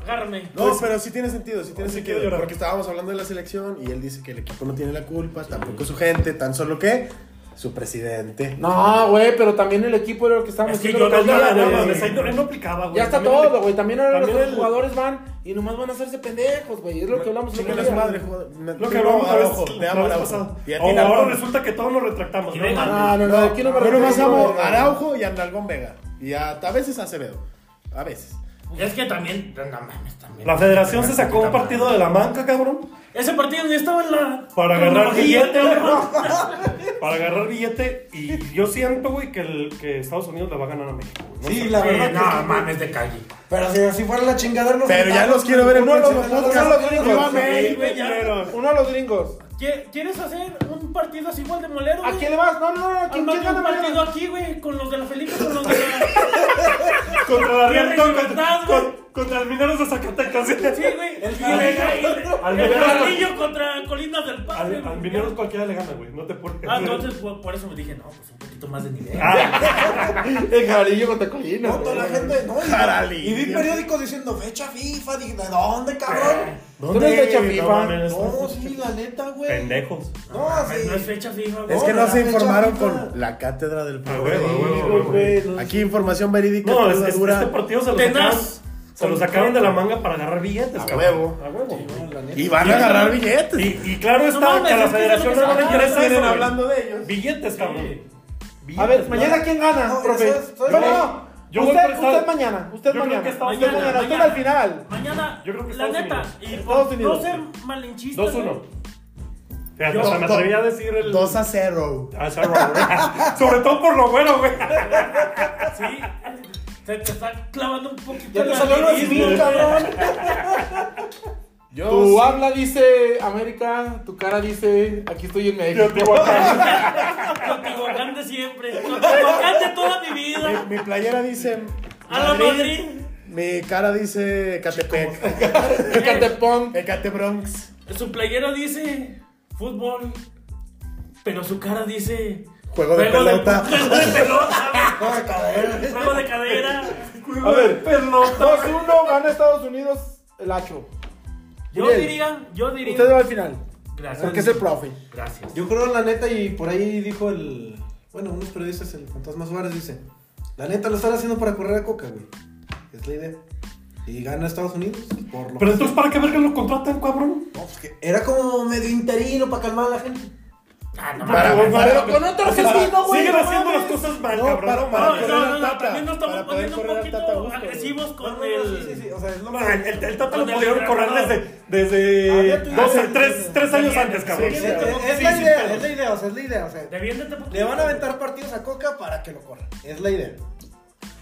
[SPEAKER 5] Agárrame.
[SPEAKER 3] No, pero sí tiene sentido, sí tiene
[SPEAKER 4] sí
[SPEAKER 3] sentido.
[SPEAKER 4] quiero llorar.
[SPEAKER 3] Porque estábamos hablando de la selección y él dice que el equipo no tiene la culpa, tampoco su gente, tan solo que su presidente.
[SPEAKER 6] No, güey, pero también el equipo era lo que estábamos
[SPEAKER 5] Es que
[SPEAKER 6] haciendo
[SPEAKER 5] yo
[SPEAKER 6] el
[SPEAKER 5] no
[SPEAKER 6] otro día,
[SPEAKER 5] ganaba,
[SPEAKER 6] güey.
[SPEAKER 5] no mames,
[SPEAKER 4] Él no, él no aplicaba, güey.
[SPEAKER 6] Ya está
[SPEAKER 4] También
[SPEAKER 6] todo, güey. También ahora los
[SPEAKER 4] también el-
[SPEAKER 6] jugadores van y nomás van a hacerse pendejos, güey. Es lo que hablamos el
[SPEAKER 3] Chinga
[SPEAKER 6] otro día.
[SPEAKER 3] la su madre, jugador. Me-
[SPEAKER 4] Lo que
[SPEAKER 3] te
[SPEAKER 4] hablamos
[SPEAKER 3] amo,
[SPEAKER 4] la vez,
[SPEAKER 3] Araujo, te
[SPEAKER 4] la
[SPEAKER 3] amo,
[SPEAKER 4] vez
[SPEAKER 3] Araujo.
[SPEAKER 4] pasada.
[SPEAKER 3] Y a ti,
[SPEAKER 4] Oh,
[SPEAKER 3] Araujo.
[SPEAKER 4] ahora resulta que todos nos retractamos,
[SPEAKER 5] Y
[SPEAKER 4] ¿no?
[SPEAKER 5] venga.
[SPEAKER 4] mames.
[SPEAKER 6] No, no, no, aquí no me
[SPEAKER 3] Yo nomás
[SPEAKER 6] refiero,
[SPEAKER 3] amo
[SPEAKER 4] eh.
[SPEAKER 6] güey.
[SPEAKER 3] a Araujo y a Nalgón Vega. Y a, a veces a Acevedo. A veces.
[SPEAKER 5] Es que también. No mames, también.
[SPEAKER 4] La federación se sacó un partido de la manca, cabrón.
[SPEAKER 5] Ese partido ni estaba en la.
[SPEAKER 4] Para
[SPEAKER 5] en la
[SPEAKER 4] agarrar
[SPEAKER 5] vajilla,
[SPEAKER 4] billete,
[SPEAKER 5] cabrón.
[SPEAKER 4] Para agarrar billete. Y yo siento, güey, que, el- que Estados Unidos le va a ganar a México. güey. No
[SPEAKER 1] Sí,
[SPEAKER 4] sé.
[SPEAKER 1] la
[SPEAKER 5] Sí,
[SPEAKER 1] verdad. que
[SPEAKER 5] no,
[SPEAKER 1] sí.
[SPEAKER 5] mames, de calle.
[SPEAKER 1] Pero si así fuera la chingadera, nos
[SPEAKER 3] Pero ya
[SPEAKER 1] juntamos.
[SPEAKER 3] los quiero ver en
[SPEAKER 1] Uno
[SPEAKER 3] próximo
[SPEAKER 1] los- uno
[SPEAKER 3] podcast.
[SPEAKER 1] los gringos.
[SPEAKER 3] ¡Viva
[SPEAKER 5] Sí,
[SPEAKER 3] México!
[SPEAKER 5] güey, ya.
[SPEAKER 6] Uno de los gringos.
[SPEAKER 5] ¿Qui- ¿Quieres hacer un partido así igual de molero?
[SPEAKER 6] ¿A
[SPEAKER 5] güey?
[SPEAKER 6] quién le vas? No, no, no. ¿A quién
[SPEAKER 5] Armate
[SPEAKER 6] quién gana
[SPEAKER 5] un partido
[SPEAKER 6] mañana?
[SPEAKER 5] aquí, güey, con los de la Felipe, con los de la.
[SPEAKER 4] Contra la
[SPEAKER 5] Tierra y
[SPEAKER 4] Riantón,
[SPEAKER 5] libertad,
[SPEAKER 4] contra, con- contra el Mineros de Zacatecas.
[SPEAKER 5] Sí, güey. El
[SPEAKER 4] Al-
[SPEAKER 5] El Carrillo contra Colinas del Padre.
[SPEAKER 4] Al,
[SPEAKER 5] güey.
[SPEAKER 4] al Mineros cualquiera le gana, güey. No te pones.
[SPEAKER 5] Ah, entonces por, por eso me dije, no, pues un poquito más de nivel.
[SPEAKER 6] El cabrillo contra Colinas.
[SPEAKER 1] No, toda la gente, no. y-
[SPEAKER 3] Jaralí.
[SPEAKER 1] Y vi periódicos diciendo fecha FIFA. Dije, ¿de dónde, cabrón?
[SPEAKER 6] ¿Dónde está hecha FIFA?
[SPEAKER 1] No, sí, la neta, güey.
[SPEAKER 4] Pendejos.
[SPEAKER 1] No,
[SPEAKER 5] Ay,
[SPEAKER 1] sí.
[SPEAKER 5] No es fecha fija, güey.
[SPEAKER 3] Es que
[SPEAKER 1] No,
[SPEAKER 3] no
[SPEAKER 1] la
[SPEAKER 3] se
[SPEAKER 1] fecha
[SPEAKER 3] informaron
[SPEAKER 1] FIFA.
[SPEAKER 3] con la cátedra del
[SPEAKER 4] A Ah, huevo, a
[SPEAKER 3] programa.
[SPEAKER 4] huevo, a huevo, güey.
[SPEAKER 3] Aquí información verídica.
[SPEAKER 4] No,
[SPEAKER 3] toda
[SPEAKER 4] es, es-
[SPEAKER 3] dura.
[SPEAKER 4] este partido se lo
[SPEAKER 5] Tenaz.
[SPEAKER 4] sacaron. Se lo sacaron de la manga para agarrar billetes,
[SPEAKER 3] A
[SPEAKER 4] cabrón.
[SPEAKER 3] huevo.
[SPEAKER 4] A huevo.
[SPEAKER 3] Y van a agarrar billetes.
[SPEAKER 4] Y, y claro está
[SPEAKER 5] mames,
[SPEAKER 4] que a la
[SPEAKER 5] es que
[SPEAKER 4] federación
[SPEAKER 5] es lo
[SPEAKER 4] no
[SPEAKER 5] que
[SPEAKER 4] le
[SPEAKER 5] se
[SPEAKER 4] interesa
[SPEAKER 5] vienen
[SPEAKER 4] eso, güey.
[SPEAKER 3] hablando de ellos.
[SPEAKER 4] Billetes, cabrón.
[SPEAKER 6] A ver, mañana quién gana,
[SPEAKER 1] No,
[SPEAKER 6] profe.
[SPEAKER 1] eso es-
[SPEAKER 6] Bueno,
[SPEAKER 1] yo-
[SPEAKER 6] no,
[SPEAKER 4] yo voy por
[SPEAKER 6] usted,
[SPEAKER 4] Estados-
[SPEAKER 6] usted mañana, usted
[SPEAKER 4] yo creo
[SPEAKER 6] mañana,
[SPEAKER 4] que
[SPEAKER 6] usted
[SPEAKER 4] Estados
[SPEAKER 6] mañana,
[SPEAKER 4] Unidos
[SPEAKER 6] usted
[SPEAKER 5] mañana.
[SPEAKER 6] al final.
[SPEAKER 5] Mañana,
[SPEAKER 4] Yo creo que
[SPEAKER 5] la
[SPEAKER 4] Estados
[SPEAKER 5] neta,
[SPEAKER 4] Unidos.
[SPEAKER 5] y
[SPEAKER 6] Estados
[SPEAKER 5] por no
[SPEAKER 6] Unidos.
[SPEAKER 5] ser malinchistas.
[SPEAKER 4] 2-1.
[SPEAKER 5] güey,
[SPEAKER 4] Fíjate, hasta me atreví a decir el.
[SPEAKER 3] 2 a 0.
[SPEAKER 4] Ah, sorry, güey. Sobre todo por lo bueno, güey.
[SPEAKER 5] Sí. Se te está clavando un poquito
[SPEAKER 1] Ya
[SPEAKER 5] el
[SPEAKER 1] te salió lo
[SPEAKER 5] arribismo,
[SPEAKER 1] civil,
[SPEAKER 5] güey.
[SPEAKER 1] cabrón.
[SPEAKER 3] Yo
[SPEAKER 6] Tu
[SPEAKER 3] sí-
[SPEAKER 6] habla dice América, tu cara dice aquí estoy en México.
[SPEAKER 5] Teotihuacán de siempre. Teotihuacán de toda mi vida.
[SPEAKER 3] Mi, mi playera dice.
[SPEAKER 5] A la Madrid.
[SPEAKER 3] Mi cara dice Catepec.
[SPEAKER 6] Ecatepón.
[SPEAKER 3] Ecate Bronx.
[SPEAKER 5] Su playera dice fútbol, pero su cara dice
[SPEAKER 3] Juego de pelota.
[SPEAKER 5] De, juego de pelota. Juego de cadera. Juego de cadera.
[SPEAKER 6] A ver, 2-1 gana Estados Unidos el Acho.
[SPEAKER 5] Yo
[SPEAKER 6] Bien.
[SPEAKER 5] diría, yo diría.
[SPEAKER 6] Usted va al final.
[SPEAKER 5] Gracias.
[SPEAKER 6] Porque es el profe.
[SPEAKER 5] Gracias.
[SPEAKER 1] Yo creo la neta y por ahí dijo el... Bueno, unos periodistas, el Fantasma Suárez dice, la neta lo están haciendo para correr a Coca, güey. Es la idea. Y gana Estados Unidos por
[SPEAKER 4] Pero
[SPEAKER 1] lo menos.
[SPEAKER 4] entonces, ¿para qué verga lo contratan, cabrón?
[SPEAKER 1] No, pues que era como medio interino para calmar a la gente.
[SPEAKER 5] Ah, no,
[SPEAKER 3] Para-
[SPEAKER 5] mames.
[SPEAKER 3] para-
[SPEAKER 6] Pero con otro sentido, güey.
[SPEAKER 4] Siguen
[SPEAKER 6] no
[SPEAKER 4] haciendo las
[SPEAKER 6] mames.
[SPEAKER 4] cosas mal,
[SPEAKER 3] No,
[SPEAKER 4] cabrón.
[SPEAKER 3] para- para-
[SPEAKER 5] No,
[SPEAKER 3] correr
[SPEAKER 5] no, no,
[SPEAKER 3] al
[SPEAKER 5] no,
[SPEAKER 3] Tata,
[SPEAKER 5] también nos estamos
[SPEAKER 3] para poder
[SPEAKER 5] poniendo un
[SPEAKER 3] correr al Tata a
[SPEAKER 5] poquito
[SPEAKER 3] gusto, güey.
[SPEAKER 5] agresivos
[SPEAKER 1] No, no,
[SPEAKER 5] con
[SPEAKER 1] no,
[SPEAKER 5] el.
[SPEAKER 1] sí, sí, sí, o sea, es lo
[SPEAKER 4] Ah, El, el Tata lo
[SPEAKER 5] Con el
[SPEAKER 4] pudieron correr
[SPEAKER 5] Tata.
[SPEAKER 4] desde,
[SPEAKER 1] Había
[SPEAKER 4] desde
[SPEAKER 1] tenido-
[SPEAKER 4] dos,
[SPEAKER 1] Ah,
[SPEAKER 4] tres,
[SPEAKER 1] sí,
[SPEAKER 4] tres
[SPEAKER 5] sí,
[SPEAKER 4] años
[SPEAKER 5] sí,
[SPEAKER 4] antes,
[SPEAKER 5] sí,
[SPEAKER 4] cabrón.
[SPEAKER 5] sí,
[SPEAKER 1] Es,
[SPEAKER 5] sí,
[SPEAKER 1] es- es
[SPEAKER 5] sí,
[SPEAKER 1] la
[SPEAKER 5] sí,
[SPEAKER 1] idea,
[SPEAKER 5] pero-
[SPEAKER 1] es la idea, o sea, es la idea, o sea.
[SPEAKER 5] Deviéndete poquito.
[SPEAKER 1] Le van a aventar partidos a Coca para que lo corra. Es la idea.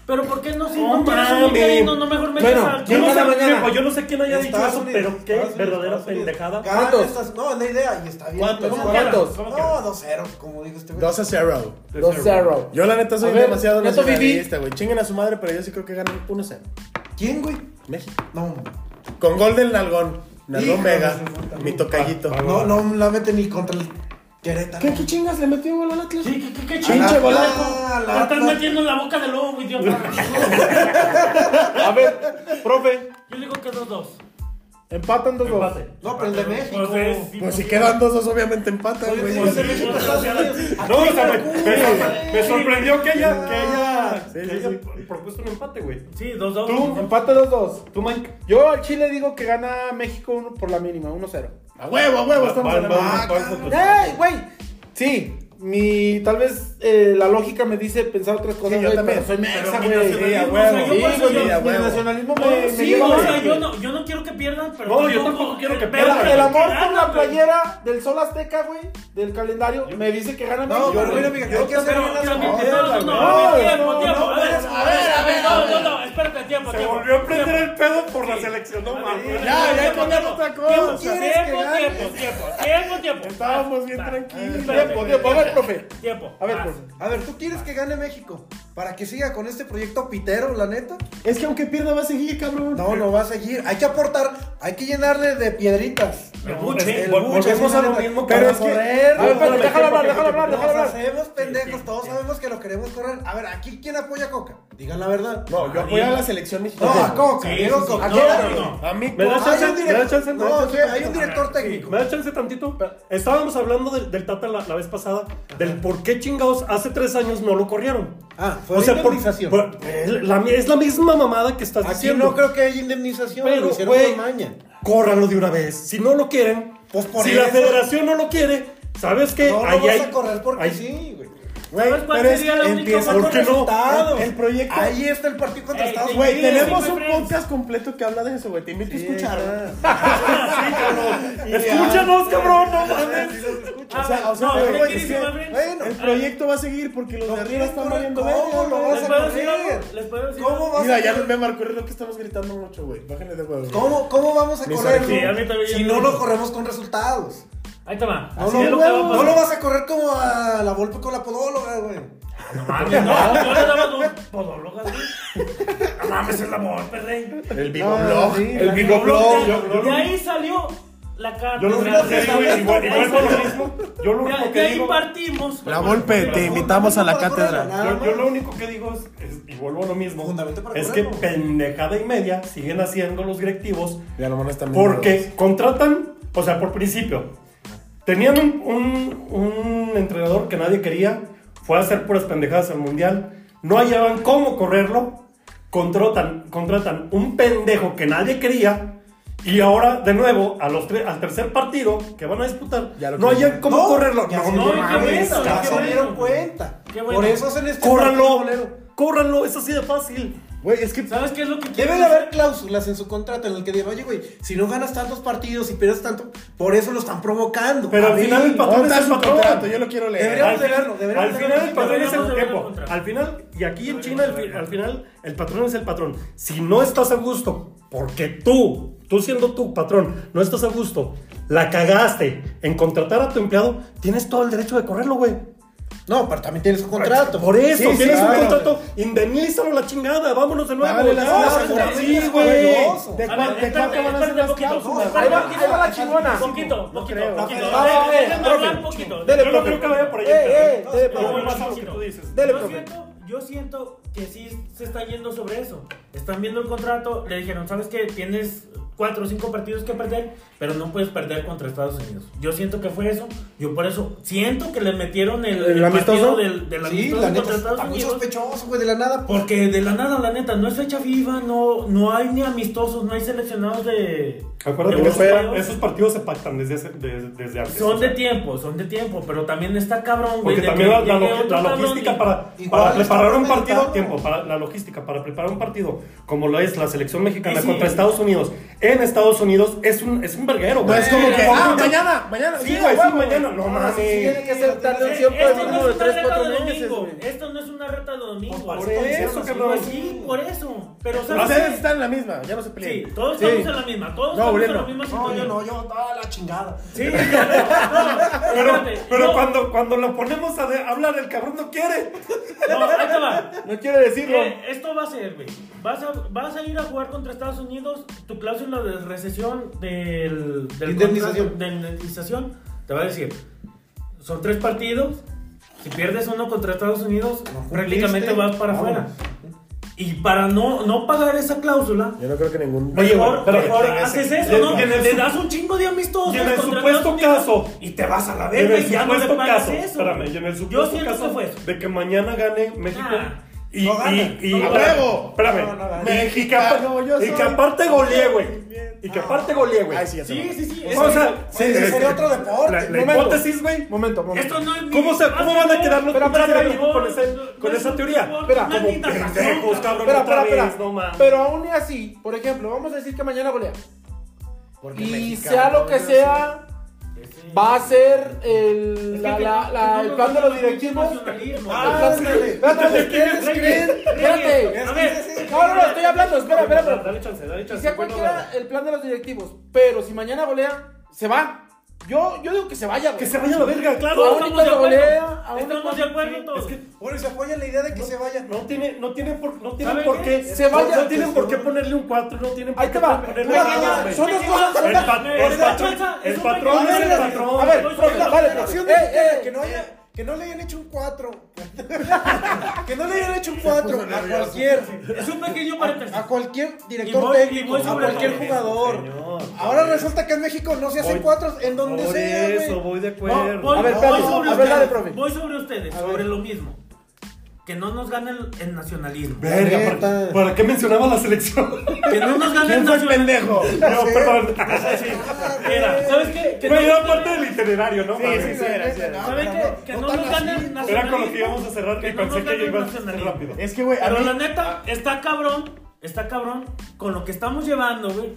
[SPEAKER 5] Pero ¿por qué no? Si
[SPEAKER 4] No
[SPEAKER 5] no quieres un
[SPEAKER 4] mames.
[SPEAKER 5] interino, no mejor metes
[SPEAKER 6] Bueno,
[SPEAKER 5] a.
[SPEAKER 4] Yo no,
[SPEAKER 6] Gana
[SPEAKER 4] sé,
[SPEAKER 6] mañana.
[SPEAKER 4] viejo, yo no sé quién haya dicho
[SPEAKER 1] Estados
[SPEAKER 4] eso,
[SPEAKER 1] Unidos,
[SPEAKER 4] pero qué
[SPEAKER 1] Estados Unidos,
[SPEAKER 4] verdera
[SPEAKER 1] Estados Unidos.
[SPEAKER 4] pendejada.
[SPEAKER 1] Gana
[SPEAKER 6] ¿Cuántos?
[SPEAKER 1] Estados- no, es la idea y está bien.
[SPEAKER 3] ¿Cuántos?
[SPEAKER 1] pero-
[SPEAKER 5] ¿Cómo quieras?
[SPEAKER 6] ¿Cuántos?
[SPEAKER 5] ¿Cómo quieras?
[SPEAKER 1] No, 2-0, como dijo este güey.
[SPEAKER 3] 12 a 0.
[SPEAKER 6] 2-0.
[SPEAKER 3] Yo la neta soy
[SPEAKER 6] A ver,
[SPEAKER 3] demasiado
[SPEAKER 6] Neto Fifi.
[SPEAKER 3] nacionalista, güey. Chinguen a su madre, pero yo sí creo que ganan 1-0.
[SPEAKER 1] ¿Quién, güey?
[SPEAKER 3] México.
[SPEAKER 1] No,
[SPEAKER 3] Con gol del Nalgón.
[SPEAKER 1] Hijo
[SPEAKER 3] Nalgón
[SPEAKER 1] de
[SPEAKER 3] Vega.
[SPEAKER 1] su puta
[SPEAKER 3] Mi
[SPEAKER 1] madre.
[SPEAKER 3] tocallito.
[SPEAKER 1] no, no la mete ni contra el Querétaro.
[SPEAKER 6] ¿Qué, qué chingas le metió gol al Atlas?
[SPEAKER 5] Sí, qué- qué- qué
[SPEAKER 1] A la-
[SPEAKER 5] chinche,
[SPEAKER 1] a la-
[SPEAKER 5] bolaco.
[SPEAKER 1] a la-
[SPEAKER 5] Te estás metiendo en la boca del lobo, idiota.
[SPEAKER 6] A ver, profe,
[SPEAKER 5] Yo digo que dos, dos.
[SPEAKER 6] empatan 2-2.
[SPEAKER 4] Empate.
[SPEAKER 1] No, pero el de México.
[SPEAKER 5] Pues, sí,
[SPEAKER 3] Pues si quedan dos, dos obviamente empatan,
[SPEAKER 1] Oye,
[SPEAKER 3] güey.
[SPEAKER 1] sí, el de México
[SPEAKER 5] pues,
[SPEAKER 1] Estados
[SPEAKER 5] sí,
[SPEAKER 1] Unidos.
[SPEAKER 4] No, o
[SPEAKER 1] Aquí
[SPEAKER 4] sea, me,
[SPEAKER 1] Veracruz,
[SPEAKER 4] me- me sorprendió que ella, que
[SPEAKER 1] Ah,
[SPEAKER 4] ella,
[SPEAKER 3] sí,
[SPEAKER 4] que
[SPEAKER 3] sí,
[SPEAKER 4] haya
[SPEAKER 3] sí.
[SPEAKER 4] pro- propuesto un empate, güey.
[SPEAKER 5] Sí, dos, dos.
[SPEAKER 4] Tú,
[SPEAKER 6] Empate 2-2.
[SPEAKER 4] Tú, Mike.
[SPEAKER 6] Yo al Chile digo que gana México uno por la mínima, 1-0.
[SPEAKER 3] A huevo, a huevo, estamos
[SPEAKER 4] Van-
[SPEAKER 3] en
[SPEAKER 4] van-
[SPEAKER 3] la vaca.
[SPEAKER 4] van con tus-
[SPEAKER 6] ¡Ey, güey! Sí, mi. Tal vez eh, la lógica me dice pensar otras cosas.
[SPEAKER 3] Sí, yo
[SPEAKER 6] güey,
[SPEAKER 3] también.
[SPEAKER 6] Pero soy
[SPEAKER 3] Pero
[SPEAKER 6] mexa,
[SPEAKER 3] mi
[SPEAKER 6] güey.
[SPEAKER 3] nacionalismo,
[SPEAKER 6] Sí, güey,
[SPEAKER 5] o sea, yo por eso
[SPEAKER 6] sí,
[SPEAKER 5] yo-
[SPEAKER 6] güey, mi nacionalismo
[SPEAKER 5] No,
[SPEAKER 6] me, me
[SPEAKER 5] sí,
[SPEAKER 6] lleva.
[SPEAKER 5] o sea,
[SPEAKER 6] güey.
[SPEAKER 5] yo no, yo no quiero que pierdan, pero.
[SPEAKER 4] No, yo
[SPEAKER 5] tampoco-
[SPEAKER 4] tampoco quiero que
[SPEAKER 6] El,
[SPEAKER 5] pero-
[SPEAKER 4] pierdan,
[SPEAKER 5] pero
[SPEAKER 6] el amor
[SPEAKER 5] ganan,
[SPEAKER 6] por la
[SPEAKER 5] güey.
[SPEAKER 6] playera del Sol Azteca, güey, del calendario, me dice que gana
[SPEAKER 1] No,
[SPEAKER 6] México.
[SPEAKER 1] pero
[SPEAKER 6] güey.
[SPEAKER 1] mira, fíjate, hay que hacer
[SPEAKER 5] Pero,
[SPEAKER 1] bien las
[SPEAKER 5] pero mi-
[SPEAKER 1] cosas,
[SPEAKER 5] no, no,
[SPEAKER 1] güey.
[SPEAKER 5] no,
[SPEAKER 6] no,
[SPEAKER 5] no, tiempo,
[SPEAKER 6] no,
[SPEAKER 5] tiempo,
[SPEAKER 1] no,
[SPEAKER 5] a ver,
[SPEAKER 1] no,
[SPEAKER 5] a ver, a ver, no, no, no, espérate, tiempo,
[SPEAKER 4] Se
[SPEAKER 5] tiempo.
[SPEAKER 4] volvió a prender
[SPEAKER 5] tiempo.
[SPEAKER 4] el pedo por la selección, no
[SPEAKER 3] Ya,
[SPEAKER 4] mames.
[SPEAKER 3] ya
[SPEAKER 5] Tiempo,
[SPEAKER 3] poner
[SPEAKER 5] tiempo,
[SPEAKER 3] otra
[SPEAKER 5] tiempo,
[SPEAKER 3] cosa.
[SPEAKER 1] ¿Quieres que
[SPEAKER 5] Tiempo,
[SPEAKER 1] gane?
[SPEAKER 5] tiempo, tiempo, tiempo, tiempo.
[SPEAKER 3] Estábamos bien
[SPEAKER 5] Va,
[SPEAKER 3] tranquilos.
[SPEAKER 6] Tiempo, tiempo. A ver, profe.
[SPEAKER 5] Tiempo.
[SPEAKER 6] A ver,
[SPEAKER 5] vas.
[SPEAKER 6] profe.
[SPEAKER 1] A ver, ¿tú quieres que gane México? ¿Para que siga con este proyecto pitero, la neta?
[SPEAKER 3] Es que aunque pierda va a seguir, cabrón.
[SPEAKER 1] No, no va a seguir. Hay que aportar, hay que llenarle de piedritas.
[SPEAKER 4] El
[SPEAKER 1] buche,
[SPEAKER 4] buche,
[SPEAKER 1] el
[SPEAKER 4] vol-
[SPEAKER 1] buche,
[SPEAKER 4] volvemos
[SPEAKER 1] sí,
[SPEAKER 4] a lo
[SPEAKER 1] la neta.
[SPEAKER 4] mismo que
[SPEAKER 1] Pero es
[SPEAKER 4] vamos a
[SPEAKER 1] que,
[SPEAKER 4] correr.
[SPEAKER 1] a ver, espérate,
[SPEAKER 6] déjalo hablar, déjalo hablar, déjalo
[SPEAKER 1] Nos
[SPEAKER 6] hablar.
[SPEAKER 1] hacemos pendejos, todos sabemos que lo queremos correr. A ver, ¿aquí quién apoya a Coca? Digan la verdad.
[SPEAKER 3] No, yo apoyo a la selección
[SPEAKER 1] No,
[SPEAKER 3] mexicana.
[SPEAKER 1] a Coca,
[SPEAKER 5] Sí,
[SPEAKER 1] digo
[SPEAKER 5] sí, sí.
[SPEAKER 1] Coca.
[SPEAKER 5] No, no, no.
[SPEAKER 3] A mí,
[SPEAKER 4] Me da
[SPEAKER 1] Hay
[SPEAKER 4] chance,
[SPEAKER 1] un
[SPEAKER 4] me da
[SPEAKER 1] director,
[SPEAKER 4] chance, me da
[SPEAKER 1] no,
[SPEAKER 4] chance.
[SPEAKER 1] sí, hay un director técnico.
[SPEAKER 4] ¿Me da chance tantito? Estábamos hablando del, del Tata la, la vez pasada, del por qué chingados hace tres años no lo corrieron.
[SPEAKER 1] Ah, fue
[SPEAKER 4] por-
[SPEAKER 1] indemnización.
[SPEAKER 4] por- es la- es la misma mamada que estás
[SPEAKER 1] Aquí
[SPEAKER 4] diciendo.
[SPEAKER 1] no creo que haya indemnización, lo
[SPEAKER 4] Pero,
[SPEAKER 1] hicieron
[SPEAKER 4] güey,
[SPEAKER 1] con maña.
[SPEAKER 4] córranlo de una vez. Si no lo quieren,
[SPEAKER 1] Pues por
[SPEAKER 4] si
[SPEAKER 1] eso.
[SPEAKER 4] la federación no lo quiere, ¿sabes qué?
[SPEAKER 1] No,
[SPEAKER 4] Ahí
[SPEAKER 1] no vas
[SPEAKER 4] hay-
[SPEAKER 1] a correr porque
[SPEAKER 4] ahí-
[SPEAKER 1] sí, güey.
[SPEAKER 3] güey,
[SPEAKER 5] ¿Sabes cuál
[SPEAKER 3] pero es-
[SPEAKER 5] sería la única
[SPEAKER 3] empieza
[SPEAKER 5] forma
[SPEAKER 4] ¿Por qué no?
[SPEAKER 1] Resultados.
[SPEAKER 3] El proyecto-
[SPEAKER 1] Ahí está el partido contra
[SPEAKER 5] Ey,
[SPEAKER 1] Estados
[SPEAKER 5] ey,
[SPEAKER 1] Unidos.
[SPEAKER 3] Güey,
[SPEAKER 5] Sí,
[SPEAKER 3] tenemos
[SPEAKER 5] sí,
[SPEAKER 3] un
[SPEAKER 5] my friends.
[SPEAKER 3] podcast completo que habla de eso, güey. Te invito a escucharlo.
[SPEAKER 4] Sí, cabrón. Escúchanos, cabrón. No mames.
[SPEAKER 5] Ah,
[SPEAKER 3] O sea, o sea,
[SPEAKER 5] no,
[SPEAKER 3] güey,
[SPEAKER 5] ¿qué
[SPEAKER 3] es
[SPEAKER 5] quieres,
[SPEAKER 3] que-
[SPEAKER 5] my friend?
[SPEAKER 1] Bueno,
[SPEAKER 3] El proyecto va a seguir porque los de arriba
[SPEAKER 1] quieres
[SPEAKER 3] están
[SPEAKER 1] correr,
[SPEAKER 3] moviendo
[SPEAKER 1] ¿cómo
[SPEAKER 3] verga,
[SPEAKER 1] lo
[SPEAKER 3] güey.
[SPEAKER 1] vas
[SPEAKER 5] Ah, ¿Les
[SPEAKER 1] a
[SPEAKER 5] puedo decir
[SPEAKER 1] correr?
[SPEAKER 5] algo? ¿Les puedo decir
[SPEAKER 1] ¿Cómo
[SPEAKER 5] algo?
[SPEAKER 1] vas
[SPEAKER 3] Mira,
[SPEAKER 1] a
[SPEAKER 3] ya
[SPEAKER 1] correr?
[SPEAKER 3] me marcó el reloj que estamos gritando mucho, güey. Bájenle de huevo.
[SPEAKER 1] ¿Cómo, ¿Cómo vamos a
[SPEAKER 3] Mis
[SPEAKER 1] correrlo?
[SPEAKER 5] Sí, a mí también ya
[SPEAKER 1] si
[SPEAKER 5] me-
[SPEAKER 1] no lo corremos con resultados.
[SPEAKER 5] Ahí te va.
[SPEAKER 1] No,
[SPEAKER 5] Así
[SPEAKER 1] lo,
[SPEAKER 5] es lo que va a
[SPEAKER 1] no
[SPEAKER 5] pasar.
[SPEAKER 1] lo vas a correr como a la Volpe con la podóloga, güey.
[SPEAKER 5] No mames, no, yo le daba dos podólogas, güey. No mames, es la muerte, rey.
[SPEAKER 3] El Vigo
[SPEAKER 1] Ah,
[SPEAKER 3] Blog.
[SPEAKER 1] sí,
[SPEAKER 3] El
[SPEAKER 1] la-
[SPEAKER 3] Vigo
[SPEAKER 5] Yo-
[SPEAKER 3] Blog.
[SPEAKER 4] yo- yo
[SPEAKER 5] De
[SPEAKER 4] lo-
[SPEAKER 5] ahí salió la carta.
[SPEAKER 4] Yo lo único que digo, y vuel- y vuelvo a lo mismo. Yo lo único
[SPEAKER 5] De
[SPEAKER 4] que
[SPEAKER 5] ahí
[SPEAKER 4] digo.
[SPEAKER 5] partimos.
[SPEAKER 3] La Volpe, te invitamos a la
[SPEAKER 1] Para correrlo,
[SPEAKER 3] cátedra.
[SPEAKER 1] nada
[SPEAKER 4] Yo, yo
[SPEAKER 1] más.
[SPEAKER 4] lo único que digo es, es- y vuelvo a lo mismo,
[SPEAKER 1] Fundamento para
[SPEAKER 4] es que
[SPEAKER 1] correrlo.
[SPEAKER 4] pendejada y media siguen haciendo los directivos
[SPEAKER 3] Ya lo van también.
[SPEAKER 4] porque contratan, o sea, por principio, tenían un, un- un entrenador que nadie quería, fue a hacer puras pendejadas al mundial, no hallaban cómo correrlo, contratan, contratan un pendejo que nadie quería. Y ahora, de nuevo, a los tre- al tercer partido que van a disputar,
[SPEAKER 3] Ya lo
[SPEAKER 4] no
[SPEAKER 3] quieren.
[SPEAKER 4] hallan cómo
[SPEAKER 1] No,
[SPEAKER 4] correrlo.
[SPEAKER 1] ya
[SPEAKER 4] No,
[SPEAKER 1] se
[SPEAKER 4] no
[SPEAKER 1] dieron
[SPEAKER 5] mames,
[SPEAKER 1] cuenta, Ya
[SPEAKER 5] cabrón.
[SPEAKER 1] se dieron
[SPEAKER 5] Qué
[SPEAKER 1] cuenta.
[SPEAKER 5] bueno.
[SPEAKER 1] Por eso hacen este
[SPEAKER 4] Córranlo,
[SPEAKER 1] partido, bolero.
[SPEAKER 4] córranlo, es así de fácil.
[SPEAKER 1] Güey, es que
[SPEAKER 5] ¿Sabes qué es lo que
[SPEAKER 1] Debe
[SPEAKER 5] quieren
[SPEAKER 1] de haber
[SPEAKER 5] hacer?
[SPEAKER 1] cláusulas en su contrato en el que digan, oye, güey, si no ganas tantos partidos y pierdes tanto, por eso lo están provocando.
[SPEAKER 4] Pero al
[SPEAKER 1] A mí,
[SPEAKER 4] final el patrón
[SPEAKER 3] ¿Dónde
[SPEAKER 4] es
[SPEAKER 3] está
[SPEAKER 4] el
[SPEAKER 3] su
[SPEAKER 4] patrón.
[SPEAKER 3] contrato? Yo lo quiero leer.
[SPEAKER 1] Deberíamos
[SPEAKER 4] Al
[SPEAKER 1] de
[SPEAKER 4] final-
[SPEAKER 1] verlo, deberíamos
[SPEAKER 4] al
[SPEAKER 1] de
[SPEAKER 4] final
[SPEAKER 1] verlo.
[SPEAKER 4] el patrón es el
[SPEAKER 5] Deberíamos de verlo
[SPEAKER 4] tiempo.
[SPEAKER 5] contra.
[SPEAKER 4] Al final, y aquí en China, al, fi- al final, el patrón es el patrón. Si no estás a gusto, porque tú, tú siendo tu patrón, no estás a gusto, la cagaste en contratar a tu empleado, tienes todo el derecho de correrlo, güey.
[SPEAKER 1] No, pero también tienes un contrato.
[SPEAKER 4] Por eso,
[SPEAKER 1] Sí,
[SPEAKER 4] tienes
[SPEAKER 1] sí,
[SPEAKER 4] un
[SPEAKER 1] claro.
[SPEAKER 4] contrato, indemnízalo la chingada, vámonos Ah, de nuevo.
[SPEAKER 3] Págale
[SPEAKER 4] ya,
[SPEAKER 3] las
[SPEAKER 4] ya,
[SPEAKER 3] cláusulas,
[SPEAKER 4] sí,
[SPEAKER 1] es
[SPEAKER 4] güey.
[SPEAKER 1] maravilloso.
[SPEAKER 3] ¿De cuál- de
[SPEAKER 5] A ver,
[SPEAKER 3] cuál
[SPEAKER 5] espérate,
[SPEAKER 3] te van a hacer
[SPEAKER 5] espérate
[SPEAKER 3] las
[SPEAKER 5] poquito,
[SPEAKER 3] cláusulas?
[SPEAKER 5] espérate
[SPEAKER 2] Ahí va, ahí va la chingona.
[SPEAKER 5] Poquito, poquito,
[SPEAKER 3] creo.
[SPEAKER 5] poquito.
[SPEAKER 2] No, no,
[SPEAKER 5] Déjenme
[SPEAKER 2] no,
[SPEAKER 5] hablar
[SPEAKER 2] no,
[SPEAKER 5] poquito.
[SPEAKER 2] dele,
[SPEAKER 5] Yo no
[SPEAKER 2] profe.
[SPEAKER 5] creo que vaya por ahí.
[SPEAKER 2] Eh, eh, dele,
[SPEAKER 5] Pero
[SPEAKER 2] profe.
[SPEAKER 5] voy más a lo que tú dices.
[SPEAKER 2] Dele,
[SPEAKER 5] yo,
[SPEAKER 2] profe.
[SPEAKER 5] siento, yo siento que sí se está yendo sobre eso. Están viendo el contrato, le dijeron, ¿sabes qué? Tienes cuatro o cinco partidos que perder, pero no puedes perder contra Estados Unidos. Yo siento que fue eso. Yo por eso siento que le metieron el,
[SPEAKER 2] ¿El amistoso?
[SPEAKER 5] partido del, del
[SPEAKER 1] Sí,
[SPEAKER 5] amistoso
[SPEAKER 1] la neta,
[SPEAKER 5] contra
[SPEAKER 1] está
[SPEAKER 5] Estados
[SPEAKER 1] muy
[SPEAKER 5] Unidos.
[SPEAKER 1] sospechoso, güey, de la nada.
[SPEAKER 5] Porque de la nada, la neta, no es fecha viva, no, no hay ni amistosos, no hay seleccionados de...
[SPEAKER 4] Acuérdate
[SPEAKER 5] de
[SPEAKER 4] que
[SPEAKER 5] Europa.
[SPEAKER 4] esos, esos partidos se pactan desde, hace- desde, desde antes.
[SPEAKER 5] Son de tiempo, son de tiempo, pero también está cabrón, güey.
[SPEAKER 4] Porque
[SPEAKER 5] de
[SPEAKER 4] también
[SPEAKER 5] que
[SPEAKER 4] la, la
[SPEAKER 5] llegue
[SPEAKER 4] logi-
[SPEAKER 5] otro
[SPEAKER 4] la
[SPEAKER 5] cabrón
[SPEAKER 4] logística
[SPEAKER 5] y-
[SPEAKER 4] para,
[SPEAKER 1] igual
[SPEAKER 4] para
[SPEAKER 1] está
[SPEAKER 4] preparar un
[SPEAKER 1] documentado.
[SPEAKER 4] partido a tiempo, para la logística para preparar un partido como lo es la selección mexicana
[SPEAKER 5] Y sí.
[SPEAKER 4] contra Estados Unidos en Estados Unidos es un es un verguero.
[SPEAKER 3] No
[SPEAKER 4] güey.
[SPEAKER 3] es como que.
[SPEAKER 4] Sí,
[SPEAKER 3] Ah,
[SPEAKER 4] güey,
[SPEAKER 3] mañana, mañana.
[SPEAKER 4] Sí, güey, sí, mañana. No
[SPEAKER 2] Ah, sí, tiene
[SPEAKER 4] mames.
[SPEAKER 2] que ser tan
[SPEAKER 5] Eh,
[SPEAKER 2] ansioso por el
[SPEAKER 5] Esto
[SPEAKER 2] mínimo
[SPEAKER 5] no
[SPEAKER 2] de
[SPEAKER 5] es una
[SPEAKER 2] 3,
[SPEAKER 5] reta
[SPEAKER 2] 4
[SPEAKER 5] de
[SPEAKER 2] meses,
[SPEAKER 5] domingo.
[SPEAKER 2] güey.
[SPEAKER 5] Esto no es una reta de domingo.
[SPEAKER 4] Por
[SPEAKER 5] así como
[SPEAKER 4] eso,
[SPEAKER 5] se llama,
[SPEAKER 4] cabrón.
[SPEAKER 5] sí, Sí, por eso. Pero ¿sabes
[SPEAKER 3] Ustedes
[SPEAKER 5] qué?
[SPEAKER 3] están en la misma, ya no se
[SPEAKER 5] Sí,
[SPEAKER 3] peleen.
[SPEAKER 5] todos
[SPEAKER 3] Sí.
[SPEAKER 5] estamos en la misma. Todos
[SPEAKER 3] No,
[SPEAKER 5] estamos en
[SPEAKER 3] Uriel,
[SPEAKER 5] la
[SPEAKER 3] no.
[SPEAKER 5] misma
[SPEAKER 1] No,
[SPEAKER 5] sintonía.
[SPEAKER 1] yo no, yo, ah, la chingada.
[SPEAKER 5] Sí, ya, no, no,
[SPEAKER 4] Pero,
[SPEAKER 5] espérate,
[SPEAKER 4] pero
[SPEAKER 5] no,
[SPEAKER 4] cuando, cuando lo ponemos a de- hablar, el cabrón no quiere.
[SPEAKER 5] No, ahí te va.
[SPEAKER 2] No quiere decirlo.
[SPEAKER 5] Eh, esto va a ser, güey. Vas a, vas a ir a jugar contra Estados Unidos. Tu cláusula de recesión del, del
[SPEAKER 1] Indemnización.
[SPEAKER 5] contrato- de indemnización te va a decir: son tres partidos. Si pierdes uno contra Estados Unidos,
[SPEAKER 1] No
[SPEAKER 5] prácticamente
[SPEAKER 1] cumpliste.
[SPEAKER 5] vas para
[SPEAKER 1] Vámonos.
[SPEAKER 5] afuera. Y para no, no pagar esa cláusula,
[SPEAKER 3] Yo no creo que ningún.
[SPEAKER 4] Oye,
[SPEAKER 5] mejor,
[SPEAKER 4] pero-
[SPEAKER 5] mejor
[SPEAKER 4] pero-
[SPEAKER 5] haces
[SPEAKER 4] y
[SPEAKER 5] eso, ¿no?
[SPEAKER 4] en el
[SPEAKER 5] Le
[SPEAKER 4] su-
[SPEAKER 5] das un chingo de amistosos.
[SPEAKER 4] y en el
[SPEAKER 5] contra
[SPEAKER 4] supuesto
[SPEAKER 5] Estados Unidos
[SPEAKER 4] caso-
[SPEAKER 5] Y te vas a la
[SPEAKER 4] En
[SPEAKER 5] verga
[SPEAKER 4] el
[SPEAKER 5] y ya no le
[SPEAKER 4] supuesto
[SPEAKER 5] pagas
[SPEAKER 4] caso,
[SPEAKER 5] eso.
[SPEAKER 4] espérame, y en el
[SPEAKER 5] Yo
[SPEAKER 4] supuesto
[SPEAKER 5] siento que
[SPEAKER 4] caso
[SPEAKER 5] fue eso. Ah.
[SPEAKER 4] de que mañana gane México
[SPEAKER 5] Nah.
[SPEAKER 4] y,
[SPEAKER 1] No gana,
[SPEAKER 4] y, y-
[SPEAKER 3] no gana. ¡Huevo!
[SPEAKER 4] espérame,
[SPEAKER 1] No, no gana.
[SPEAKER 4] y- y, que, apar-
[SPEAKER 3] Mexicano, yo
[SPEAKER 4] y que
[SPEAKER 3] soy.
[SPEAKER 4] aparte goleé, güey, y que aparte goleé, güey.
[SPEAKER 3] Ay, sí, ya se
[SPEAKER 5] Sí,
[SPEAKER 3] mamó.
[SPEAKER 5] sí, sí.
[SPEAKER 4] O
[SPEAKER 5] es-
[SPEAKER 4] sea, o sea,
[SPEAKER 1] Sí, ese sería otro deporte.
[SPEAKER 4] La, la
[SPEAKER 2] Momento.
[SPEAKER 4] hipótesis, güey.
[SPEAKER 2] Momento, momento.
[SPEAKER 5] Esto no es mi-
[SPEAKER 4] ¿Cómo, se, ¿Cómo van a quedar los
[SPEAKER 2] Espera,
[SPEAKER 4] pinches
[SPEAKER 2] espera,
[SPEAKER 4] gringos con,
[SPEAKER 5] espera.
[SPEAKER 4] ese- con
[SPEAKER 5] No,
[SPEAKER 4] esa
[SPEAKER 5] no,
[SPEAKER 4] teoría?
[SPEAKER 5] no,
[SPEAKER 2] Espera.
[SPEAKER 5] no, ni tan
[SPEAKER 4] Pendejos,
[SPEAKER 5] cabrón,
[SPEAKER 4] cabrón,
[SPEAKER 2] Espera,
[SPEAKER 4] otra
[SPEAKER 2] espera,
[SPEAKER 4] vez,
[SPEAKER 2] espera.
[SPEAKER 4] no mames.
[SPEAKER 2] Pero aún y así, por ejemplo, vamos a decir que mañana golea.
[SPEAKER 3] Porque
[SPEAKER 2] Y
[SPEAKER 3] mexicano,
[SPEAKER 2] sea lo que
[SPEAKER 3] yo
[SPEAKER 2] sea, va a ser el,
[SPEAKER 5] Es
[SPEAKER 2] la-
[SPEAKER 5] que-
[SPEAKER 2] la- la- el plan de los directivos.
[SPEAKER 5] Nacionalismo.
[SPEAKER 2] Ah, espérate,
[SPEAKER 1] Ándale.
[SPEAKER 2] espérate,
[SPEAKER 5] Reyes,
[SPEAKER 2] espérate.
[SPEAKER 5] Reyes, a
[SPEAKER 1] sí,
[SPEAKER 5] ver.
[SPEAKER 1] sí.
[SPEAKER 2] No, no, no, estoy hablando, espera, espera, espera.
[SPEAKER 4] Dale chance, dale
[SPEAKER 2] Que
[SPEAKER 4] chance.
[SPEAKER 2] sea
[SPEAKER 4] bueno,
[SPEAKER 2] cualquiera el plan de los directivos, pero si mañana golea, se va. Yo, yo digo que se vaya, güey.
[SPEAKER 4] Que se vaya a la verga,
[SPEAKER 2] Aún
[SPEAKER 4] claro.
[SPEAKER 2] y
[SPEAKER 5] Estamos
[SPEAKER 2] cuando
[SPEAKER 5] de acuerdo.
[SPEAKER 2] golea, aún y
[SPEAKER 5] Estamos de
[SPEAKER 2] cuando-
[SPEAKER 5] acuerdo todos.
[SPEAKER 1] Bueno, y se apoya la idea de que se vaya.
[SPEAKER 4] No tiene, no tiene por, no tienen
[SPEAKER 5] ¿Saben
[SPEAKER 4] por
[SPEAKER 5] qué?
[SPEAKER 4] qué.
[SPEAKER 2] Se vaya.
[SPEAKER 4] No, tienen por qué ponerle un 4, no tienen por
[SPEAKER 2] Ahí te
[SPEAKER 4] qué
[SPEAKER 2] va.
[SPEAKER 4] ponerle
[SPEAKER 2] Una
[SPEAKER 4] un
[SPEAKER 2] caña.
[SPEAKER 4] dos, güey.
[SPEAKER 2] Son dos cosas.
[SPEAKER 4] El, pat- el
[SPEAKER 5] Es la
[SPEAKER 4] patrón,
[SPEAKER 5] chanza,
[SPEAKER 4] el
[SPEAKER 5] es un
[SPEAKER 4] patrón es el
[SPEAKER 5] pequeño-
[SPEAKER 4] patrón.
[SPEAKER 2] A ver, profe,
[SPEAKER 1] La
[SPEAKER 2] vale, profe.
[SPEAKER 1] federación
[SPEAKER 2] Eh,
[SPEAKER 1] mexicana,
[SPEAKER 2] eh,
[SPEAKER 1] que no haya- que no le hayan hecho un 4. que no le hayan hecho un 4 a cualquier.
[SPEAKER 5] Es un pequeño
[SPEAKER 1] A, a
[SPEAKER 5] paréntesis.
[SPEAKER 1] cualquier
[SPEAKER 5] Y
[SPEAKER 1] director
[SPEAKER 5] voy- y
[SPEAKER 1] técnico,
[SPEAKER 5] voy
[SPEAKER 1] a
[SPEAKER 5] sobre
[SPEAKER 1] cualquier
[SPEAKER 5] todo.
[SPEAKER 1] jugador.
[SPEAKER 4] Señor,
[SPEAKER 1] Ahora resulta que en México no se hacen
[SPEAKER 4] Voy-
[SPEAKER 1] cuatro en donde
[SPEAKER 4] Por
[SPEAKER 1] sea. güey.
[SPEAKER 4] eso, voy de
[SPEAKER 5] No,
[SPEAKER 4] acuerdo.
[SPEAKER 2] A
[SPEAKER 5] voy-
[SPEAKER 2] ver,
[SPEAKER 5] voy
[SPEAKER 2] espérate,
[SPEAKER 5] sobre
[SPEAKER 2] a ver, dale,
[SPEAKER 5] ustedes,
[SPEAKER 2] profe.
[SPEAKER 5] Voy sobre ustedes, sobre lo mismo. Que no nos gane el, el nacionalismo.
[SPEAKER 4] Verga, ¿para,
[SPEAKER 1] Neta.
[SPEAKER 4] para qué mencionaba la selección?
[SPEAKER 5] Que no nos gane
[SPEAKER 3] ¿Quién
[SPEAKER 5] el
[SPEAKER 3] fue el
[SPEAKER 5] nacionalismo.
[SPEAKER 3] pendejo?
[SPEAKER 4] No,
[SPEAKER 1] sé.
[SPEAKER 4] perdón.
[SPEAKER 5] Mira, ¿sabes qué? Que no
[SPEAKER 4] Güey,
[SPEAKER 5] nos
[SPEAKER 4] era
[SPEAKER 5] gane-
[SPEAKER 4] parte del itinerario, ¿no?
[SPEAKER 3] Sí,
[SPEAKER 4] Mames.
[SPEAKER 3] sí, sí, era, sí, era.
[SPEAKER 5] ¿Saben qué? Que no,
[SPEAKER 1] tan
[SPEAKER 5] nos gane
[SPEAKER 1] así.
[SPEAKER 5] el nacionalismo.
[SPEAKER 4] Era con lo que íbamos a cerrar y
[SPEAKER 5] no nos
[SPEAKER 4] pensé que
[SPEAKER 5] gane el
[SPEAKER 4] iba a ser
[SPEAKER 5] nacionalismo.
[SPEAKER 4] rápido.
[SPEAKER 3] Es que, güey, a
[SPEAKER 5] Pero
[SPEAKER 3] mí-
[SPEAKER 5] la neta, está cabrón, está cabrón con lo que estamos llevando, güey,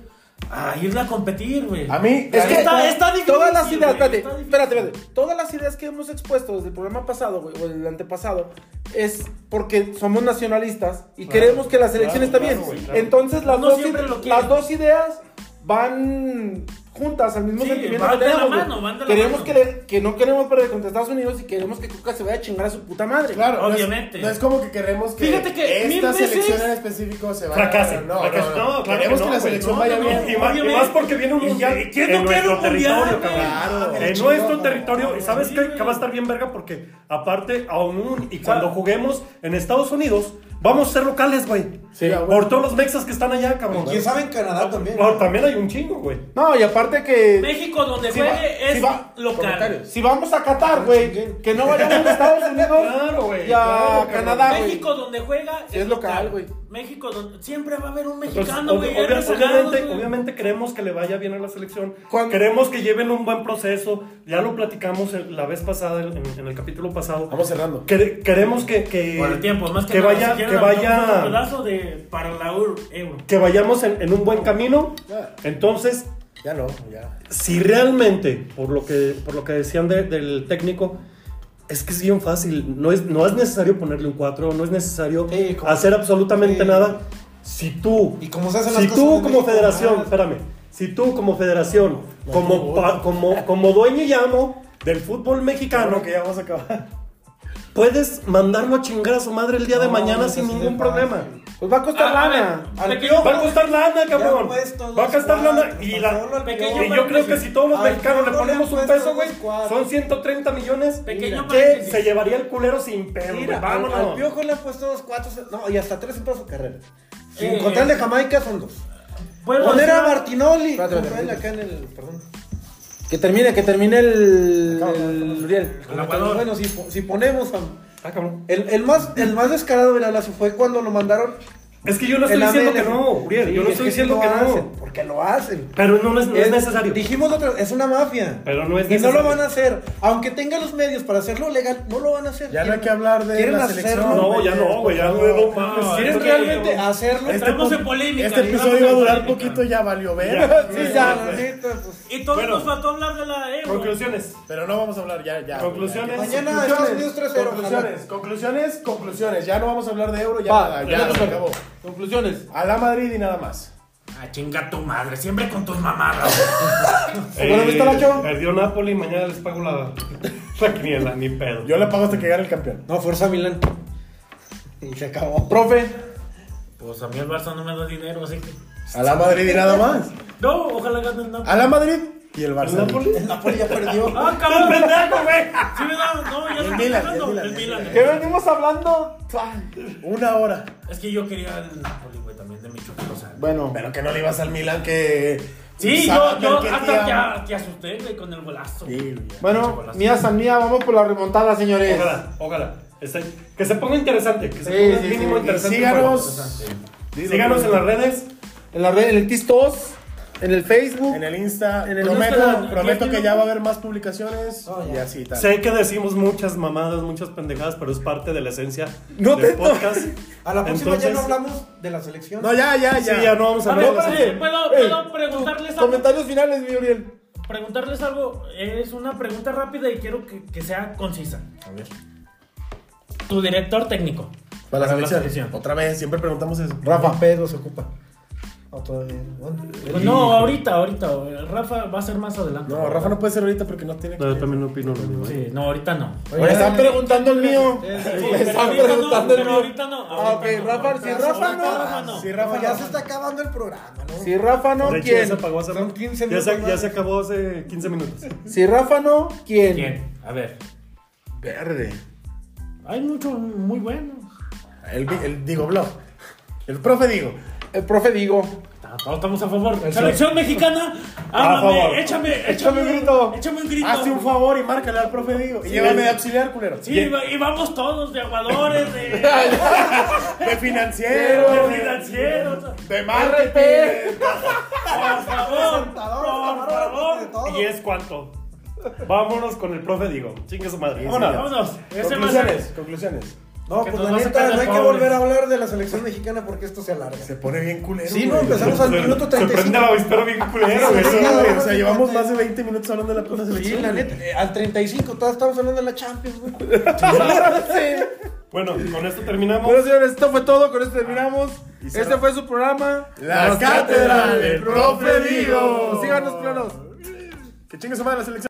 [SPEAKER 5] a irla a competir, güey.
[SPEAKER 3] A mí,
[SPEAKER 5] es
[SPEAKER 3] la
[SPEAKER 5] que
[SPEAKER 3] neta,
[SPEAKER 5] está, está difícil.
[SPEAKER 2] Todas las ideas,
[SPEAKER 5] güey,
[SPEAKER 2] espérate,
[SPEAKER 5] está difícil.
[SPEAKER 2] espérate, espérate. Todas las ideas que hemos expuesto desde el programa pasado, güey, o el antepasado, es porque somos nacionalistas y queremos que la selección
[SPEAKER 4] claro,
[SPEAKER 2] está
[SPEAKER 4] claro,
[SPEAKER 2] bien.
[SPEAKER 4] güey, claro.
[SPEAKER 2] Entonces, las,
[SPEAKER 5] Uno
[SPEAKER 2] dos,
[SPEAKER 5] siempre
[SPEAKER 2] ide-
[SPEAKER 5] lo quiere.
[SPEAKER 2] las dos ideas van juntas al mismo
[SPEAKER 5] Sí,
[SPEAKER 2] sentimiento que
[SPEAKER 5] van de la
[SPEAKER 2] tenemos. güey.
[SPEAKER 5] mano, van de la
[SPEAKER 2] queremos
[SPEAKER 5] mano.
[SPEAKER 2] que, le- que no queremos perder contra Estados Unidos y queremos que Cuca se vaya a chingar a su puta madre.
[SPEAKER 3] Claro, no es-
[SPEAKER 5] Obviamente.
[SPEAKER 3] No es, como que queremos que,
[SPEAKER 5] Fíjate que mil
[SPEAKER 3] esta
[SPEAKER 5] veces-
[SPEAKER 3] selección en específico se vaya
[SPEAKER 4] Fracase,
[SPEAKER 3] No,
[SPEAKER 4] fracase.
[SPEAKER 3] no, no.
[SPEAKER 4] No, claro
[SPEAKER 3] queremos que,
[SPEAKER 4] que no,
[SPEAKER 3] la
[SPEAKER 4] güey.
[SPEAKER 3] selección
[SPEAKER 5] No,
[SPEAKER 3] vaya
[SPEAKER 5] no,
[SPEAKER 3] bien.
[SPEAKER 5] no.
[SPEAKER 4] Y más, y más porque viene un
[SPEAKER 5] Y-
[SPEAKER 4] mundial
[SPEAKER 5] ¿y quién no
[SPEAKER 4] en
[SPEAKER 5] quiere
[SPEAKER 4] nuestro
[SPEAKER 5] un mundial,
[SPEAKER 4] territorio,
[SPEAKER 5] güey?
[SPEAKER 4] cabrón.
[SPEAKER 3] Claro.
[SPEAKER 4] En
[SPEAKER 3] Chingón,
[SPEAKER 4] nuestro
[SPEAKER 3] no.
[SPEAKER 4] territorio. ¿Y sabes
[SPEAKER 5] Sí,
[SPEAKER 4] qué?
[SPEAKER 5] güey.
[SPEAKER 4] Que va a estar bien verga porque, aparte, aún y cuando juguemos en Estados Unidos, vamos a ser locales, güey.
[SPEAKER 3] Sí.
[SPEAKER 4] Por todos los mexas que están allá, cabrón.
[SPEAKER 1] ¿Quién sabe en Canadá también?
[SPEAKER 4] No, también hay un chingo, güey.
[SPEAKER 2] No, y
[SPEAKER 6] aparte que.
[SPEAKER 5] México donde
[SPEAKER 6] Si
[SPEAKER 5] juegue
[SPEAKER 6] va-
[SPEAKER 5] es
[SPEAKER 6] si va-
[SPEAKER 5] local.
[SPEAKER 6] Si vamos a Qatar, güey, que no vayamos a Estados Unidos
[SPEAKER 5] Claro, güey,
[SPEAKER 6] y a
[SPEAKER 5] claro,
[SPEAKER 1] cabrón.
[SPEAKER 6] Canadá, güey.
[SPEAKER 5] México donde juega
[SPEAKER 6] Sí, es local, güey.
[SPEAKER 5] México donde siempre va a haber un
[SPEAKER 4] Entonces,
[SPEAKER 5] mexicano,
[SPEAKER 4] ob-
[SPEAKER 5] güey.
[SPEAKER 4] obvia-
[SPEAKER 5] ya rezagados,
[SPEAKER 4] obviamente,
[SPEAKER 5] güey.
[SPEAKER 4] obviamente queremos que le vaya bien a la selección.
[SPEAKER 6] Cuando-
[SPEAKER 4] Queremos que lleven un buen proceso. Ya lo platicamos el- la vez pasada, en, en el capítulo pasado.
[SPEAKER 3] Vamos cerrando.
[SPEAKER 4] Quere- queremos que, que,
[SPEAKER 5] Por el tiempo, más que,
[SPEAKER 4] Eh, que
[SPEAKER 5] nada,
[SPEAKER 4] vaya,
[SPEAKER 5] si quieren
[SPEAKER 4] que
[SPEAKER 5] aventamos
[SPEAKER 4] vaya,
[SPEAKER 5] Un pedazo de para la eh, Euro. Euro.
[SPEAKER 4] que vayamos en, en un buen camino.
[SPEAKER 3] Ya.
[SPEAKER 4] Entonces,
[SPEAKER 3] Ya no, ya.
[SPEAKER 4] si realmente, por lo que, por lo que decían de- del técnico, es que es bien fácil, no es, no es necesario ponerle un 4, no es necesario
[SPEAKER 1] Sí, como-
[SPEAKER 4] hacer absolutamente
[SPEAKER 1] sí.
[SPEAKER 4] nada. Si tú,
[SPEAKER 1] Y como se hacen las
[SPEAKER 4] si
[SPEAKER 1] cosas
[SPEAKER 4] tú
[SPEAKER 1] en
[SPEAKER 4] como
[SPEAKER 1] México,
[SPEAKER 4] federación,
[SPEAKER 1] más.
[SPEAKER 4] espérame, si tú como federación, como, pa- como, como dueño y amo del fútbol mexicano,
[SPEAKER 3] ya vamos a acabar.
[SPEAKER 4] puedes mandarlo a chingar a su madre el día de
[SPEAKER 1] No,
[SPEAKER 4] mañana
[SPEAKER 1] no
[SPEAKER 4] sin
[SPEAKER 1] seas
[SPEAKER 4] ningún
[SPEAKER 1] ilegal,
[SPEAKER 4] problema.
[SPEAKER 1] güey.
[SPEAKER 6] Pues va a costar
[SPEAKER 5] Ah, a ver,
[SPEAKER 6] lana.
[SPEAKER 5] al
[SPEAKER 4] Al
[SPEAKER 5] pequeño-
[SPEAKER 4] Piojo. Va a costar lana, cabrón.
[SPEAKER 1] Ya pues, puestos
[SPEAKER 4] Va a
[SPEAKER 1] los
[SPEAKER 4] costar
[SPEAKER 1] cuadros,
[SPEAKER 4] lana. Y,
[SPEAKER 1] tan
[SPEAKER 4] la-
[SPEAKER 1] solo al
[SPEAKER 5] pequeño
[SPEAKER 4] y yo creo que si todos los
[SPEAKER 1] Al
[SPEAKER 4] mexicanos le
[SPEAKER 1] solo le han
[SPEAKER 4] ponemos un
[SPEAKER 1] puesto
[SPEAKER 4] peso,
[SPEAKER 1] los
[SPEAKER 4] güey,
[SPEAKER 1] cuadros.
[SPEAKER 4] son 130 millones
[SPEAKER 5] Pequeño
[SPEAKER 4] que
[SPEAKER 5] paréntesis.
[SPEAKER 4] se llevaría el culero sin pedo. güey.
[SPEAKER 1] Mira, al, al
[SPEAKER 4] Vámonos.
[SPEAKER 1] Piojo le han puesto unos cuatro, no, y hasta tres en toda su carrera. Sin
[SPEAKER 5] Eh,
[SPEAKER 1] contarle
[SPEAKER 5] eh.
[SPEAKER 1] Jamaica son dos.
[SPEAKER 5] Puedo
[SPEAKER 1] Poner a
[SPEAKER 5] decir-
[SPEAKER 1] Martinoli.
[SPEAKER 6] Espérate, espérate,
[SPEAKER 1] Ponerle acá en el. Perdón.
[SPEAKER 6] Que termine, que termine el. el Uriel.
[SPEAKER 5] El aguador.
[SPEAKER 1] Bueno, si, po- si ponemos a.
[SPEAKER 4] Ah, cabrón.
[SPEAKER 1] El, el más, el más descarado de Lazo fue cuando lo mandaron.
[SPEAKER 4] Es que yo no
[SPEAKER 1] en
[SPEAKER 4] estoy
[SPEAKER 1] la
[SPEAKER 4] diciendo que
[SPEAKER 1] MLS.
[SPEAKER 4] no, Uriel. Yo no
[SPEAKER 1] Sí,
[SPEAKER 4] estoy
[SPEAKER 1] es sí
[SPEAKER 4] diciendo que
[SPEAKER 1] lo
[SPEAKER 4] no.
[SPEAKER 1] hacen, Porque lo hacen.
[SPEAKER 4] Pero no es, no es necesario.
[SPEAKER 1] Dijimos otra es una mafia.
[SPEAKER 4] Pero no es
[SPEAKER 1] y no
[SPEAKER 4] necesario.
[SPEAKER 1] lo van a hacer. Aunque tengan los medios para hacerlo legal, no lo van a hacer.
[SPEAKER 3] Ya no hay
[SPEAKER 1] Quieren-
[SPEAKER 3] que hablar de
[SPEAKER 1] quieren
[SPEAKER 3] la
[SPEAKER 1] hacerlo.
[SPEAKER 3] selección.
[SPEAKER 4] No, ya no, güey. Ya no, no mames.
[SPEAKER 5] No,
[SPEAKER 1] ¿Quieres
[SPEAKER 4] Siento que-
[SPEAKER 1] realmente hacerlo?
[SPEAKER 5] Este- Entramos en polémica,
[SPEAKER 3] Este
[SPEAKER 5] digamos
[SPEAKER 3] episodio iba a
[SPEAKER 5] en
[SPEAKER 3] durar
[SPEAKER 5] polémica.
[SPEAKER 3] poquito, ya valió ver.
[SPEAKER 4] Ya.
[SPEAKER 1] Sí, ya, la neta, pues.
[SPEAKER 5] Y todos
[SPEAKER 4] Bueno.
[SPEAKER 5] nos faltó hablar de la eh, Euro.
[SPEAKER 4] Conclusiones.
[SPEAKER 3] Pero no vamos a hablar, ya, ya.
[SPEAKER 4] Conclusiones.
[SPEAKER 1] Mañana Estados Unidos 3-0.
[SPEAKER 3] Conclusiones, conclusiones, conclusiones. Ya no vamos a hablar de euro, ya,
[SPEAKER 6] Va,
[SPEAKER 3] ya,
[SPEAKER 6] ya,
[SPEAKER 3] se acabó.
[SPEAKER 6] Conclusiones.
[SPEAKER 3] A la Madrid y nada más.
[SPEAKER 5] Ah, chinga tu madre, siempre con tus mamadas.
[SPEAKER 6] Bueno, ¿viste, Nacho?
[SPEAKER 4] Perdió Eh, Napoli. Mañana les pago la, la quiniela. Ni pedo.
[SPEAKER 3] Yo le pago hasta que gane el campeón.
[SPEAKER 1] No, Forza Milán. Y se acabó.
[SPEAKER 6] Profe.
[SPEAKER 5] pues a mí el Barça no me da dinero, así que.
[SPEAKER 3] A la Madrid y nada más.
[SPEAKER 5] No, ojalá gane el Napoli.
[SPEAKER 3] A la Madrid y el Barça.
[SPEAKER 1] El Napoli ya perdió.
[SPEAKER 5] Ah, cabrón, pendejo, güey. Sí, me da, no, ya se me
[SPEAKER 3] Milan,
[SPEAKER 5] está
[SPEAKER 3] el
[SPEAKER 5] dando.
[SPEAKER 3] Milan,
[SPEAKER 5] El
[SPEAKER 3] el
[SPEAKER 5] Milan.
[SPEAKER 6] ¿Qué venimos hablando?
[SPEAKER 3] Una hora.
[SPEAKER 5] Es que yo quería el Napoli, güey, también de mi O sea,
[SPEAKER 6] Bueno.
[SPEAKER 3] Pero que no le ibas al Milan que.
[SPEAKER 5] sí, yo,
[SPEAKER 3] Saca
[SPEAKER 5] yo
[SPEAKER 3] que
[SPEAKER 5] hasta te,
[SPEAKER 3] tía.
[SPEAKER 5] a- te asusté, güey, con el golazo.
[SPEAKER 3] Sí, güey.
[SPEAKER 6] Bueno, mía San mía, vamos por la remontada, señores.
[SPEAKER 4] Ojalá, ojalá. Este, que se ponga interesante, que se
[SPEAKER 6] Sí,
[SPEAKER 4] ponga
[SPEAKER 6] sí,
[SPEAKER 4] mínimo
[SPEAKER 6] sí.
[SPEAKER 4] interesante.
[SPEAKER 3] Y síganos.
[SPEAKER 4] para- síganos en las redes.
[SPEAKER 6] En la red, en el Tistos, en el Facebook.
[SPEAKER 3] En el Insta.
[SPEAKER 6] En el
[SPEAKER 3] prometo
[SPEAKER 5] Insta,
[SPEAKER 3] prometo
[SPEAKER 5] yo-
[SPEAKER 3] que ya va a haber más publicaciones.
[SPEAKER 1] Oh, ya.
[SPEAKER 3] y así tal.
[SPEAKER 4] Sé que decimos muchas mamadas, muchas pendejadas, pero es parte de la esencia
[SPEAKER 6] No
[SPEAKER 4] del
[SPEAKER 6] te-
[SPEAKER 4] podcast.
[SPEAKER 1] A la próxima ya no
[SPEAKER 4] Entonces,
[SPEAKER 1] hablamos de la selección.
[SPEAKER 3] No, ya, ya, ya.
[SPEAKER 4] Sí, ya no vamos a
[SPEAKER 5] A
[SPEAKER 4] hablar.
[SPEAKER 5] ver,
[SPEAKER 4] de la-
[SPEAKER 5] espérate, ¿puedo, puedo
[SPEAKER 6] Eh,
[SPEAKER 5] preguntarles algo?
[SPEAKER 6] Comentarios finales, mi Uriel.
[SPEAKER 5] Preguntarles algo, es una pregunta rápida y quiero que, que sea concisa.
[SPEAKER 3] A ver.
[SPEAKER 5] Tu director técnico.
[SPEAKER 3] Para la selección.
[SPEAKER 5] selección.
[SPEAKER 3] Otra vez, siempre preguntamos eso.
[SPEAKER 1] Rafa Pedro se ocupa. No, todavía. ¿Dónde?
[SPEAKER 5] No, ahorita, ahorita. Rafa va a ser más adelante.
[SPEAKER 3] No, Rafa no puede ser ahorita porque no tiene.
[SPEAKER 4] No, yo también opino lo mismo. ¿eh?
[SPEAKER 5] Sí, no, ahorita no.
[SPEAKER 6] Me están preguntando el mío.
[SPEAKER 5] Sí,
[SPEAKER 6] Me
[SPEAKER 5] pero
[SPEAKER 6] están
[SPEAKER 5] ahorita
[SPEAKER 6] preguntando
[SPEAKER 5] no,
[SPEAKER 6] el
[SPEAKER 5] pero
[SPEAKER 6] mío.
[SPEAKER 5] ahorita no.
[SPEAKER 6] Ah, ok,
[SPEAKER 5] ahorita no,
[SPEAKER 6] Rafa, si
[SPEAKER 5] ahorita
[SPEAKER 6] Rafa
[SPEAKER 5] ahorita Rafa
[SPEAKER 6] no.
[SPEAKER 3] Sí, Rafa
[SPEAKER 1] Rafa,
[SPEAKER 3] ya
[SPEAKER 1] ya se está acabando el programa, ¿no?
[SPEAKER 6] Si Rafa no,
[SPEAKER 4] De hecho, ya se
[SPEAKER 6] ¿quién?
[SPEAKER 4] apagó hace
[SPEAKER 1] Son
[SPEAKER 4] rato.
[SPEAKER 1] 15
[SPEAKER 4] Ya se,
[SPEAKER 1] minutos
[SPEAKER 4] ya se acabó hace 15 minutos.
[SPEAKER 6] Si Rafa no, ¿quién?
[SPEAKER 5] ¿Quién? A ver.
[SPEAKER 3] Verde.
[SPEAKER 5] Hay muchos muy buenos.
[SPEAKER 3] El, vi- el Digo Blog. El profe Digo.
[SPEAKER 6] El profe Digo.
[SPEAKER 5] Todos estamos a favor. Selección mexicana,
[SPEAKER 3] A favor.
[SPEAKER 5] ámame,
[SPEAKER 6] Échame
[SPEAKER 5] échame, échame
[SPEAKER 6] un grito.
[SPEAKER 5] Échame un grito.
[SPEAKER 3] Hazte un favor y márcale al profe Digo. Y llévame de auxiliar, culero.
[SPEAKER 5] Sí, y vamos todos de aguadores, de, de
[SPEAKER 3] De financiero.
[SPEAKER 5] financieros.
[SPEAKER 3] De
[SPEAKER 6] RP.
[SPEAKER 3] marketing.
[SPEAKER 5] Por favor, por favor.
[SPEAKER 4] Y es cuanto. Vámonos con el profe Digo. Chingue su madre.
[SPEAKER 3] Vámonos.
[SPEAKER 5] Vámonos. Ese más
[SPEAKER 3] Conclusiones, conclusiones.
[SPEAKER 1] No,
[SPEAKER 5] Que
[SPEAKER 1] pues
[SPEAKER 5] nos
[SPEAKER 1] la
[SPEAKER 5] vas a
[SPEAKER 1] neta,
[SPEAKER 5] sacar
[SPEAKER 1] no hay
[SPEAKER 5] de
[SPEAKER 1] que
[SPEAKER 5] pobres.
[SPEAKER 1] volver a hablar de la selección mexicana porque esto se alarga.
[SPEAKER 3] Se pone bien culero.
[SPEAKER 1] Sí, no,
[SPEAKER 3] güey.
[SPEAKER 1] empezamos al minuto
[SPEAKER 4] Se prende
[SPEAKER 1] 35.
[SPEAKER 4] la avispero bien culero,
[SPEAKER 3] Pero
[SPEAKER 4] güey.
[SPEAKER 3] eso,
[SPEAKER 1] Sí,
[SPEAKER 3] güey, o
[SPEAKER 1] sí,
[SPEAKER 3] sea, llevamos
[SPEAKER 1] sí.
[SPEAKER 3] más de 20 minutos hablando de la puta
[SPEAKER 1] Sí,
[SPEAKER 3] selección.
[SPEAKER 1] la neta, eh, al 35 todavía estamos hablando de la Champions, güey.
[SPEAKER 4] Bueno, con esto terminamos.
[SPEAKER 6] Bueno, señores, esto fue todo. Con esto terminamos. Este fue su programa.
[SPEAKER 3] Las cátedras del profe Digo.
[SPEAKER 6] Síganos, planos.
[SPEAKER 3] Que chingue su madre la selección.